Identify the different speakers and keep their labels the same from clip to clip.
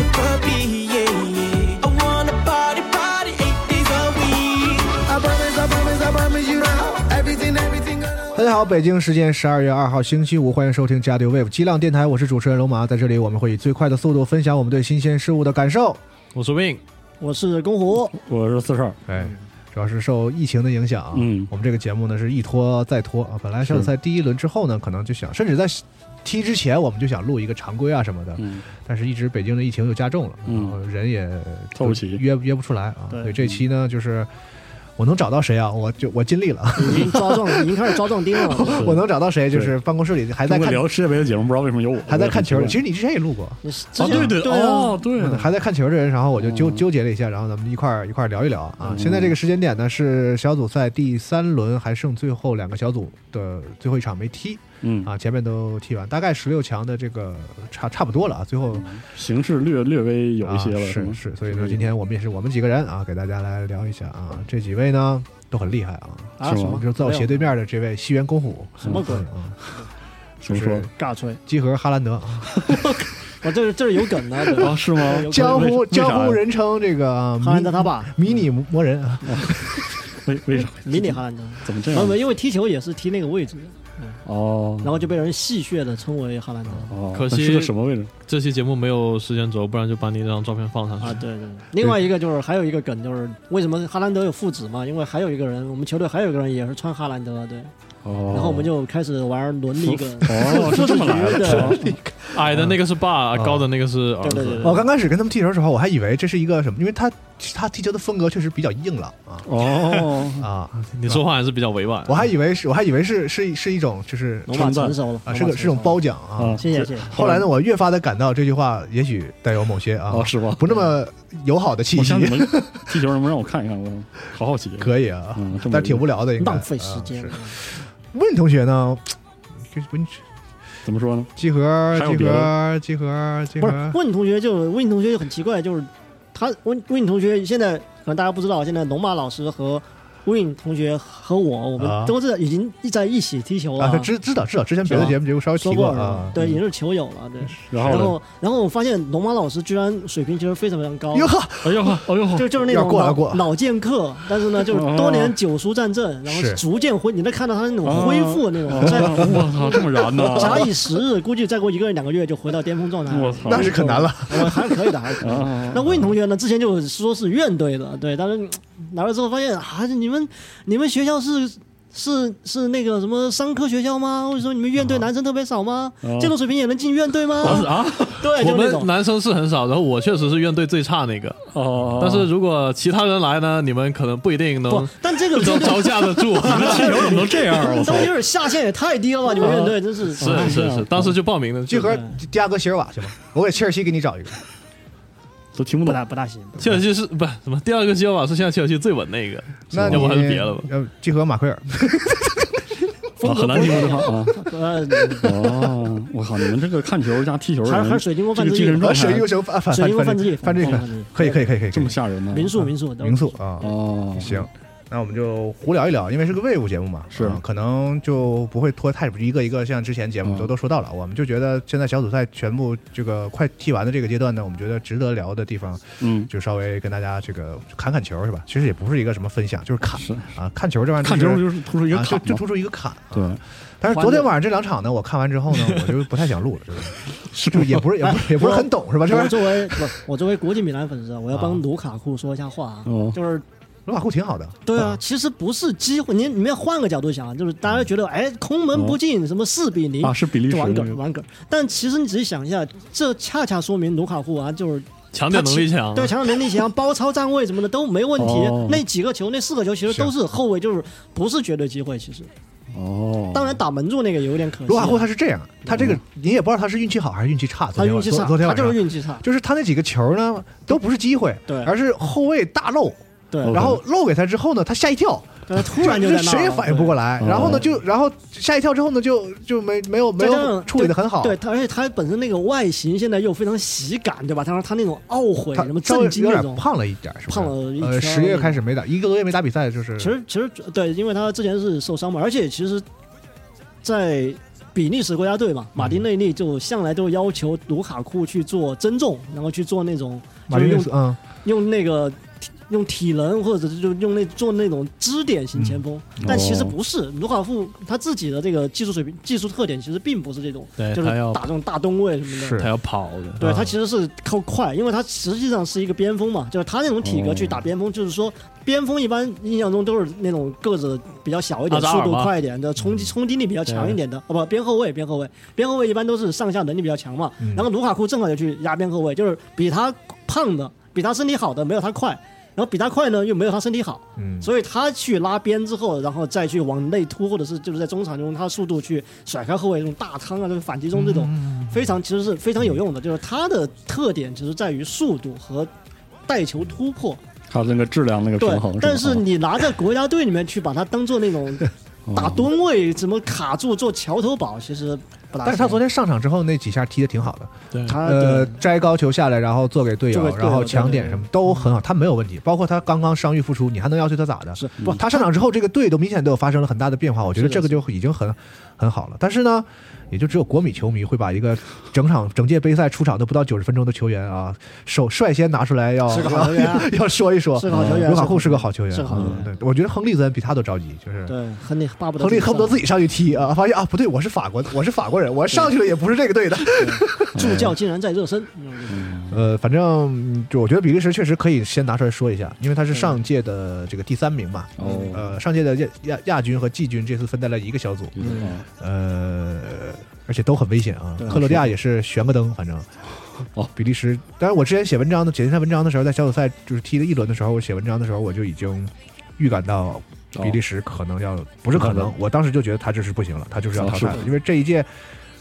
Speaker 1: it for me, yeah, yeah. I wanna party, party eight days a week.
Speaker 2: I promise, I promise, I promise you now. Everything, everything gonna
Speaker 3: 大家好，北京时间十二月二号星期五，欢迎收听《加丢 Wave 激浪电台》，我是主持人龙马，在这里我们会以最快的速度分享我们对新鲜事物的感受。
Speaker 4: 我是 Win，
Speaker 5: 我是公虎，
Speaker 4: 我是四少，
Speaker 3: 哎，主要是受疫情的影响啊，
Speaker 4: 嗯
Speaker 3: 我们这个节目呢是一拖再拖啊。本来上赛第一轮之后呢，可能就想，甚至在踢之前我们就想录一个常规啊什么的，
Speaker 4: 嗯
Speaker 3: 但是一直北京的疫情又加重了，
Speaker 4: 嗯
Speaker 3: 然后人也
Speaker 4: 凑不齐
Speaker 3: 约约不出来啊。
Speaker 5: 对
Speaker 3: 所以这期呢就是。我能找到谁啊？我就我尽力了，
Speaker 5: 已经 抓壮，已经开始抓壮丁了。
Speaker 4: 嗯
Speaker 3: 我能找到谁？就是办公室里还在
Speaker 4: 中国
Speaker 3: 看
Speaker 4: 聊世界杯的节目，不知道为什么有我，
Speaker 3: 还在看球
Speaker 4: 我也很
Speaker 3: 其
Speaker 4: 奇怪
Speaker 3: 实你之前也录过，
Speaker 5: 你是之
Speaker 4: 啊，
Speaker 5: 前
Speaker 4: 对对
Speaker 5: 啊
Speaker 4: 哦，对啊，
Speaker 3: 还在看球的人，然后我就纠
Speaker 4: 嗯
Speaker 3: 纠结了一下，然后咱们一块儿一块儿聊一聊啊。
Speaker 4: 嗯
Speaker 3: 现在这个时间点呢是小组赛第三轮，还剩最后两个小组的最后一场没踢
Speaker 4: 嗯，
Speaker 3: 啊，前面都踢完，大概十六强的这个差差不多了啊，最后
Speaker 4: 形式略略微嗯有一些
Speaker 3: 啊
Speaker 4: 了，
Speaker 3: 是
Speaker 4: 吗
Speaker 3: 是，所以说今天我们也是我们几个人啊，给大家来聊一下啊，这几位呢都很厉害啊，
Speaker 5: 啊
Speaker 4: 是
Speaker 5: 什
Speaker 4: 吗
Speaker 5: 么
Speaker 3: 比如在我斜对面的这位西园公虎，
Speaker 5: 什么鬼
Speaker 3: 嗯啊，
Speaker 4: 怎么说
Speaker 3: 就是
Speaker 5: 尬吹？
Speaker 3: 基和哈兰德啊，
Speaker 5: 我啊这是这是有梗的，这
Speaker 4: 啊，是吗？
Speaker 5: 有
Speaker 3: 江
Speaker 4: 为
Speaker 3: 湖
Speaker 4: 为啥呀
Speaker 3: 江湖人称这个啊
Speaker 5: 哈兰德他爸，
Speaker 3: 迷你魔人啊。
Speaker 4: 为为啥
Speaker 5: 迷你哈兰啊德。
Speaker 4: 怎么这
Speaker 5: 然后
Speaker 4: 样？
Speaker 5: 因为踢球也是踢那个位置，
Speaker 4: 哦，
Speaker 5: 然后就被人戏谑的称为哈兰德
Speaker 4: 哦，
Speaker 6: 可
Speaker 4: 那
Speaker 6: 惜
Speaker 4: 是个什么位置？
Speaker 6: 这期节目没有时间轴，不然就把你那张照片放上去。
Speaker 5: 啊。对对。另外一个就是还有一个梗就是为什么哈兰德有父子嘛？因为还有一个人，我们球队还有一个人也是穿哈兰德，对。
Speaker 4: 哦，
Speaker 5: 然后我们就开始玩伦理梗。
Speaker 4: 哦，是这么来的，
Speaker 5: 对
Speaker 4: 哦
Speaker 6: 矮的那个是爸，
Speaker 3: 啊
Speaker 6: 高的那个是儿
Speaker 5: 对对对
Speaker 6: 子。
Speaker 3: 我哦刚开始跟他们踢球的时候，我还以为这是一个什么，因为他他踢球的风格确实比较硬朗啊
Speaker 4: 哦，
Speaker 3: 啊，
Speaker 6: 你说话还是比较委婉。
Speaker 3: 我还以为是我还以为是是是一种就是
Speaker 5: 龙马
Speaker 4: 称赞
Speaker 5: 成熟了
Speaker 3: 啊是个是种褒，奖啊
Speaker 4: 啊。
Speaker 5: 谢谢谢谢。
Speaker 3: 后来呢，我越发的感到这句话也许带有某些啊
Speaker 4: 哦，是吗？
Speaker 3: 不那么友好的气
Speaker 4: 我
Speaker 3: 息
Speaker 4: 现，在怎么踢球能不能让我看一看？我好好奇。
Speaker 3: 可以啊
Speaker 4: 嗯，这么
Speaker 3: 但挺无聊的，应该
Speaker 5: 浪费时间
Speaker 3: 啊。是问同学呢，就是问
Speaker 4: 怎么说呢？
Speaker 3: 集合
Speaker 4: 还有
Speaker 3: 集
Speaker 4: 别
Speaker 3: 合集合集
Speaker 5: 不是
Speaker 3: 合，
Speaker 5: 问同学就问同学就很奇怪，就是他问问同学现在可能大家不知道，现在龙马老师和问同学和我，我
Speaker 3: 啊
Speaker 5: 们都是已经一在一起踢球了，
Speaker 3: 啊，他知知道知道，之前别的
Speaker 5: 是吧
Speaker 3: 节目节目稍微提
Speaker 5: 说过了
Speaker 3: 啊，嗯
Speaker 5: 对，已经是球友了，对。
Speaker 4: 然
Speaker 5: 然
Speaker 4: 后
Speaker 5: 后，然后我发现龙马老师居然水平其实非常非常高，
Speaker 3: 哟呵，
Speaker 4: 呢？哎呦呵，哎呦呵，
Speaker 5: 就就是那
Speaker 3: 有点
Speaker 5: 种
Speaker 3: 过了
Speaker 5: 老
Speaker 3: 过了
Speaker 5: 老剑客，但是呢，就是
Speaker 4: 哦
Speaker 5: 多年久疏战阵，然后
Speaker 3: 是
Speaker 5: 逐渐恢，你能看到他那种恢复那种，在
Speaker 4: 哦 我操，这么燃呢？
Speaker 5: 假以时日，估计再过一个两个月就回到巅峰状态了。
Speaker 4: 我操，
Speaker 3: 那是可难了。
Speaker 5: 我还是可以的，还是可以的。
Speaker 4: 啊
Speaker 5: 那魏同学呢？之前就说是院队的，对，但是嗯来了之后发现啊，你们你们学校是是是那个什么商科学校吗？或者说你们院队男生特别少吗？
Speaker 4: 啊
Speaker 5: 建筑水平也能进院队吗？
Speaker 4: 啊
Speaker 5: 对，
Speaker 6: 我
Speaker 5: 就那
Speaker 6: 们
Speaker 5: 种。
Speaker 6: 男生是很少，然后我确实是院队最差那个。
Speaker 4: 哦，
Speaker 6: 但是如果其他人来呢，你们可能不一定
Speaker 5: 不
Speaker 6: 能，
Speaker 5: 但这个
Speaker 6: 招
Speaker 5: 这个
Speaker 6: 招架得住。
Speaker 4: 踢球怎么能这样啊？我操
Speaker 5: 都！有点下限也太低了吧？你们院队真是
Speaker 6: 是是是，当时就报名了。
Speaker 3: 集合
Speaker 5: 对
Speaker 3: 迪亚哥席尔瓦 行吗？我给切尔西给你找一个。
Speaker 4: 都听不
Speaker 5: 不
Speaker 4: 懂
Speaker 5: 大不大行。
Speaker 6: 切尔西是不是什么？第二个希尔瓦是现在切尔西最稳那个，
Speaker 3: 那
Speaker 6: 要
Speaker 3: 你
Speaker 6: 不还是别了吧。
Speaker 3: 要不集合马奎尔，
Speaker 4: 啊，很难听懂啊！
Speaker 5: 呃，
Speaker 4: 哦，我靠，你们这个看球加踢球的
Speaker 5: 还
Speaker 4: 人，
Speaker 5: 是还是水晶宫
Speaker 4: 这
Speaker 5: 范
Speaker 4: 个
Speaker 5: 志
Speaker 4: 精神
Speaker 5: 毅，
Speaker 4: 状
Speaker 3: 啊，水
Speaker 4: 态
Speaker 3: 又行反反
Speaker 5: 水晶宫
Speaker 3: 反
Speaker 5: 范志毅，
Speaker 3: 翻这
Speaker 5: 个
Speaker 3: 个，可以可以可以可以，
Speaker 4: 这么吓人呢？
Speaker 5: 民宿民宿
Speaker 3: 名宿啊，
Speaker 4: 哦，
Speaker 3: 行。那我们就胡聊一聊，因为是个 wave 节目嘛，
Speaker 4: 是
Speaker 3: 啊可能就不会拖太一个一个，像之前节目
Speaker 4: 嗯
Speaker 3: 都都说到了，我们就觉得现在小组赛全部这个快踢完的这个阶段呢，我们觉得值得聊的地方，
Speaker 4: 嗯，
Speaker 3: 就稍微跟大家这个侃侃球是吧？其实也不是一个什么分享，就是侃
Speaker 4: 是
Speaker 3: 啊，看球这玩意儿
Speaker 4: 看
Speaker 3: 就
Speaker 4: 球
Speaker 3: 是
Speaker 4: 就是突出一个
Speaker 3: 啊
Speaker 4: 坎
Speaker 3: 就就
Speaker 4: 嘛，
Speaker 3: 突出一个侃，啊
Speaker 5: 哎
Speaker 4: 对，
Speaker 3: 但是昨天晚上这两场呢，我看完之后 呢，我就不太想录了，就是就也不是也不是也不是很懂啊是吧？这玩
Speaker 5: 我
Speaker 3: 意儿
Speaker 5: 作为不，我作为国际米兰粉丝，啊，我要
Speaker 3: 啊
Speaker 5: 帮卢卡库说一下话啊
Speaker 4: 哦，
Speaker 5: 就是
Speaker 3: 罗马库挺好的，
Speaker 5: 对啊，其实不是机会，你你们要换个角度想，啊就是大家
Speaker 3: 嗯
Speaker 5: 觉得哎，空门不
Speaker 3: 哦
Speaker 5: 进，什么四比零
Speaker 4: 啊，，是比利时
Speaker 5: 玩
Speaker 4: 那
Speaker 5: 梗
Speaker 4: 个，
Speaker 5: 玩梗，但其实你仔细想一下，这恰恰说明卢卡库啊，就是
Speaker 6: 强点能力
Speaker 5: 他其
Speaker 3: 啊
Speaker 6: 强，啊
Speaker 5: 对，强点 能力强，包抄站位什么的都没问题
Speaker 4: 哦。
Speaker 5: 那几个球，那四个球其实
Speaker 3: 是
Speaker 5: 都是后卫，就是不是绝对机会，其实
Speaker 4: 哦，
Speaker 5: 当然打门柱那个有点可惜啊，
Speaker 3: 罗马库他是这样，他这个你也不知道他是运气好还是运气差，
Speaker 5: 嗯他
Speaker 3: 昨天
Speaker 5: 运
Speaker 3: 晚
Speaker 5: 气差，
Speaker 3: 昨天
Speaker 5: 他
Speaker 3: 晚
Speaker 5: 就是
Speaker 3: 上哦
Speaker 5: 运气差，
Speaker 3: 就是他那几个球呢都不是机会，
Speaker 5: 对
Speaker 3: 而是后卫大漏，
Speaker 5: 对
Speaker 4: 哦
Speaker 3: 然后漏给他之后呢，他吓一跳，
Speaker 5: 呃突然就在那儿了
Speaker 3: 谁也反应不过来。
Speaker 4: 对
Speaker 3: 然后呢，
Speaker 4: 哦
Speaker 3: 就然后吓一跳之后呢，就就没没有没
Speaker 5: 再加
Speaker 3: 有
Speaker 5: 上
Speaker 3: 处理的很好。
Speaker 5: 对，它而且它本身那个外形现在又非常喜感，对吧？他说他那种懊悔、
Speaker 3: 他
Speaker 5: 什么
Speaker 3: 稍微
Speaker 5: 震惊
Speaker 3: 有
Speaker 5: 那
Speaker 3: 点
Speaker 5: 种，
Speaker 3: 胖了一点，是不是
Speaker 5: 胖了一圈
Speaker 3: 呃，十月开始没打，一个多月没打比赛，就是
Speaker 5: 其实其实对，因为他之前是受伤嘛，而且其实，在比利时国家队嘛，马
Speaker 3: 嗯
Speaker 5: 丁内利就向来都要求卢卡库去做增重，然后去做那种
Speaker 3: 马
Speaker 5: 就
Speaker 3: 丁
Speaker 5: 是
Speaker 3: 内
Speaker 5: 用
Speaker 3: 斯嗯，
Speaker 5: 用那个体用体能或者是就用那做那种支点型前锋，
Speaker 3: 嗯
Speaker 5: 但其
Speaker 3: 哦
Speaker 5: 实不是，卢卡库他自己的这个技术水平、技术特点其实并不是这种，
Speaker 6: 对
Speaker 5: 就是
Speaker 6: 他要
Speaker 5: 打这种大吨位什么的。
Speaker 3: 哎是
Speaker 6: 他要跑的，
Speaker 5: 对
Speaker 3: 啊
Speaker 5: 他其实是靠快，因为他实际上是一个边锋嘛，就是他那种体格去打边锋，就是说边锋一般印象中都是那种个子比较小一点、
Speaker 6: 阿扎
Speaker 5: 速
Speaker 6: 尔
Speaker 5: 度
Speaker 6: 嘛
Speaker 5: 快一点的、冲击冲击力比较强一点的。哦不，边后卫，边后卫，边后卫一般都是上下能力比较强嘛。然后卢卡库正好就去压边后卫，就是比他胖的、比他身体好的没有他快，然后比他快呢又没有他身体好，
Speaker 3: 嗯
Speaker 5: 所以他去拉边之后，然后再去往内突，或者是就是在中场用他速度去甩开后卫，这种大汤啊，这种反击中
Speaker 3: 嗯
Speaker 5: 这种，非常其实是非常有用的。就是他的特点其实在于速度和带球突破，
Speaker 4: 还有那个质量那个
Speaker 5: 对
Speaker 4: 平衡。。
Speaker 5: 但是
Speaker 4: 吧哦
Speaker 5: 你拿在国家队里面去把它当做那 种
Speaker 3: 哦
Speaker 5: 打蹲位，怎么卡住做桥头堡，其实不大行。
Speaker 3: 但是他昨天上场之后那几下踢的挺好的，
Speaker 6: 对
Speaker 5: 他
Speaker 3: 呃
Speaker 5: 啊对，
Speaker 3: 摘高球下来，然后做给队
Speaker 5: 做给
Speaker 3: 友，
Speaker 5: 队友
Speaker 3: 然后抢点什么都很好，他没有问题。包括他刚刚伤愈复出，你还能要求他咋的？嗯
Speaker 5: 是不
Speaker 3: 他上场之后，这个队都明显都有发生了很大的变化，我觉得
Speaker 5: 是的
Speaker 3: 这个就已经很很好了。但是呢，也就只有国米球迷会把一个整场整届杯赛出场都不到九十分钟的球员啊，首率先拿出来要
Speaker 5: 是个好球员啊
Speaker 3: 要说一说。嗯
Speaker 5: 是个好球员
Speaker 3: 卢卡库
Speaker 5: 是
Speaker 3: 是
Speaker 5: 个
Speaker 3: 个
Speaker 5: 好
Speaker 3: 好
Speaker 5: 球
Speaker 3: 球
Speaker 5: 员
Speaker 3: 员，
Speaker 5: 是个好球员
Speaker 3: 嗯对，我觉得亨利森比他都着急，就是
Speaker 5: 对亨利巴不得
Speaker 3: 亨利恨不得
Speaker 5: 上
Speaker 3: 自己上去踢啊，发现啊不对，我是法国，我是法国人，我上去了也不是这个队的。
Speaker 5: 助教竟然在热身，嗯
Speaker 3: 呃，反正嗯就我觉得比利时确实可以先拿出来说一下，因为他是上届的这个第三名嘛。
Speaker 4: 哦
Speaker 3: 呃，上届的亚亚亚军和季军这次分在了一个小组，
Speaker 5: 嗯
Speaker 3: 呃，而且都很危险啊。克罗地亚也是悬个灯，反正。
Speaker 4: 哦，
Speaker 3: 比利时。但是我之前写文章的写那篇文章的时候，在小组赛就是踢了一轮的时候，我写文章的时候我就已经预感到
Speaker 4: 哦
Speaker 3: 比利时可能要不是可
Speaker 4: 可
Speaker 3: 能
Speaker 4: 能，
Speaker 3: 我当时就觉得他就是不行了，他就是要
Speaker 4: 哦
Speaker 3: 淘
Speaker 4: 是
Speaker 3: 汰了，因为这一届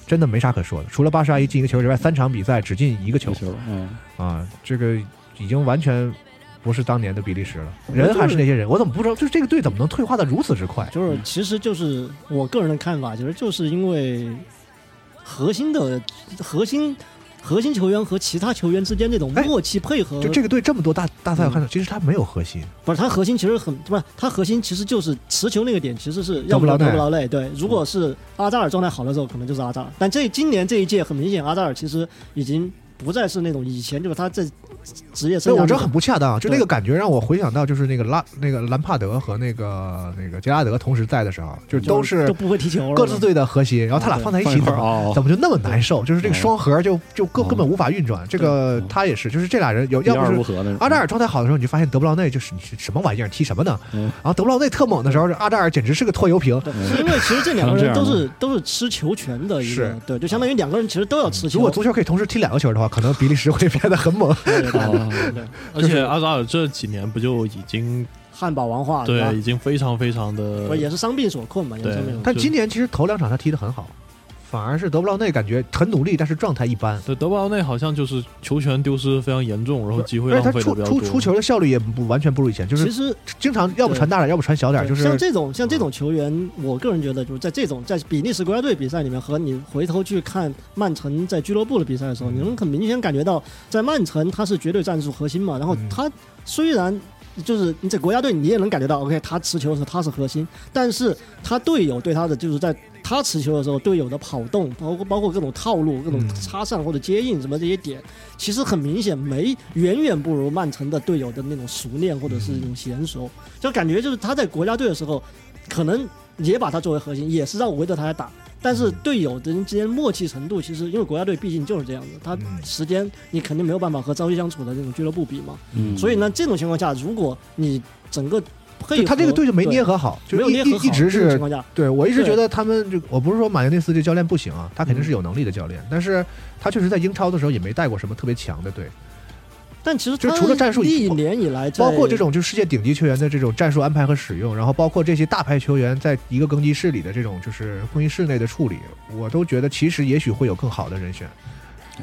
Speaker 3: 真的没啥可说的，除了巴沙一进一个球之外，三场比赛只进一个球
Speaker 4: 球球，嗯，
Speaker 3: 啊，这个已经完全不是当年的比利时了，人还是那些人，我怎么不知道？就是这个队怎么能退化的如此之快？
Speaker 5: 就是其实就是我个人的看法，就是就是因为核心的核心核心球员和其他球员之间这种
Speaker 3: 哎
Speaker 5: 默契配合，
Speaker 3: 就这个队这么多大大赛，我看到其实他没有核心，
Speaker 5: 不是他核心其实很不是他核心其实就是持球那个点，其实是
Speaker 3: 德
Speaker 5: 要
Speaker 3: 布
Speaker 5: 不
Speaker 3: 劳嗯
Speaker 5: 就
Speaker 3: 内
Speaker 5: 德布劳内对，如果是阿扎尔状态好的时候，可能就是阿扎尔，但这今年这一届很明显，阿扎尔其实已经不再是那种以前就是他在职业
Speaker 3: 所
Speaker 5: 生
Speaker 3: 以
Speaker 5: 涯
Speaker 3: 我
Speaker 5: 里
Speaker 3: 觉得
Speaker 5: 面
Speaker 3: 很不恰当啊。就那
Speaker 5: 对
Speaker 3: 个感觉让我回想到，就是那个拉那个兰帕德和那个那个杰拉德同时在的时候，就
Speaker 5: 就
Speaker 3: 都
Speaker 5: 就是不会踢球了，
Speaker 3: 各自队的核心，然后他俩放在一
Speaker 4: 放一
Speaker 3: 起
Speaker 4: 块
Speaker 3: 怎
Speaker 5: 哎
Speaker 4: 儿
Speaker 3: 么
Speaker 4: 哦，
Speaker 3: 怎么就那么难受？就是这个
Speaker 4: 哦
Speaker 3: 双核就就根
Speaker 4: 哦
Speaker 3: 根本无法运转。这个他也是，就是这俩人有，
Speaker 4: 一
Speaker 3: 要
Speaker 4: 二
Speaker 3: 不
Speaker 4: 不
Speaker 3: 是
Speaker 4: 合的。
Speaker 3: 阿扎尔状态好的时候，你就发现德布劳内就是你是什么玩意儿，踢什么呢？
Speaker 4: 嗯
Speaker 3: 然后德布劳内特猛的时候，阿扎尔简直是个拖油瓶。
Speaker 5: 对，是因为其实这两个
Speaker 4: 可
Speaker 5: 人都
Speaker 4: 能这样
Speaker 5: 是都是吃球权的一个
Speaker 3: 是，
Speaker 5: 对，就相当于两个人其实都要吃球。
Speaker 3: 如果足球可以同时踢两个球的话，可能比利时会变得很猛。
Speaker 5: 对 对对
Speaker 4: 哦
Speaker 5: 啊对
Speaker 6: 而且阿扎尔这几年不就已经
Speaker 5: 汉堡王化
Speaker 6: 对
Speaker 5: 吧呃
Speaker 6: 已经非常非常的
Speaker 5: 不也是伤病所困嘛，也是
Speaker 6: 对
Speaker 5: 伤病所
Speaker 3: 但
Speaker 5: 困。
Speaker 3: 今年其实头两场他踢得很好，反而是德布劳内感觉很努力，但是状态一般。
Speaker 6: 对德布劳内好像就是球权丢失非常严重，然后机会
Speaker 3: 而且
Speaker 6: 浪
Speaker 3: 他
Speaker 6: 费的
Speaker 3: 出
Speaker 6: 比较
Speaker 3: 出
Speaker 6: 多。
Speaker 3: 出球的效率也不完全不如以前，就是
Speaker 5: 其实
Speaker 3: 经常要不传大点，要不传小点，
Speaker 5: 对
Speaker 3: 就是
Speaker 5: 像这种像这种球员，我个人觉得就是在这种在比利时国家队比赛里面，和你回头去看曼城在俱乐部的比赛的时候，你能很明显感觉到，在曼城他是绝对战术核心嘛，然后他虽然。就是你在国家队，你也能感觉到，OK，他持球的时候他是核心，但是他队友对他的就是在他持球的时候，队友的跑动，包括包括各种套路、各种插上或者接应什么这些点，其实很明显没远远不如曼城的队友的那种熟练或者是一种娴熟，就感觉就是他在国家队的时候，可能也把他作为核心，也是让围着他来打。但是队友的人之间默契程度，其实因为国家队毕竟就是这样子，他
Speaker 3: 嗯
Speaker 5: 时间你肯定没有办法和朝夕相处的那种俱乐部比嘛。
Speaker 4: 嗯，
Speaker 5: 所以呢，这种情况下，如果你整个配
Speaker 3: 就
Speaker 5: 合
Speaker 3: 他这个队就没捏合好，
Speaker 5: 对没
Speaker 3: 就
Speaker 5: 有
Speaker 3: 一
Speaker 5: 捏合好
Speaker 3: 一一直
Speaker 5: 这种
Speaker 3: 是
Speaker 5: 情况下，
Speaker 3: 对我一直
Speaker 5: 对
Speaker 3: 觉得他们这个，我不是说马丁内斯这教练不行啊，他肯定是有能力的教练，但是他确实在英超的时候也没带过什么特别强的队，
Speaker 5: 但其实
Speaker 3: 就
Speaker 5: 他
Speaker 3: 除了战术以
Speaker 5: 历
Speaker 3: 后
Speaker 5: 年以来在，
Speaker 3: 包括这种就世界顶级球员的这种战术安排和使用，然后包括这些大牌球员在一个更衣室里的这种就是更衣室内的处理，我都觉得其实也许会有更好的人选。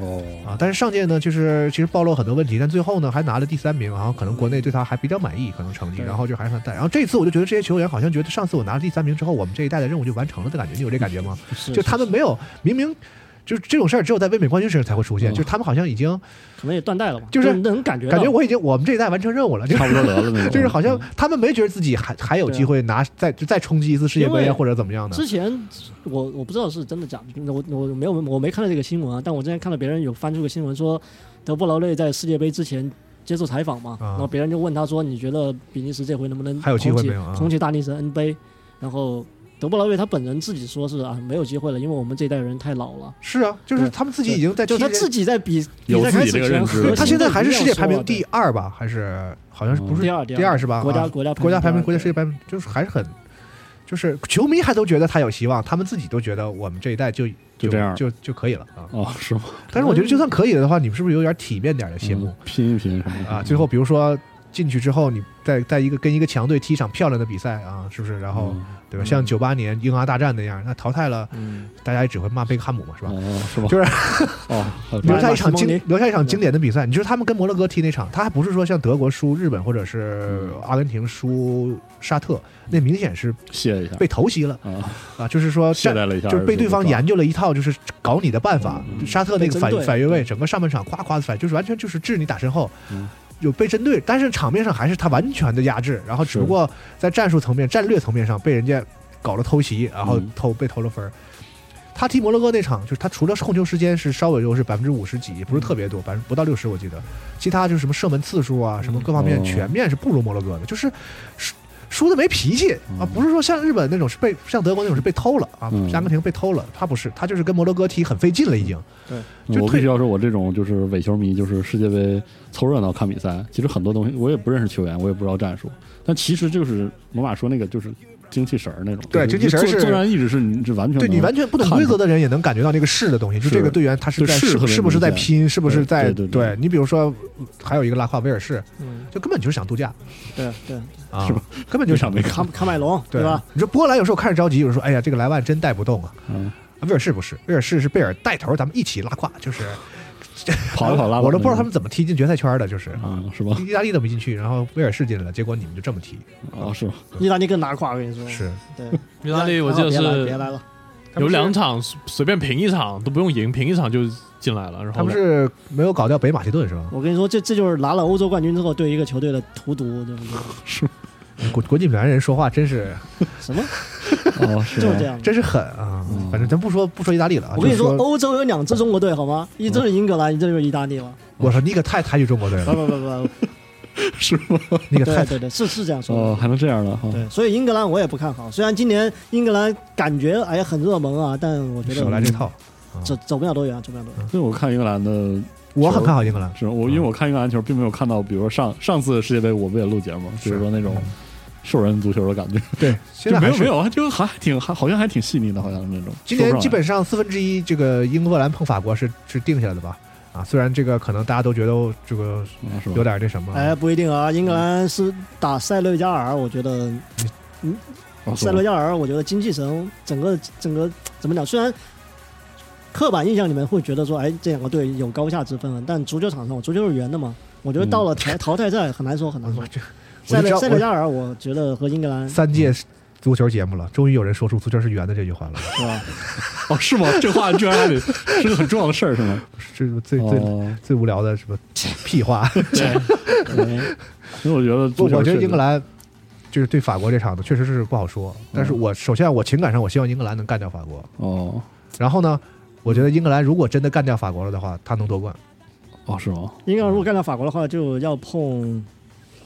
Speaker 4: 哦，
Speaker 3: 啊。但是上届呢，就是其实暴露很多问题，但最后呢还拿了第三名，然后可能国内对他还比较满意，可能成绩，
Speaker 4: 对
Speaker 3: 然后就还算带。然后这次我就觉得这些球员好像觉得上次我拿了第三名之后，我们这一代的任务就完成了的感觉，你有这感觉吗？
Speaker 5: 是
Speaker 3: 就他们没有明明。就是这种事儿，只有在卫冕冠军身上才会出现。
Speaker 4: 嗯
Speaker 3: 就是他们好像已经
Speaker 5: 可能也断代了吧，
Speaker 3: 就是
Speaker 5: 能感觉到
Speaker 3: 感觉我已经我们这一代完成任务了，就是
Speaker 4: 差不多得了那 种，
Speaker 3: 就是好
Speaker 5: 嗯
Speaker 3: 像他们没觉得自己还还有机会拿再就再冲击一次世界
Speaker 5: 啊因为
Speaker 3: 杯或者怎么样的
Speaker 5: 之前我我不知道是真的假的，我我没有我没看到这个新闻啊，但我之前看到别人有翻出个新闻说，德布劳内在世界杯之前接受采访嘛，
Speaker 3: 啊
Speaker 5: 然后别人就问他说，你觉得比利时这回能不能
Speaker 3: 还有机会
Speaker 5: 重启
Speaker 3: 没有啊
Speaker 5: 重启大力神恩杯？然后德布劳内他本人自己说是啊没有机会了，因为我们这一代人太老了。
Speaker 3: 是啊，就是
Speaker 5: 对
Speaker 3: 他们自己已经在
Speaker 5: 就
Speaker 3: 踢
Speaker 5: 他
Speaker 3: 这
Speaker 5: 自己在比
Speaker 4: 有
Speaker 5: 比赛
Speaker 4: 自己
Speaker 5: 开始
Speaker 4: 这个
Speaker 5: 前
Speaker 4: 认知
Speaker 5: 核心
Speaker 3: 他现在还是世界排名
Speaker 5: 的
Speaker 3: 第
Speaker 5: 一
Speaker 3: 二吧？还是好像是不
Speaker 5: 样说
Speaker 3: 是
Speaker 5: 的第二第
Speaker 3: 第二是吧？
Speaker 5: 嗯国家
Speaker 3: 啊
Speaker 5: 国家
Speaker 3: 国家排名、国家世界
Speaker 5: 界
Speaker 3: 排名就是还是很，就是球迷还都觉得他有希望，他们自己都觉得我们这一代就
Speaker 4: 就这样
Speaker 3: 就就可以了
Speaker 5: 嗯
Speaker 3: 啊。
Speaker 4: 哦，是吗？
Speaker 3: 但是我觉得就算可以了的话，你们是不是有点体面点的谢幕
Speaker 4: 嗯拼一拼什么的
Speaker 3: 啊？最后比如说。进去之后，你再在一个跟一个强队踢一场漂亮的比赛啊，是不是？然后，
Speaker 4: 嗯
Speaker 3: 对吧？像九八年英阿大战那样，那淘汰了，
Speaker 5: 嗯
Speaker 3: 大家也只会骂贝克汉姆嘛，是吧？
Speaker 4: 哦，是吧？
Speaker 3: 就是
Speaker 4: 哦，
Speaker 3: 留下
Speaker 5: 马
Speaker 3: 一场
Speaker 5: 马斯蒙
Speaker 3: 经
Speaker 5: 尼嗯
Speaker 3: 留下一场经典的比赛。你说他们跟摩洛哥踢那场，他还不是说像德国输日本或者是
Speaker 5: 嗯
Speaker 3: 阿根廷输沙特，那明显是
Speaker 4: 谢一下
Speaker 3: 被偷袭了
Speaker 4: 啊，
Speaker 3: 啊！就是说
Speaker 4: 懈怠了一下嗯
Speaker 3: 就是被对方
Speaker 4: 而且不知道
Speaker 3: 研究了一套就是搞你的办法。沙特那个反
Speaker 5: 被针对
Speaker 3: 反越位，整个上半场夸夸的反，就是完全就是置你打身后
Speaker 4: 嗯。
Speaker 3: 有被针对，但是场面上还是他完全的压制，然后只
Speaker 4: 是
Speaker 3: 不过在战术层面、战略层面上被人家搞了偷袭，然后
Speaker 4: 嗯
Speaker 3: 偷被偷了分儿。他踢摩洛哥那场，就是他除了控球时间是稍微优势百分之五十几，不是特别多，百分不到六十我记得，其他就是什么射门次数啊，什么各方面
Speaker 4: 哦
Speaker 3: 全面是不如摩洛哥的，就是输输的没脾气啊，不是说像日本那种是被像德国那种是被偷了啊，
Speaker 4: 嗯
Speaker 3: 像阿根廷被偷了，他不是，他就是跟摩洛哥踢很费劲了已经，就
Speaker 4: 我
Speaker 3: 退
Speaker 4: 必须要说，我这种就是伪球迷，就是世界杯凑热闹看比赛。其实很多东西我也不认识球员，我也不知道战术，但其实就是罗马说那个就是精气神儿那种。
Speaker 3: 对
Speaker 4: 就是
Speaker 3: 精气神儿
Speaker 4: 作
Speaker 3: 是
Speaker 4: 作战意志是你是完全
Speaker 3: 对你
Speaker 4: 能
Speaker 3: 完全不懂
Speaker 4: 看
Speaker 3: 规则
Speaker 4: 出
Speaker 3: 的人也能感觉到那个是的东西，就是这个队员他是
Speaker 4: 对
Speaker 3: 在
Speaker 4: 是
Speaker 3: 是
Speaker 4: 特别
Speaker 3: 是不是在
Speaker 4: 明显
Speaker 3: 拼，是不是在
Speaker 4: 对对对对
Speaker 3: 你比如说还有一个拉胯威尔士，
Speaker 5: 嗯，
Speaker 3: 就根本就是想度假
Speaker 5: 对对，
Speaker 3: 啊，根本就
Speaker 4: 非
Speaker 3: 想
Speaker 4: 常没
Speaker 5: 卡
Speaker 4: 看。
Speaker 5: 卡麦隆
Speaker 3: 对
Speaker 5: 吧？？
Speaker 3: 你说波兰有时候看着着急，有人说哎呀这个莱万真带不动啊，
Speaker 4: 嗯，
Speaker 3: 威尔士不是，威尔士是贝尔带头，咱们一起拉胯，就是
Speaker 4: 跑一跑拉倒。
Speaker 3: 我都不知道他们怎么踢进决赛圈的，就是
Speaker 4: 啊，是吧？
Speaker 3: 意大利都没进去，然后威尔士进来了，结果你们就这么踢，
Speaker 4: 啊， 是吧？
Speaker 5: 意大利更拉胯，我跟你说，
Speaker 3: 是
Speaker 5: 对，
Speaker 6: 意大利我记
Speaker 5: 最好别
Speaker 6: 得
Speaker 5: 来
Speaker 6: 是
Speaker 5: 别来了，
Speaker 6: 有两场随便平一场都不用赢，平一场就进来了。然后
Speaker 3: 他们是没有搞掉北马其顿是吧？
Speaker 5: 我跟你说，这这就是拿了欧洲冠军之后对一个球队的荼毒，对不对？
Speaker 3: 国国际米兰人说话真是
Speaker 5: 什么
Speaker 4: 哦，是
Speaker 5: 就
Speaker 4: 吧
Speaker 5: 是这样。
Speaker 3: 真是狠啊
Speaker 4: 嗯！
Speaker 3: 反正咱不说不说意大利了啊，
Speaker 5: 我跟你
Speaker 3: 就
Speaker 5: 说哦
Speaker 3: 是，说，
Speaker 5: 欧洲有两支中国队，好吗？一支是英格兰，一支就是意大利了。
Speaker 3: 我说你可太抬举中国队
Speaker 5: 不
Speaker 3: 了，
Speaker 5: 不不不，
Speaker 4: 是吗？
Speaker 3: 你可
Speaker 5: 对
Speaker 3: 嗯太
Speaker 5: 哦对对，是是这样说
Speaker 4: 哦，
Speaker 5: 的。
Speaker 4: 还能这样的哈？
Speaker 5: 对，所以英格兰我也不看好。虽然今年英格兰感觉哎呀很热门啊，但我觉得
Speaker 3: 少来这套。
Speaker 5: 走走不了多远，走不了多远。
Speaker 4: 所以我看英格兰的
Speaker 3: 我很看好英格兰，
Speaker 4: 是我，
Speaker 3: 嗯
Speaker 4: 因为我看英格兰球，并没有看到，比如说上上次世界杯，我们也录节目，就是说那种兽人足球的感觉，
Speaker 3: 对，嗯现
Speaker 4: 就
Speaker 3: 在
Speaker 4: 没
Speaker 3: 还
Speaker 4: 有
Speaker 3: 是
Speaker 4: 没有，就还挺还好像还挺细腻的，好像是那种。
Speaker 3: 今年
Speaker 4: 说不上来
Speaker 3: 基本上四分之一这个英格兰碰法国是是定下来的吧？啊，虽然这个可能大家都觉得这个
Speaker 4: 啊是吧？
Speaker 3: 有点那什么，
Speaker 5: 哎，不一定啊。英格兰是打塞内加尔，我觉得
Speaker 4: 啊是
Speaker 5: 塞
Speaker 4: 吧
Speaker 5: 罗加尔，我觉得精气神整个整个怎么讲？虽然刻板印象里面会觉得说，哎，这两个队有高下之分，啊但足球场上，足球是圆的嘛。我觉得到了淘淘汰赛很难说，很难
Speaker 3: 嗯
Speaker 5: 说
Speaker 3: 我。这
Speaker 5: 塞
Speaker 3: 我就知
Speaker 5: 内
Speaker 3: 道
Speaker 5: 塞内
Speaker 3: 我
Speaker 5: 加尔，我觉得和英格兰
Speaker 3: 三届足球节目了，终于有人说出“足球是圆的”这句话了，
Speaker 5: 是吧？
Speaker 4: 哦是吗？这 话居然还得是个很重要的事儿是吗？
Speaker 3: 这是最最
Speaker 4: 哦，
Speaker 3: 最无聊的 什么屁话。
Speaker 4: 嗯因为我觉得足球
Speaker 3: 我觉得
Speaker 4: 是
Speaker 3: 英格兰就是对法国这场呢，确实是不好说。但是我首先我情感上我希望英格兰能干掉法国，
Speaker 4: 哦
Speaker 3: 然后呢，我觉得英格兰如果真的干掉法国了的话，他能夺冠。
Speaker 4: 哦是吗？
Speaker 5: 英格兰如果干掉法国的话，就要碰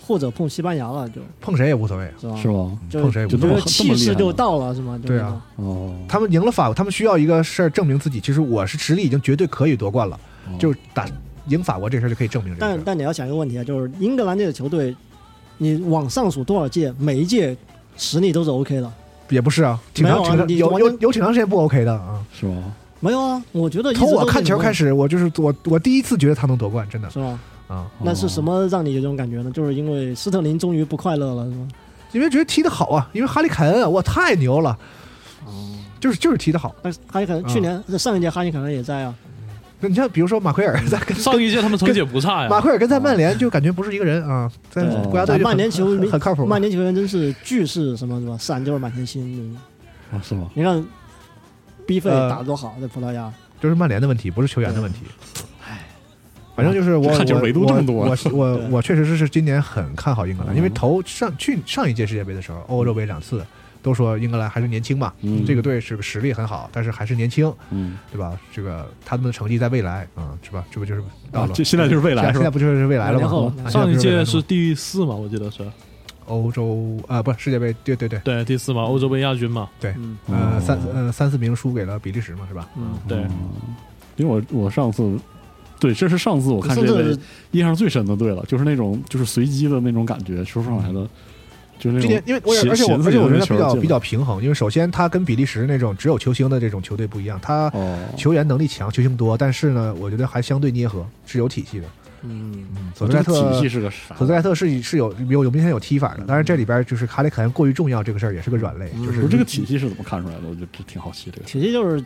Speaker 5: 或者碰西班牙了，就
Speaker 3: 碰谁也无所谓，
Speaker 5: 是吧？
Speaker 4: 是吗？
Speaker 5: 就
Speaker 3: 碰谁也无
Speaker 5: 就
Speaker 3: 所
Speaker 4: 这
Speaker 3: 谓
Speaker 4: 么
Speaker 5: 是气势就到了，是吗？就
Speaker 3: 对
Speaker 5: 是
Speaker 3: 啊
Speaker 5: 那种，
Speaker 4: 哦，
Speaker 3: 他们赢了法国，他们需要一个事儿证明自己，其实我是实力已经绝对可以夺冠了，
Speaker 4: 哦
Speaker 3: 就是打赢法国这事儿就可以证明这个事
Speaker 5: 但
Speaker 3: 儿。
Speaker 5: 但你要想一个问题啊，就是英格兰这个球队，你往上数多少届，每一届实力都是 OK 的。
Speaker 3: 也不是啊，挺长
Speaker 5: 没有啊
Speaker 3: 挺长
Speaker 5: 你
Speaker 3: 有
Speaker 5: 完
Speaker 3: 有
Speaker 5: 全
Speaker 3: 有挺长时间不 OK 的啊。
Speaker 4: 是吗？
Speaker 5: 没有啊，我觉得一直
Speaker 3: 从我
Speaker 5: 都
Speaker 3: 看
Speaker 5: 挺
Speaker 3: 球
Speaker 5: 多
Speaker 3: 开始，我就是我我第一次觉得他能夺冠，真的
Speaker 5: 是吧？
Speaker 3: 啊，
Speaker 4: 哦
Speaker 5: 那是什么让你有这种感觉呢？就是因为斯特林终于不快乐了，是吗？
Speaker 3: 因为觉得踢得好啊，因为哈利凯恩啊，哇太牛了，就是就是踢得好。
Speaker 5: 但是哈里凯
Speaker 3: 嗯
Speaker 5: 恩呃去年、上一届哈里凯恩也在啊，
Speaker 3: 那你像比如说马奎尔在跟
Speaker 6: 上一届他们成绩也不差呀，
Speaker 3: 马奎尔跟在曼联就感觉不是一个人啊，在
Speaker 4: 对
Speaker 3: 国家队就
Speaker 5: 曼联球迷
Speaker 3: 很很靠谱，
Speaker 5: 曼联球员真是巨是什么什么，闪就是满天星。
Speaker 4: 啊是吗？
Speaker 5: 你看，逼费
Speaker 3: 呃
Speaker 5: 打得多好，在葡萄牙，
Speaker 3: 就是曼联的问题，不是球员的问题。反正就是我，
Speaker 6: 这就
Speaker 3: 我
Speaker 6: 维度这么多
Speaker 3: 我我我
Speaker 5: 对
Speaker 3: 我确实是是今年很看好英格兰，
Speaker 4: 嗯
Speaker 3: 因为头上去上一届世界杯的时候，欧洲杯两次都说英格兰还是年轻嘛，
Speaker 4: 嗯
Speaker 3: 这个队是个实力很好，但是还是年轻，
Speaker 4: 嗯，
Speaker 3: 对吧？这个他们的成绩在未来啊、是吧？这不就是到
Speaker 4: 啊
Speaker 3: 了？，
Speaker 4: 这现在就是未
Speaker 3: 现
Speaker 4: 来
Speaker 3: 在
Speaker 4: 是
Speaker 3: 现在
Speaker 4: 吧？
Speaker 3: 不就是未来了
Speaker 5: 两年后
Speaker 3: 吗
Speaker 5: 了？
Speaker 3: 啊
Speaker 6: 上一
Speaker 3: 现在不是未来
Speaker 6: 届
Speaker 3: 了
Speaker 6: 是
Speaker 3: 吗
Speaker 6: 第四嘛，我记得是
Speaker 3: 欧洲啊、不是世界杯，对对对，
Speaker 6: 对第四嘛，欧洲杯亚军嘛，
Speaker 5: 嗯，
Speaker 3: 呃，
Speaker 4: 哦
Speaker 3: 三呃三四名输给了比利时嘛，是吧？
Speaker 5: 嗯
Speaker 6: 对，
Speaker 4: 因为我我上次。对，这是上次我看
Speaker 5: 甚
Speaker 4: 这位
Speaker 5: 至
Speaker 4: 印象最深的队了，就是那种就是随机的那种感觉，说不上来的，就是那种
Speaker 3: 今年因为我
Speaker 4: 闲
Speaker 3: 而且我
Speaker 4: 闲
Speaker 3: 而
Speaker 4: 自
Speaker 3: 且我
Speaker 4: 由
Speaker 3: 觉
Speaker 4: 的
Speaker 3: 得
Speaker 4: 球
Speaker 3: 比较
Speaker 4: 进
Speaker 3: 比较
Speaker 4: 了
Speaker 3: 平衡，因为首先他跟比利时那种只有球星的这种球队不一样，他
Speaker 4: 哦，
Speaker 3: 球员能力强，球星多，但是呢，我觉得还相对捏合，是有体系的。
Speaker 5: 嗯，
Speaker 3: 嗯，索
Speaker 4: 我
Speaker 3: 斯盖
Speaker 4: 这个体
Speaker 3: 特
Speaker 4: 系是个啥？
Speaker 3: 索斯盖特是是有有有明显有踢法的，但是这里边就是哈里凯恩过于重要这个事儿也是个软肋，就
Speaker 4: 嗯不
Speaker 3: 是
Speaker 4: 是这个体系是怎么看出来的？我觉得这挺好奇这个。
Speaker 5: 体系就是。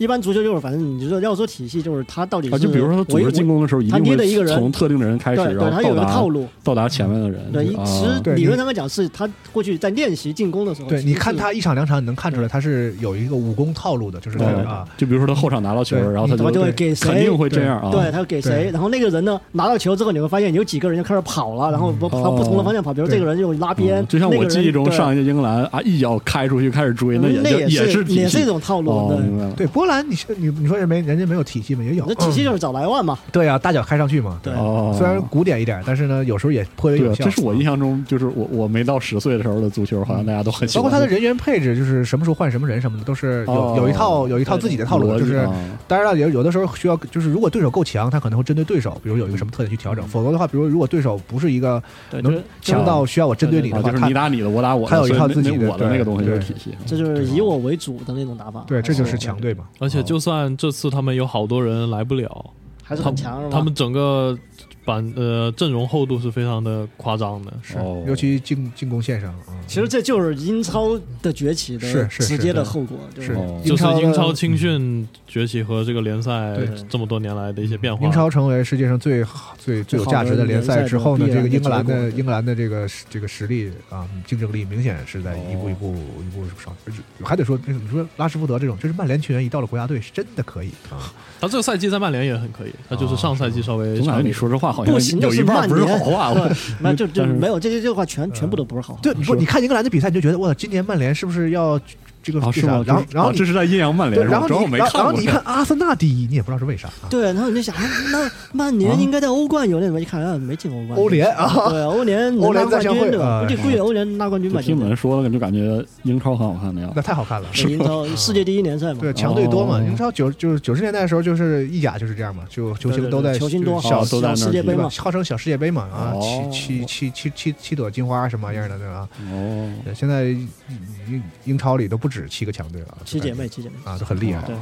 Speaker 5: 一般足球就是，反正你知道，要说体系，就是他到底
Speaker 4: 啊，
Speaker 5: 是
Speaker 4: 就比如说他组
Speaker 5: 围
Speaker 4: 织进攻的时候，一
Speaker 5: 他
Speaker 4: 定
Speaker 5: 捏了一个
Speaker 4: 会
Speaker 5: 人
Speaker 4: 从特定的人开始，
Speaker 5: 对对，
Speaker 4: 然
Speaker 5: 他
Speaker 4: 后
Speaker 5: 有
Speaker 4: 到
Speaker 5: 一个
Speaker 4: 达
Speaker 5: 套路，
Speaker 4: 到达前面的人。
Speaker 5: 对，
Speaker 4: 啊
Speaker 5: 其实
Speaker 3: 对
Speaker 5: 理
Speaker 3: 你
Speaker 5: 论上来讲是他过去在练习进攻的时候，
Speaker 3: 对，你看
Speaker 5: 哦其实
Speaker 3: 他一场两场你能看出来他是有一个武功套路的，就是
Speaker 4: 对
Speaker 3: 啊，
Speaker 4: 就比如说他后场拿到球，
Speaker 3: 对
Speaker 4: 然后他
Speaker 5: 是他就会
Speaker 4: 就
Speaker 5: 给谁
Speaker 4: 肯定会这样啊。
Speaker 5: 对，他给谁？
Speaker 3: 对
Speaker 5: 然后那个人呢，拿到球之后，你会发现有几个人就开始跑了，然后不朝不同的方向跑，比如这个人就拉边
Speaker 4: 嗯，就像
Speaker 5: 那
Speaker 4: 我
Speaker 5: 个人
Speaker 4: 记忆中
Speaker 5: 对
Speaker 4: 上一届英格兰啊，一脚开出去开始追，那
Speaker 5: 嗯那
Speaker 4: 也
Speaker 5: 也
Speaker 4: 是体
Speaker 5: 也
Speaker 4: 系
Speaker 5: 是一种套路，
Speaker 4: 哦，
Speaker 5: 对。
Speaker 4: 明白了。
Speaker 3: 对波兰你是你你说人没人家没有体系吗？也有嗯
Speaker 5: 那，体系就是找莱万嘛，
Speaker 3: 对啊，大脚开上去嘛，
Speaker 5: 对
Speaker 4: 哦，
Speaker 3: 虽然古典一点，但是呢，有时候也颇为
Speaker 4: 对啊
Speaker 3: 有，啊效。
Speaker 4: 这是我印象中，就是我我没到十岁的时候的足球，好像大家都很喜
Speaker 3: 包
Speaker 4: 欢。
Speaker 3: 括他的人员配置，就是什么时候换什么人什么的，都是有、
Speaker 4: 哦
Speaker 3: 有一套有一套自己的套路，
Speaker 4: 逻
Speaker 3: 就
Speaker 4: 辑
Speaker 3: 是
Speaker 4: 啊
Speaker 3: 当然了，有有的时候需要，就是如果对手够强，他可能会针对对手，比如有一个什么特点去调整，否则的话，比如如果对手不是一个
Speaker 6: 对，就
Speaker 3: 能
Speaker 6: 是
Speaker 3: 强到需要我针对你的
Speaker 4: 啊
Speaker 3: 话，
Speaker 4: 就是你
Speaker 3: 他
Speaker 4: 打你的，我打我的，
Speaker 3: 他有一
Speaker 4: 所以
Speaker 3: 套
Speaker 4: 那
Speaker 3: 自己
Speaker 4: 那
Speaker 3: 的
Speaker 4: 我的那
Speaker 3: 对
Speaker 4: 个东西就是
Speaker 3: 对
Speaker 4: 体系。啊
Speaker 5: 这就是以我为主的那种打法。
Speaker 3: 对，这就是
Speaker 5: 哦
Speaker 3: 强队嘛。
Speaker 6: 而且就算这次他们有好多人来不了，
Speaker 5: 还是很强，是吧？
Speaker 6: 他们整个版呃阵容厚度是非常的夸张的，
Speaker 3: 是
Speaker 4: 哦，
Speaker 3: 尤其进进攻线上啊，嗯
Speaker 5: 其实这就是英超的崛起
Speaker 3: 是
Speaker 5: 的
Speaker 3: 是是
Speaker 5: 直接的后果，就是是
Speaker 4: 哦
Speaker 6: 就是
Speaker 3: 的
Speaker 6: 英超青训崛起和这个联赛
Speaker 3: 对
Speaker 6: 这么多年来的一些变化。
Speaker 3: 英超成为世界上最好、最最有价值的联赛之后呢，
Speaker 5: 最
Speaker 3: 这个
Speaker 5: 好的
Speaker 3: 英
Speaker 5: 联
Speaker 3: 格
Speaker 5: 赛
Speaker 3: 兰的
Speaker 5: 必然的结果
Speaker 3: 英格兰的这个这个实力啊，竞争力明显是在一步
Speaker 4: 哦
Speaker 3: 一步、一步上。而且还得说，嗯你说拉什福德这种，就是曼联球员一到了国家队是真的可以啊。
Speaker 6: 他这个赛季在曼联也很可以，他就是上赛季稍微
Speaker 4: 啊总
Speaker 6: 差
Speaker 4: 感觉你
Speaker 6: 了一点
Speaker 4: 说这话好像
Speaker 5: 不行
Speaker 4: 有
Speaker 5: 就
Speaker 4: 一
Speaker 5: 是
Speaker 4: 半
Speaker 5: 曼
Speaker 4: 不
Speaker 5: 联
Speaker 4: 是好话。我
Speaker 5: 那就就
Speaker 4: 但是
Speaker 5: 没有这这这话全全部都不是好话。
Speaker 3: 对，你说你看英格兰这比赛，你就觉得哇，今年曼联是不是要这个
Speaker 4: 啊，
Speaker 3: 这
Speaker 4: 是
Speaker 3: 啥
Speaker 4: 吗？
Speaker 3: 然后
Speaker 4: 就是
Speaker 3: 然后
Speaker 4: 啊
Speaker 3: 你
Speaker 4: 这是在阴阳曼
Speaker 3: 对，
Speaker 4: 联，
Speaker 3: 然后
Speaker 4: 主要我
Speaker 3: 你
Speaker 4: 没
Speaker 3: 然
Speaker 4: 看
Speaker 3: 后
Speaker 4: 过。
Speaker 3: 然后你一看阿森纳第一，你也不知道是为啥啊。
Speaker 5: 对，然后你就想，啊那曼联应该在欧冠有那什么？一看啊，没进欧冠。
Speaker 3: 欧联啊，
Speaker 5: 对，欧联能
Speaker 3: 欧联
Speaker 5: 拿冠
Speaker 3: 在上会
Speaker 5: 军对吧？
Speaker 3: 哎
Speaker 5: 估计估计欧联拿冠军吧。
Speaker 4: 就听你们说了，就感觉英超很好看的样
Speaker 3: 那
Speaker 4: 子。
Speaker 3: 太好看了。
Speaker 5: 对英超 世界第一联赛嘛。
Speaker 3: 对，强队多嘛？
Speaker 4: 哦
Speaker 3: 英超九就是九十年代的时候，就是意甲就是这样嘛，就球星都在
Speaker 5: 球星多
Speaker 3: 就是
Speaker 5: 好，
Speaker 3: 小
Speaker 4: 小都在那儿
Speaker 5: 世界杯
Speaker 3: 对吧
Speaker 5: 嘛？，
Speaker 3: 号称小世界杯嘛，啊，
Speaker 4: 哦
Speaker 3: 七七七七七七朵金花什么玩意儿的，对吧？
Speaker 4: 哦，
Speaker 3: 对现在英英超里都不止七个强队了，
Speaker 5: 七姐妹，七姐妹。
Speaker 3: 啊，都很厉害，
Speaker 5: 对，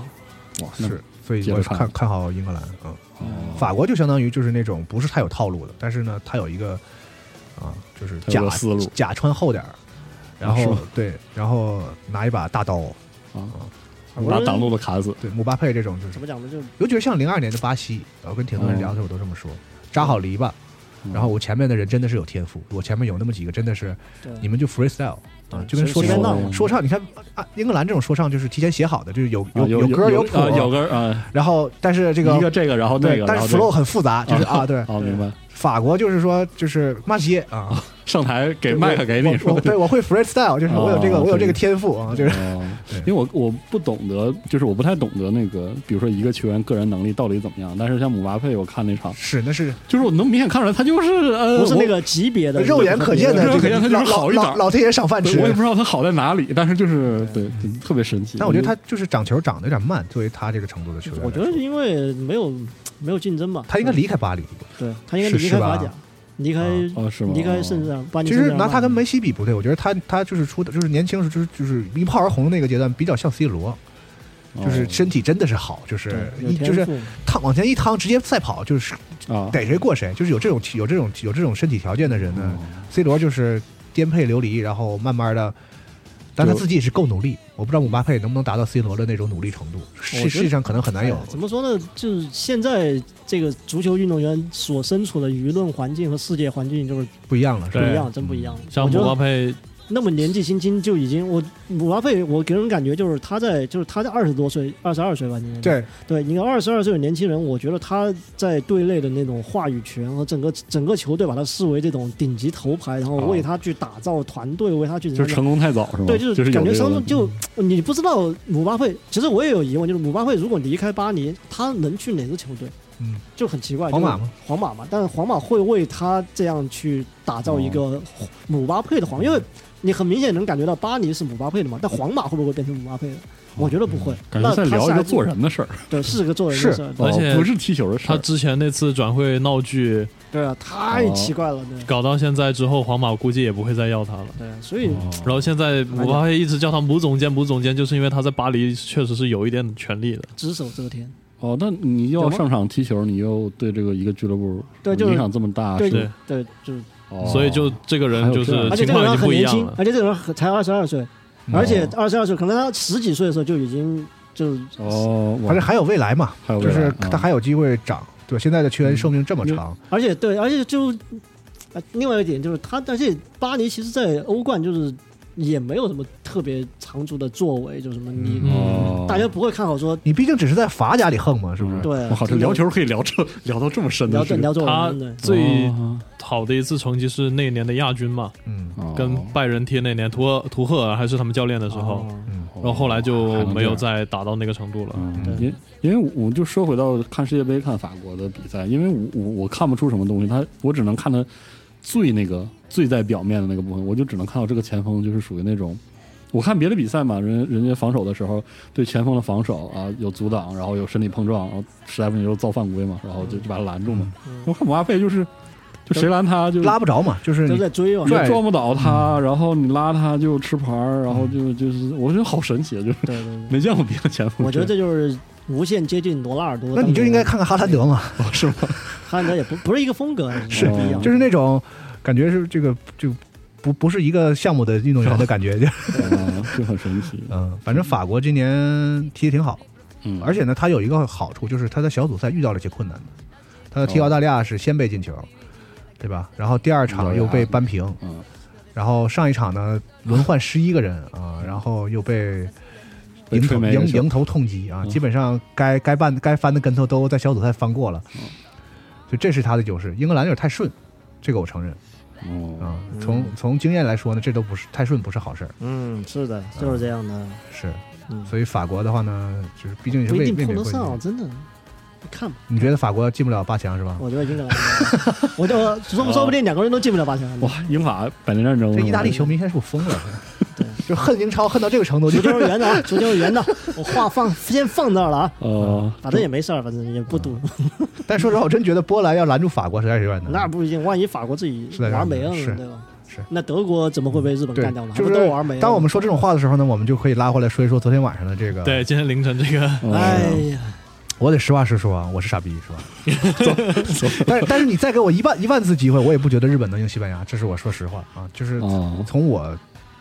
Speaker 4: 哇，那
Speaker 3: 是，所以
Speaker 4: 接
Speaker 3: 我
Speaker 4: 着
Speaker 3: 是
Speaker 4: 看
Speaker 3: 看看好英格兰啊。
Speaker 4: 哦
Speaker 3: 法国就相当于就是那种不是太有套路的，但是呢，他有一个啊，就是
Speaker 4: 它有
Speaker 3: 甲
Speaker 4: 个思路
Speaker 3: 甲穿厚点儿，然
Speaker 4: 啊是
Speaker 3: 后、
Speaker 4: 吗
Speaker 3: 对，然后拿一把大刀，
Speaker 4: 啊，
Speaker 5: 我
Speaker 4: 把
Speaker 5: 们
Speaker 4: 挡路的卡死。
Speaker 3: 对，姆巴佩这种就是
Speaker 5: 怎么讲呢？就是
Speaker 3: 尤其是像零二年的巴西，我跟挺多
Speaker 4: 哦
Speaker 3: 人聊的时候我都这么说，扎好篱笆，然后我前面的人真的是有天赋，我前面有那么几个真的是，
Speaker 5: 对
Speaker 3: 你们就 freestyle 啊，就跟
Speaker 5: 随
Speaker 3: 说
Speaker 5: 随
Speaker 3: 唱
Speaker 5: 便闹
Speaker 4: 嘛
Speaker 3: 说唱，你看啊，英格兰这种说唱就是提前写好的，就是有
Speaker 4: 啊有
Speaker 3: 有歌
Speaker 4: 有
Speaker 3: 谱，
Speaker 4: 啊有歌啊，
Speaker 3: 然后但是这
Speaker 4: 一个
Speaker 3: 个
Speaker 4: 这个，然后那
Speaker 3: 对
Speaker 4: 个，，
Speaker 3: 但
Speaker 4: 然后
Speaker 3: 是
Speaker 4: 这个
Speaker 3: flow 很复杂，就是啊， 对，
Speaker 4: 哦，明白。
Speaker 3: 法国就是说就是骂街啊，
Speaker 4: 上台给麦克给你
Speaker 3: 我
Speaker 4: 说
Speaker 3: 我，对我会 freestyle，就是我有这个
Speaker 4: 哦
Speaker 3: 我有这
Speaker 4: 对
Speaker 3: 个天赋啊，就是
Speaker 4: 哦
Speaker 3: 对
Speaker 4: 因为我我不懂得，就是我不太懂得那个，比如说一个球员个人能力到底怎么样。但是像姆巴佩，我看那场，
Speaker 3: 是那是
Speaker 4: 就是我能明显看出来，他就是呃，
Speaker 5: 不是那
Speaker 4: 我
Speaker 5: 个级别的，
Speaker 3: 肉眼可见的
Speaker 4: 肉眼
Speaker 3: 这
Speaker 4: 可
Speaker 3: 个
Speaker 4: 见他就
Speaker 3: 老
Speaker 4: 是好
Speaker 3: 老
Speaker 4: 一
Speaker 3: 老
Speaker 4: 档
Speaker 3: 老天爷赏饭吃
Speaker 4: 我也，不知道他好在哪里，但是就是对，对特别神奇。
Speaker 3: 但我觉得他就是长球长得有点慢，作为他这个程度的球员来
Speaker 5: 我
Speaker 3: 说，
Speaker 5: 觉得是因为没有没有竞争吧，
Speaker 3: 他应该离开巴黎。
Speaker 5: 对他应该
Speaker 3: 是
Speaker 5: 离
Speaker 3: 是
Speaker 5: 开
Speaker 3: 吧啊
Speaker 5: 法甲，离开
Speaker 4: 哦是吗？
Speaker 5: 离开甚至啊，巴黎
Speaker 3: 其
Speaker 5: 圣日
Speaker 3: 实
Speaker 5: 耳曼。
Speaker 3: 拿他跟梅西比不对，我觉得他他就是出的，就是年轻时就是就是一炮而红那个阶段，比较像 C 罗，
Speaker 4: 哦
Speaker 3: 就是身体真的是好，就是
Speaker 5: 对有
Speaker 3: 一就是
Speaker 5: 天赋
Speaker 3: 趟往前一趟直接赛跑，就是
Speaker 4: 啊，
Speaker 3: 逮谁过谁，就是有这种有这种有这种身体条件的人呢。C 罗就是颠沛流离，然后慢慢的但他
Speaker 4: 就
Speaker 3: 自己也是够努力。我不知道姆巴佩能不能达到 C 罗的那种努力程度，
Speaker 5: 觉
Speaker 3: 世
Speaker 5: 得
Speaker 3: 世界上可能很难有
Speaker 5: 哎。怎么说呢？就是现在这个足球运动员所身处的舆论环境和世界环境就是
Speaker 3: 不一样了，是
Speaker 5: 不
Speaker 3: 吧？
Speaker 6: 对
Speaker 5: 一样，真不一样。
Speaker 6: 像
Speaker 5: 我觉
Speaker 6: 姆
Speaker 5: 得
Speaker 6: 巴佩，
Speaker 5: 那么年纪轻轻就已经，我姆巴佩，我给人感觉就是他在，就是他在二十多岁，二十二岁吧，年
Speaker 3: 对，
Speaker 5: 对，一个二十二岁的年轻人，我觉得他在队内的那种话语权和整个整个球队把他视为这种顶级头牌，然后为他去打造团队，为他去
Speaker 4: 哦就是成功太早是吗？
Speaker 5: 对，
Speaker 4: 嗯就
Speaker 5: 就是
Speaker 4: 是
Speaker 5: 感觉
Speaker 4: 有这个
Speaker 5: 伤
Speaker 4: 问
Speaker 5: 痛
Speaker 4: 题
Speaker 5: 就你不知道姆巴佩，其实我也有疑问，就是姆巴佩如果离开巴黎，他能去哪支球队？
Speaker 3: 嗯，
Speaker 5: 就很奇怪。
Speaker 3: 皇马
Speaker 5: 就是
Speaker 3: 吗
Speaker 5: 皇马嘛，但是皇马会为他这样去打造一
Speaker 3: 哦
Speaker 5: 个姆巴佩的皇，因为你很明显能感觉到巴黎是姆巴佩的嘛，但皇马会不会变成姆巴佩的？
Speaker 3: 哦
Speaker 5: 我觉得不会。
Speaker 4: 嗯感觉在
Speaker 5: 那他
Speaker 4: 聊
Speaker 5: 下
Speaker 4: 一个
Speaker 5: 季
Speaker 4: 做，人的事儿，
Speaker 5: 对，是个做人的
Speaker 3: 是
Speaker 5: 事儿。
Speaker 6: 而且
Speaker 4: 哦不是踢球的事
Speaker 6: 他
Speaker 4: 儿。
Speaker 6: 之前那次转会闹剧
Speaker 5: 对啊，太
Speaker 4: 哦
Speaker 5: 奇怪了，对
Speaker 6: 搞到现在之后，皇马估计也不会再要他了。
Speaker 5: 对，所以
Speaker 4: 哦
Speaker 6: 然后现在姆巴佩一直叫他姆总监，姆总监，就是因为他在巴黎确实是有一点权力的。
Speaker 5: 只手遮天。
Speaker 4: 哦，那你又要上场踢球，你又对这个一个俱乐部
Speaker 5: 对就是
Speaker 4: 影响这么大，
Speaker 5: 对
Speaker 4: 是
Speaker 6: 是
Speaker 5: 对，就是，
Speaker 4: 哦
Speaker 6: 所以就这个人
Speaker 4: 还
Speaker 6: 就
Speaker 4: 有
Speaker 6: 是
Speaker 4: 这
Speaker 5: 而且
Speaker 6: 情
Speaker 5: 这个
Speaker 6: 况已
Speaker 5: 人
Speaker 6: 经
Speaker 5: 很
Speaker 6: 不一
Speaker 5: 年
Speaker 6: 样
Speaker 5: 轻，
Speaker 6: 了。
Speaker 5: 而且这个人很才二十二岁，而且二十二岁，可能他十几岁的时候就已经就是
Speaker 4: 哦，
Speaker 3: 反正还有未来嘛，
Speaker 4: 还有未
Speaker 3: 就
Speaker 4: 来
Speaker 3: 是
Speaker 4: 嗯
Speaker 3: 他还有机会涨。对，现在的球员寿命这么
Speaker 5: 嗯
Speaker 3: 长，
Speaker 5: 而且对，而且就、呃、另外一点就是他，而且巴黎其实，在欧冠就是也没有什么特别长足的作为，就什么你、
Speaker 6: 嗯
Speaker 4: 哦
Speaker 5: 大家不会看好说
Speaker 3: 你毕竟只是在法甲里横嘛，是不是？
Speaker 5: 对
Speaker 4: 我靠，这
Speaker 5: 就
Speaker 4: 聊球可以聊这 聊到这么深的
Speaker 5: 聊
Speaker 4: 事
Speaker 5: 这
Speaker 4: 情，
Speaker 5: 聊这种
Speaker 6: 他
Speaker 5: 人对
Speaker 6: 最
Speaker 4: 哦
Speaker 6: 好的一次成绩是那年的亚军嘛，
Speaker 3: 嗯，
Speaker 4: 哦
Speaker 6: 跟拜仁踢那年，图赫图赫尔还是他们教练的时候，
Speaker 4: 哦
Speaker 6: 然后后来
Speaker 4: 还
Speaker 6: 就没有
Speaker 4: 能这样
Speaker 6: 再打到那个程度了。
Speaker 4: 嗯，
Speaker 5: 对
Speaker 4: 因因为我就说回到看世界杯、看法国的比赛，因为我我我看不出什么东西，他我只能看他最那个最在表面的那个部分，我就只能看到这个前锋就是属于那种。我看别的比赛嘛，人人家防守的时候，对前锋的防守啊有阻挡，然后有身体碰撞，然后实在不行就造犯规嘛，然后就就把他拦住嘛。我看姆巴佩就是，就谁拦他就
Speaker 3: 拉不着嘛，就是
Speaker 5: 都
Speaker 3: 你
Speaker 5: 在追嘛
Speaker 4: 你，
Speaker 3: 对
Speaker 4: 撞不倒他，然后你拉他就吃牌儿，然后就就是我觉得好神奇，啊就是
Speaker 5: 对对对，
Speaker 4: 没见过别的前锋。
Speaker 5: 我觉得这就是。无限接近罗纳尔多，
Speaker 3: 那你就应该看看哈兰德嘛，
Speaker 4: 哦是吗？
Speaker 5: 哈兰德也不不是一个风格，
Speaker 3: 是
Speaker 5: 不一样，
Speaker 3: 就是那种感觉是这个就不不是一个项目的运动员的感觉，就
Speaker 4: 啊，就很神奇。
Speaker 3: 嗯，反正法国今年踢得挺好，
Speaker 4: 嗯，
Speaker 3: 而且呢，他有一个好处就是他在小组赛遇到了一些困难的，他
Speaker 4: 哦
Speaker 3: 踢澳大利亚是先被进球，对吧？然后第二场又被扳平，
Speaker 4: 嗯，
Speaker 3: 然后上一场呢轮换十一个人啊，然后又被
Speaker 4: 嗯被
Speaker 3: 迎
Speaker 4: 吹
Speaker 3: 头
Speaker 4: 没
Speaker 3: 迎
Speaker 4: 是吧
Speaker 3: 迎头痛击啊，
Speaker 4: 嗯
Speaker 3: 基本上该该翻该翻的跟头都在小组赛翻过了，
Speaker 4: 嗯
Speaker 3: 所以这是他的优势。英格兰有点太顺，这个我承认
Speaker 4: 哦，
Speaker 3: 啊。从从经验来说呢，这都不是太顺，不是好事儿。
Speaker 5: 嗯，是的，就是这样的，
Speaker 3: 是，
Speaker 5: 嗯
Speaker 3: 所以法国的话呢，就是毕竟是
Speaker 5: 不一
Speaker 3: 卫
Speaker 5: 定
Speaker 3: 卫
Speaker 5: 碰
Speaker 3: 冕
Speaker 5: 得
Speaker 3: 冠
Speaker 5: 上，啊
Speaker 3: 军。
Speaker 5: 真的，看吧，
Speaker 3: 你觉得法国进不了八强是吧？
Speaker 5: 我觉得英格兰， 我就说不说不定两个人都进不了八强，
Speaker 3: 哦
Speaker 4: 哇，英法百年战争，啊
Speaker 3: 这意大利球迷现在是不是疯了？ 就恨英超恨到这个程度，
Speaker 5: 足
Speaker 3: 就
Speaker 5: 球
Speaker 3: 是
Speaker 5: 是 圆的啊，足球是圆的，我话放先放这儿了啊，
Speaker 4: 呃，
Speaker 5: 反正也没事儿，反正也不
Speaker 3: 哦
Speaker 5: 赌，
Speaker 3: 但说实话，我真觉得波兰要拦住法国实在是有点难。
Speaker 5: 那不一定，万一法国自己
Speaker 3: 是的
Speaker 5: 玩没了
Speaker 3: 是
Speaker 5: 呢，对吧？
Speaker 3: 是
Speaker 5: 那德国怎么会被日本
Speaker 3: 对
Speaker 5: 干掉呢？
Speaker 3: 就
Speaker 5: 他
Speaker 3: 是
Speaker 5: 们都玩没了。
Speaker 3: 当我们说这种话的时候呢，我们就可以拉回来说一说昨天晚上的这个。，
Speaker 6: 对，今天凌晨这个
Speaker 5: 哎
Speaker 4: 哦，
Speaker 5: 呀，
Speaker 3: 我得实话实说啊，我是傻逼是吧？ 但是但是你再给我一万一万次机会，我也不觉得日本能赢西班牙，这是我说实话啊，就是
Speaker 4: 哦
Speaker 3: 从我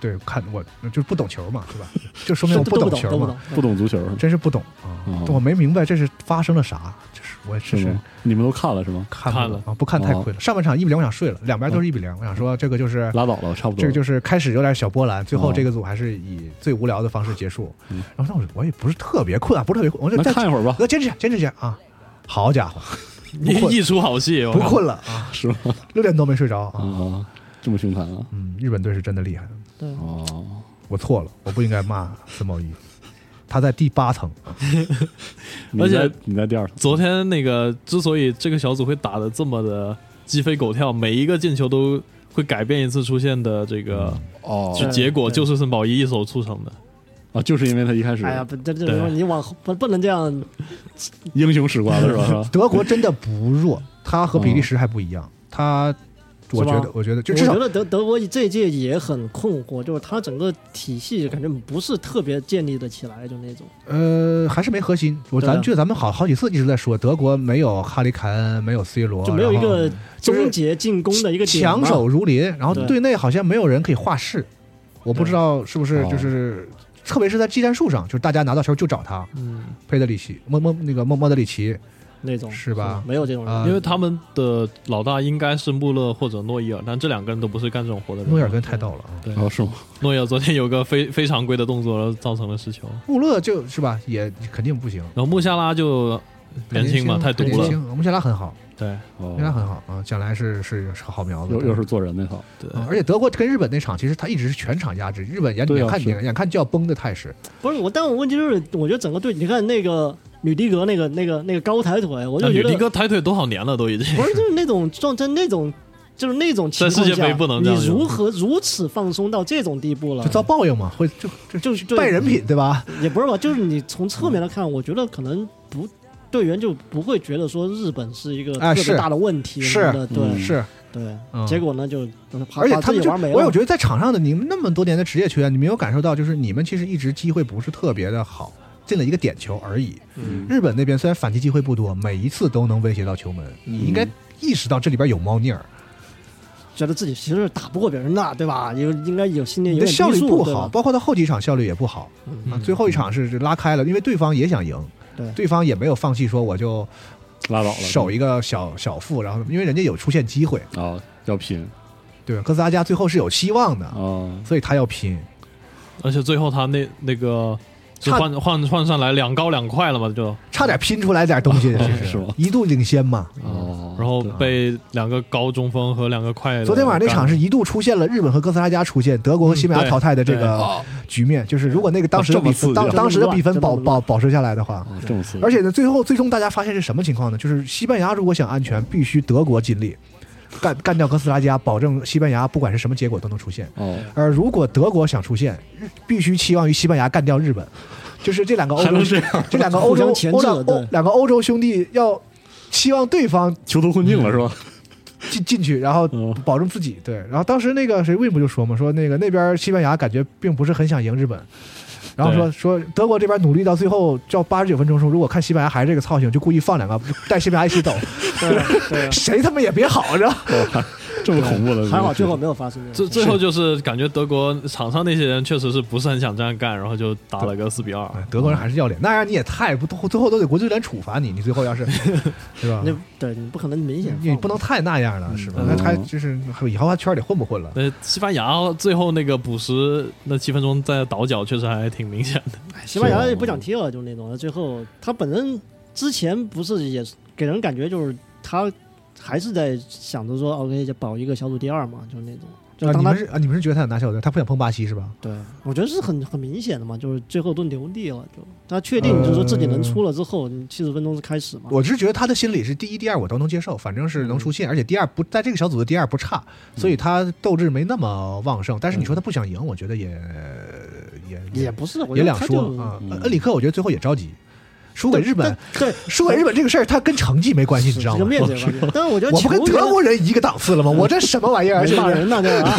Speaker 3: 对看我就是不懂球嘛，对 吧？就说明
Speaker 5: 这
Speaker 3: 我
Speaker 5: 都
Speaker 3: 懂
Speaker 5: 懂，
Speaker 3: 球
Speaker 5: 都不
Speaker 3: 嘛
Speaker 5: 懂，，
Speaker 4: 不懂足球
Speaker 3: 真是不懂啊！
Speaker 4: 哦
Speaker 3: 我没明白这是发生了啥，就是我只
Speaker 4: 是
Speaker 3: 是
Speaker 4: 吗？你们都看了是吗？
Speaker 3: 看
Speaker 6: 看
Speaker 3: 了
Speaker 6: 了
Speaker 3: 啊，不看太
Speaker 4: 哦
Speaker 3: 亏了。上半场一比零，我想睡了，两边都是一比零，我想说这个就是
Speaker 4: 拉倒了，差不多。
Speaker 3: 这个就是开始有点小波澜，最后
Speaker 4: 哦嗯
Speaker 3: 这个组还是以最无聊的方式结束。然后那我我也不是特别困啊，不是特别困，我就
Speaker 4: 那
Speaker 3: 再
Speaker 4: 看一会儿吧，
Speaker 3: 我坚持一下坚持一下啊！好家伙，
Speaker 6: 一 一出好戏，我
Speaker 3: 不
Speaker 6: 靠
Speaker 3: 困了啊，
Speaker 4: 是吗？
Speaker 3: 六点多没睡着啊。
Speaker 4: 啊，这么凶残啊？
Speaker 3: 嗯，日本队是真的厉害，
Speaker 4: 哦，
Speaker 3: 我错了，我不应该骂森茂一，他在第八层，
Speaker 4: 你
Speaker 6: 而且
Speaker 4: 在你在第二层，
Speaker 6: 昨天那个之所以这个小组会打得这么的鸡飞狗跳，每一个进球都会改变一次出现的这个
Speaker 4: 哦
Speaker 6: 就结果，
Speaker 5: 对
Speaker 6: 就是森宝一一手促成的。
Speaker 4: 啊，就是因为他一开始
Speaker 5: 哎呀，不，这这
Speaker 6: 对
Speaker 5: 种你往后不不能这样，
Speaker 4: 英雄史观了是 吧？
Speaker 3: 德国真的不弱，他和比利时还不一样，他我
Speaker 5: 是吗
Speaker 3: 觉得我觉得就
Speaker 5: 我
Speaker 3: 至少
Speaker 5: 觉得德德国这一届也很困惑，就是他整个体系感觉不是特别建立的起来，就那种。
Speaker 3: 呃，还是没核心。我
Speaker 5: 对啊
Speaker 3: 咱觉得咱们好好几次一直在说，德国没有哈里凯恩，没有 C 罗，
Speaker 5: 就没有一
Speaker 3: 然后
Speaker 5: 个
Speaker 3: 就是
Speaker 5: 终结进攻的一个点嘛
Speaker 3: 强手如林，然后
Speaker 5: 对
Speaker 3: 队内好像没有人可以画室，我不知道是不是就是，特别是在技战术上，就是大家拿到球就找他，
Speaker 6: 嗯，
Speaker 3: 佩德里奇、莫莫那个莫莫德里奇
Speaker 5: 那种
Speaker 3: 是吧
Speaker 5: 没有这种人，
Speaker 3: 啊，
Speaker 6: 因为他们的老大应该是穆勒或者诺伊尔，但这两个人都不是干这种活的人。
Speaker 3: 诺伊尔根太逗了啊。
Speaker 6: 对
Speaker 4: 哦，是吗？
Speaker 6: 诺伊尔昨天有个非非常规的动作，然后造成了失球。
Speaker 3: 穆勒就是吧，也肯定不行。
Speaker 6: 然后穆夏拉就年轻嘛，太毒
Speaker 3: 很年
Speaker 6: 了。
Speaker 3: 轻，穆夏拉很好，
Speaker 6: 对，
Speaker 3: 穆夏拉
Speaker 4: 哦，
Speaker 3: 很好啊，将来是是是个好苗子。
Speaker 4: 又又是做人那套，
Speaker 6: 对，
Speaker 3: 啊，而且德国跟日本那场，其实他一直是全场压制，日本眼
Speaker 4: 对啊
Speaker 3: 眼看
Speaker 4: 是
Speaker 3: 眼眼看就要崩的态势。
Speaker 5: 不是我，但我问题就是，我觉得整个队，你看那个吕迪格那个那个那个高抬腿，我就
Speaker 3: 啊
Speaker 6: 那
Speaker 5: 觉
Speaker 6: 女
Speaker 5: 得
Speaker 6: 迪哥抬腿多少年了，都已经
Speaker 5: 不是就是那种撞在那种就是那种情况
Speaker 6: 在世界杯
Speaker 5: 下，
Speaker 6: 不能这
Speaker 5: 你
Speaker 6: 样用
Speaker 5: 如何如此放松到这种地步了
Speaker 3: 就？遭报应嘛，会就就
Speaker 5: 就是对嗯
Speaker 3: 败人品，对吧？
Speaker 5: 也不是吧，就是你从侧面来看，我觉得可能不队员就不会觉得说日本是一个
Speaker 3: 哎
Speaker 5: 特别
Speaker 3: 是
Speaker 5: 大的问题
Speaker 3: 是
Speaker 5: 什么的，对
Speaker 4: 嗯
Speaker 3: 是，
Speaker 5: 对
Speaker 3: 嗯。
Speaker 5: 结果呢，就嗯把
Speaker 3: 而且
Speaker 5: 把
Speaker 3: 他
Speaker 5: 自
Speaker 3: 们
Speaker 5: 己
Speaker 3: 就
Speaker 5: 玩没
Speaker 3: 我有
Speaker 5: 了
Speaker 3: 觉。得在场上的你们那么多年的职业球员，你没有感受到，就是你们其实一直机会不是特别的好，进了一个点球而已。
Speaker 6: 嗯
Speaker 3: 日本那边虽然反击机会不多，每一次都能威胁到球门，
Speaker 5: 嗯
Speaker 3: 你应该意识到这里边有猫腻儿，
Speaker 5: 觉得自己其实是打不过别人的，对吧？有应该有信念，
Speaker 3: 你
Speaker 5: 有
Speaker 3: 的
Speaker 5: 点
Speaker 3: 效
Speaker 5: 逼
Speaker 3: 率
Speaker 5: 数
Speaker 3: 不
Speaker 5: 对
Speaker 3: 好，
Speaker 5: 吧嗯
Speaker 3: 包括到后几场效率也不好。啊，最后一场是是拉开了，因为对方也想赢，
Speaker 5: 对
Speaker 3: 对方也没有放弃，说我就
Speaker 4: 拉倒了，
Speaker 3: 守一个小小负，然后因为人家有出现机会，
Speaker 4: 啊，要拼
Speaker 3: 对吧？哥斯达加最后是有希望的，
Speaker 4: 啊，
Speaker 3: 所以他要拼。
Speaker 6: 而且最后他那那个就
Speaker 3: 差
Speaker 6: 换换换上来两高两快了嘛，就
Speaker 3: 差点拼出来点东西， 其实
Speaker 4: 是吗
Speaker 3: 一度领先嘛。
Speaker 4: 哦，
Speaker 6: 然后
Speaker 4: 对
Speaker 6: 被两个高中锋和两个快的
Speaker 3: 昨天晚上那场是一度出现了日本和哥斯达加出现德国和西班牙淘汰的这个局面，就是如果那个当时的比分
Speaker 4: 哦这么刺
Speaker 3: 当
Speaker 4: 激
Speaker 3: 当时的比分保
Speaker 5: 真的
Speaker 3: 保保持下来的话，
Speaker 4: 啊，这么刺激，
Speaker 3: 而且呢，最后最终大家发现是什么情况呢？就是西班牙如果想安全，必须德国尽力干干掉哥斯达加，保证西班牙不管是什么结果都能出现。
Speaker 4: 哦，
Speaker 3: 而如果德国想出现，日必须期望于西班牙干掉日本，就是这两个欧
Speaker 4: 还
Speaker 3: 洲
Speaker 4: 能，这样，
Speaker 3: 这两个欧
Speaker 5: 互
Speaker 3: 洲
Speaker 5: 相牵
Speaker 3: 欧
Speaker 5: 制
Speaker 3: 两欧
Speaker 5: 对
Speaker 3: 两个欧洲兄弟要期望对方
Speaker 4: 囚徒困境了是吧？
Speaker 3: 进进去，然后
Speaker 4: 嗯
Speaker 3: 保证自己对。然后当时那个谁魏不就说嘛，说那个那边西班牙感觉并不是很想赢日本，然后说说德国这边努力到最后，到八十九分钟的时候，如果看西班牙还是这个操性，就故意放 两个带西班牙一起走， 谁他妈也别好着。
Speaker 4: 这么恐怖的，
Speaker 5: 还好最后没有发生这
Speaker 6: 最
Speaker 5: 种。
Speaker 6: 最后就是感觉德国场上那些人确实是不是很想这样干，然后就打了个四比二。
Speaker 3: 哎德国人还是要脸，那样你也太不，最后都得国际足联处罚你，你最后要 是，对吧？
Speaker 5: 你对你不可能明显
Speaker 3: 你
Speaker 5: 放
Speaker 3: 不能太那样了，是吧？那
Speaker 4: 嗯
Speaker 3: 他就是以后他圈里混不混了？
Speaker 6: 那西班牙最后那个补时那七分钟在倒脚，确实还挺明显的。
Speaker 5: 西班牙也不想踢了，就那种。最后他本人之前不是也是给人感觉就是他还是在想着说 OK 就保一个小组第二嘛，就是那种。就
Speaker 3: 啊，
Speaker 5: 当
Speaker 3: 你
Speaker 5: 他、
Speaker 3: 们是啊，你们是觉得他想拿小队，他不想碰巴西是吧？
Speaker 5: 对，我觉得是很很明显的嘛，就是最后都留地了，就他确定就是说自己能出了之后，你七十分钟是开始嘛。
Speaker 3: 我是觉得他的心理是第一、第二我都能接受，反正是能出
Speaker 5: 嗯
Speaker 3: 现，而且第二不在这个小组的第二不差，所以他斗志没那么旺盛。但是你说他不想赢，我觉得也也
Speaker 5: 嗯也不是，我
Speaker 3: 也
Speaker 5: 觉得
Speaker 3: 两
Speaker 5: 他
Speaker 3: 说
Speaker 5: 就嗯
Speaker 3: 啊。恩里克我觉得最后也着急，输给日本，
Speaker 5: 对，
Speaker 3: 输给日本这个事儿，他跟成绩没关系，你知道
Speaker 5: 这个
Speaker 3: 吗？
Speaker 5: 面子有关系。但是我觉得
Speaker 3: 我不跟
Speaker 5: 球员
Speaker 3: 德国人一个档次了吗？我这什么玩意儿？是
Speaker 5: 骂人呢，对吧？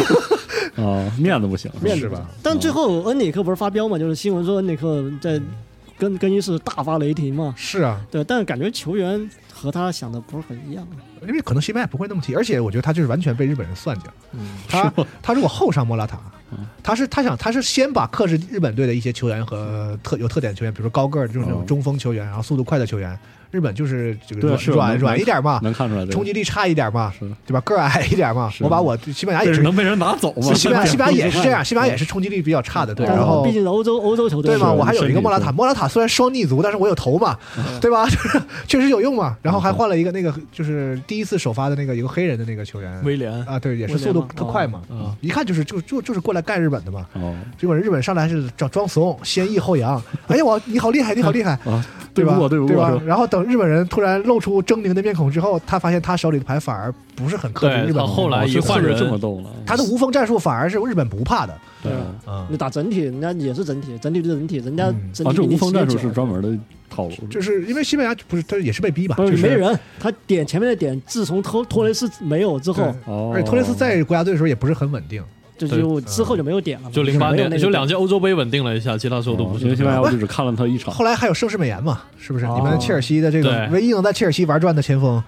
Speaker 4: 啊，面子不行，
Speaker 5: 面
Speaker 3: 是
Speaker 5: 子
Speaker 3: 吧？
Speaker 5: 但最后恩里克不是发飙嘛，就是新闻说恩里克在跟更衣室大发雷霆嘛。
Speaker 3: 是啊，
Speaker 5: 对，但感觉球员和他想的不是很一样。
Speaker 3: 因为可能西班牙不会那么踢，而且我觉得他就是完全被日本人算计了。
Speaker 4: 嗯
Speaker 3: 他他如果后上莫拉塔，他是他想他是先把克制日本队的一些球员和特有特点的球员，比如说高个儿就是那种
Speaker 4: 哦
Speaker 3: 中锋球员，然后速度快的球员，日本就是这个
Speaker 4: 对啊
Speaker 3: 软
Speaker 4: 是
Speaker 3: 软
Speaker 4: 能
Speaker 3: 软一点嘛，
Speaker 4: 能看出来这个
Speaker 3: 冲击力差一点嘛
Speaker 4: 是，
Speaker 3: 对吧？个儿矮一点嘛，
Speaker 4: 是
Speaker 3: 我把我西班牙也
Speaker 4: 但是
Speaker 3: 是，
Speaker 4: 能被人拿走吗？
Speaker 3: 哎西班牙西班牙也是这样，
Speaker 5: 嗯
Speaker 3: 西班牙也是冲击力比较差的队，
Speaker 4: 对
Speaker 5: 但
Speaker 3: 然后
Speaker 5: 是毕竟是欧洲欧洲球队
Speaker 3: 对吗？
Speaker 5: 嘛
Speaker 3: 我还有一个莫拉塔，
Speaker 4: 身体
Speaker 3: 莫拉塔虽然双逆足，但是我有头嘛，对吧？ 确实有用嘛。然后还换了一个那个，就是第一次首发的那个有个黑人的那个球员
Speaker 6: 威廉
Speaker 3: 啊，对，也是
Speaker 5: 威
Speaker 3: 速
Speaker 5: 廉
Speaker 3: 度
Speaker 5: 嘛
Speaker 3: 特快嘛，
Speaker 6: 啊
Speaker 3: 一看就是就就就是过来干日本的嘛。
Speaker 4: 哦
Speaker 3: 结果日本上来是装装怂，先抑后扬，哎呀我你好厉害，你好厉害，
Speaker 4: 啊，
Speaker 3: 对吧
Speaker 4: 不？过对不
Speaker 3: 吧
Speaker 4: 过，？
Speaker 3: 然后等日本人突然露出狰狞的面孔之后，他发现他手里的牌反而不是很克制
Speaker 6: 对
Speaker 3: 日本
Speaker 6: 到
Speaker 3: 的，
Speaker 6: 后来一换
Speaker 4: 换
Speaker 6: 人
Speaker 4: 哦这么逗了，
Speaker 3: 他的无锋战术反而是日本不怕的
Speaker 4: 对啊。
Speaker 3: 啊
Speaker 5: 你。打整体，人家也是整体，整体对整体，人家
Speaker 3: 嗯
Speaker 5: 整
Speaker 4: 啊，
Speaker 5: 体
Speaker 4: 这
Speaker 5: 比
Speaker 4: 无
Speaker 5: 你
Speaker 4: 锋战术
Speaker 5: 直接
Speaker 4: 是
Speaker 5: 久
Speaker 4: 专门的套路，
Speaker 3: 就是因为西班牙不是他也是被逼吧，
Speaker 5: 不
Speaker 3: 就是
Speaker 5: 没
Speaker 3: 是
Speaker 5: 人，他点前面的点，自从托托雷斯没有之后
Speaker 3: 对，
Speaker 4: 哦，
Speaker 3: 而且托雷斯在国家队的时候也不是很稳定，
Speaker 5: 就
Speaker 6: 对
Speaker 5: 就之后就没有点了嘛，
Speaker 6: 就零八
Speaker 5: 没有那
Speaker 6: 年，
Speaker 5: 个
Speaker 6: 就两届欧洲杯稳定了一下，其他时候都不
Speaker 4: 哦因为
Speaker 6: 是
Speaker 4: 西。班牙我就只看了他一场，
Speaker 3: 啊后来还有盛世美颜嘛，是不是？
Speaker 5: 哦
Speaker 3: 你们切尔西的这个
Speaker 6: 对
Speaker 3: 唯一能在切尔西玩转的前锋，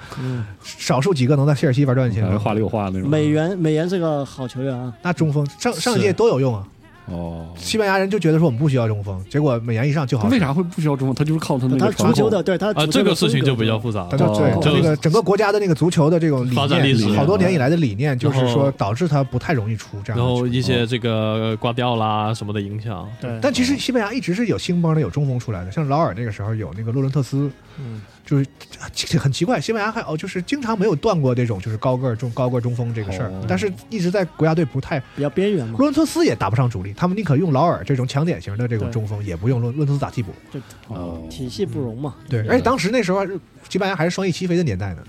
Speaker 3: 少数几个能在切尔西玩转的前
Speaker 4: 感觉
Speaker 3: 锋。
Speaker 4: 话里有话那种。
Speaker 5: 美元美元是个好球员啊，
Speaker 3: 那中锋上上一届多有用啊！
Speaker 4: 哦，
Speaker 3: 西班牙人就觉得说我们不需要中锋，结果美颜一上就好
Speaker 4: 他
Speaker 3: 使。
Speaker 4: 为啥会不需要中锋？他就是靠他那
Speaker 5: 他
Speaker 4: 个
Speaker 5: 足
Speaker 4: 传
Speaker 5: 球
Speaker 4: 控
Speaker 5: 的对他足
Speaker 6: 啊，这
Speaker 5: 球的
Speaker 6: 个事
Speaker 5: 风
Speaker 6: 情
Speaker 5: 格
Speaker 6: 就比较复杂
Speaker 3: 他
Speaker 6: 了。
Speaker 3: 就对
Speaker 4: 哦
Speaker 3: 他这个整个国家的那个足球的这种理
Speaker 6: 发展历史
Speaker 3: 念，好多年以来的理念，就是说导致他不太容易出这样
Speaker 6: 然
Speaker 3: 的
Speaker 6: 后
Speaker 3: 球。
Speaker 6: 一些这个挂掉啦什么的影响，
Speaker 5: 对，
Speaker 3: 但其实西班牙一直是有兴邦的，有中锋出来的，像劳尔那个时候有那个洛伦特斯，
Speaker 6: 嗯，
Speaker 3: 就是很很奇怪，西班牙还哦就是经常没有断过这种就是高个儿中高个儿中锋这个事儿
Speaker 4: 哦，
Speaker 3: 但是一直在国家队不太
Speaker 5: 比较边缘嘛
Speaker 3: 洛，伦特斯也打不上主力，他们宁可用劳尔这种强点型的这种
Speaker 5: 对
Speaker 3: 中锋，也不用洛洛伦特斯打替补。
Speaker 5: 就
Speaker 4: 哦，
Speaker 5: 体系不容嘛。
Speaker 3: 对，而且当时那时候还是西班牙还是双翼齐飞的年代呢，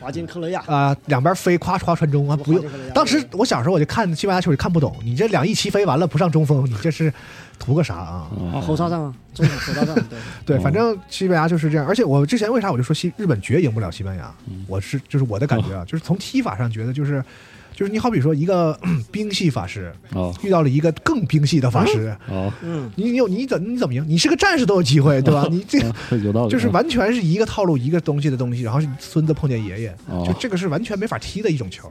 Speaker 5: 华金克雷亚，
Speaker 3: 啊、两边飞夸夸传中啊，不用
Speaker 5: 华金克雷亚
Speaker 3: 当时我小时候我就看西班牙球，就看不懂，你这两翼齐飞完了不上中锋，你这是图个啥啊？
Speaker 5: 啊，后插上啊，中场后插上，对，
Speaker 3: 对，
Speaker 4: 哦
Speaker 3: 反正西班牙就是这样。而且我之前为啥我就说西日本绝赢不了西班牙？
Speaker 4: 嗯
Speaker 3: 我是就是我的感
Speaker 4: 哦
Speaker 3: 觉啊，就是从踢法上觉得就是。就是你好比说一个 嗯冰系法师
Speaker 4: 哦
Speaker 3: 遇到了一个更冰系的法师，
Speaker 4: 哦，
Speaker 5: 嗯，
Speaker 3: 你你有你怎你怎么赢？你是个战士都有机会，对吧？你这个
Speaker 4: 啊 有道理，
Speaker 3: 嗯就是完全是一个套路一个东西的东西，然后是孙子碰见爷爷，
Speaker 4: 哦
Speaker 3: 就这个是完全没法踢的一种球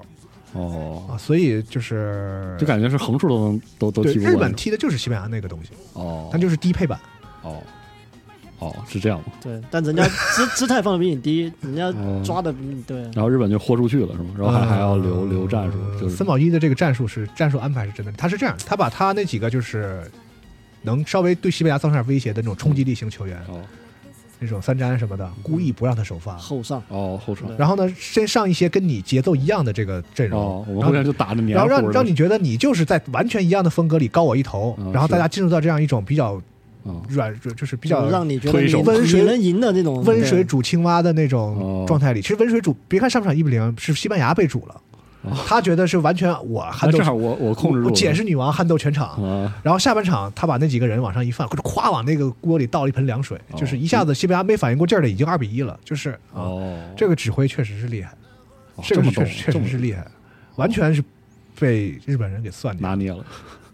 Speaker 4: 哦，
Speaker 3: 啊，所以就是
Speaker 4: 就感觉是横竖都能都都
Speaker 3: 哎对
Speaker 4: 踢不过
Speaker 3: 日本
Speaker 4: 那种
Speaker 3: 踢的就是西班牙那个东西，
Speaker 4: 哦，
Speaker 3: 它就是低配版，
Speaker 4: 哦哦是这样嘛，
Speaker 5: 对，但人家 姿姿态放的比你低，人家抓的比你对，
Speaker 4: 然后日本就豁出去了是吗？然后还
Speaker 3: 呃
Speaker 4: 还要留留战术，就是
Speaker 3: 森保一的这个战术是战术安排是真的，他是这样，他把他那几个就是能稍微对西班牙造成点威胁的那种冲击力型球员，
Speaker 4: 哦
Speaker 3: 那种三詹什么的，故意不让他首发。
Speaker 5: 后上，
Speaker 4: 哦后场
Speaker 5: 对
Speaker 3: 然后呢，先上一些跟你节奏一样的这个阵容
Speaker 4: 哦，，我们
Speaker 3: 然
Speaker 4: 后
Speaker 3: 后
Speaker 4: 面就打的黏
Speaker 3: 然后
Speaker 4: 糊的，
Speaker 3: 让让你觉得你就是在完全一样的风格里高我一头，
Speaker 4: 嗯
Speaker 3: 然后大
Speaker 4: 是
Speaker 3: 家进入到这样一种比较
Speaker 4: 嗯
Speaker 3: 软，软就是比
Speaker 5: 比
Speaker 3: 较
Speaker 5: 让你觉得
Speaker 4: 推
Speaker 5: 你
Speaker 4: 手
Speaker 3: 温水
Speaker 5: 你能赢的那种
Speaker 3: 温水，煮青蛙的那种
Speaker 4: 哦
Speaker 3: 状态里。其实温水煮，别看上半场一比零是西班牙被煮了
Speaker 4: 哦，
Speaker 3: 他觉得是完全我
Speaker 4: 那
Speaker 3: 撼斗
Speaker 4: 正，好我我控制住
Speaker 3: 我
Speaker 4: 了
Speaker 3: 解释女王撼斗全场。
Speaker 4: 啊
Speaker 3: 然后下半场，他把那几个人往上一放，咵往那个锅里倒了一盆凉水，
Speaker 4: 哦
Speaker 3: 就是一下子西班牙没反应过劲儿的，已经二比一了。就是啊，
Speaker 4: 哦
Speaker 3: 这个指挥确实是厉害，
Speaker 4: 哦
Speaker 3: 这个
Speaker 4: 么
Speaker 3: 确
Speaker 4: 懂
Speaker 3: 实确
Speaker 4: 这
Speaker 3: 实
Speaker 4: 么
Speaker 3: 是厉害，完全是被日本人给算计了
Speaker 4: 拿捏了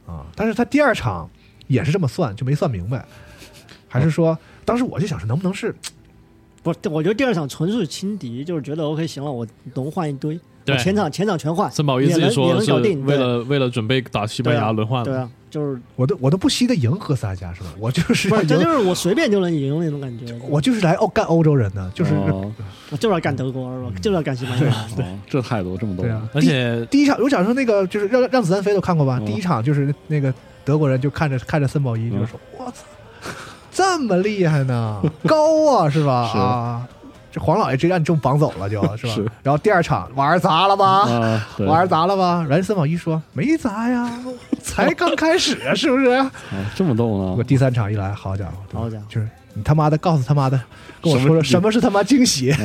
Speaker 3: 啊。但是他第二场也是这么算，就没算明白，还是说当时我就想是能不能是
Speaker 5: 不是，我觉得第二场纯属轻敌，就是觉得 OK 行了，我能换一堆，
Speaker 6: 对
Speaker 5: 我前场前场全换，
Speaker 6: 森保一自己
Speaker 5: 也
Speaker 6: 说
Speaker 5: 能
Speaker 6: 是
Speaker 5: 搞定，对
Speaker 6: 为了为了准备打西班牙轮换
Speaker 5: 对
Speaker 6: 嘛，
Speaker 5: 啊，就是
Speaker 3: 我都我都不惜的迎合萨加是吧？我啊就是
Speaker 5: 不
Speaker 3: 要
Speaker 5: 是，这就
Speaker 3: 迎，
Speaker 5: 是我随便就能赢那种感觉，
Speaker 3: 我就是来哦干欧洲人的，就是、
Speaker 4: 哦
Speaker 5: 我就是要干德国，我就是要干西班牙，
Speaker 4: 哦这态度这么多
Speaker 3: 对啊。
Speaker 6: 而且
Speaker 3: 第一场，我想说那个就是让让子弹飞都看过吧？
Speaker 4: 嗯
Speaker 3: 第一场就是那个德国人就看着看着森保一
Speaker 4: 嗯
Speaker 3: 就说：“我操，这么厉害呢，高啊是吧？
Speaker 4: 是
Speaker 3: 啊，这黄老爷直接让你正绑走了就是吧？”
Speaker 4: 是
Speaker 3: 然后第二场玩砸了吧？
Speaker 4: 啊，对
Speaker 3: 玩砸了吧？然后森保一说：“没砸呀，才刚开始啊，是不是？”
Speaker 4: 啊这么逗
Speaker 3: 我
Speaker 4: 呢？
Speaker 3: 第三场一来，好家伙，对吧
Speaker 5: 好家伙
Speaker 3: 就是你他妈的告诉他妈的，跟我说说
Speaker 4: 什
Speaker 3: 什么是他妈惊喜，
Speaker 4: 啊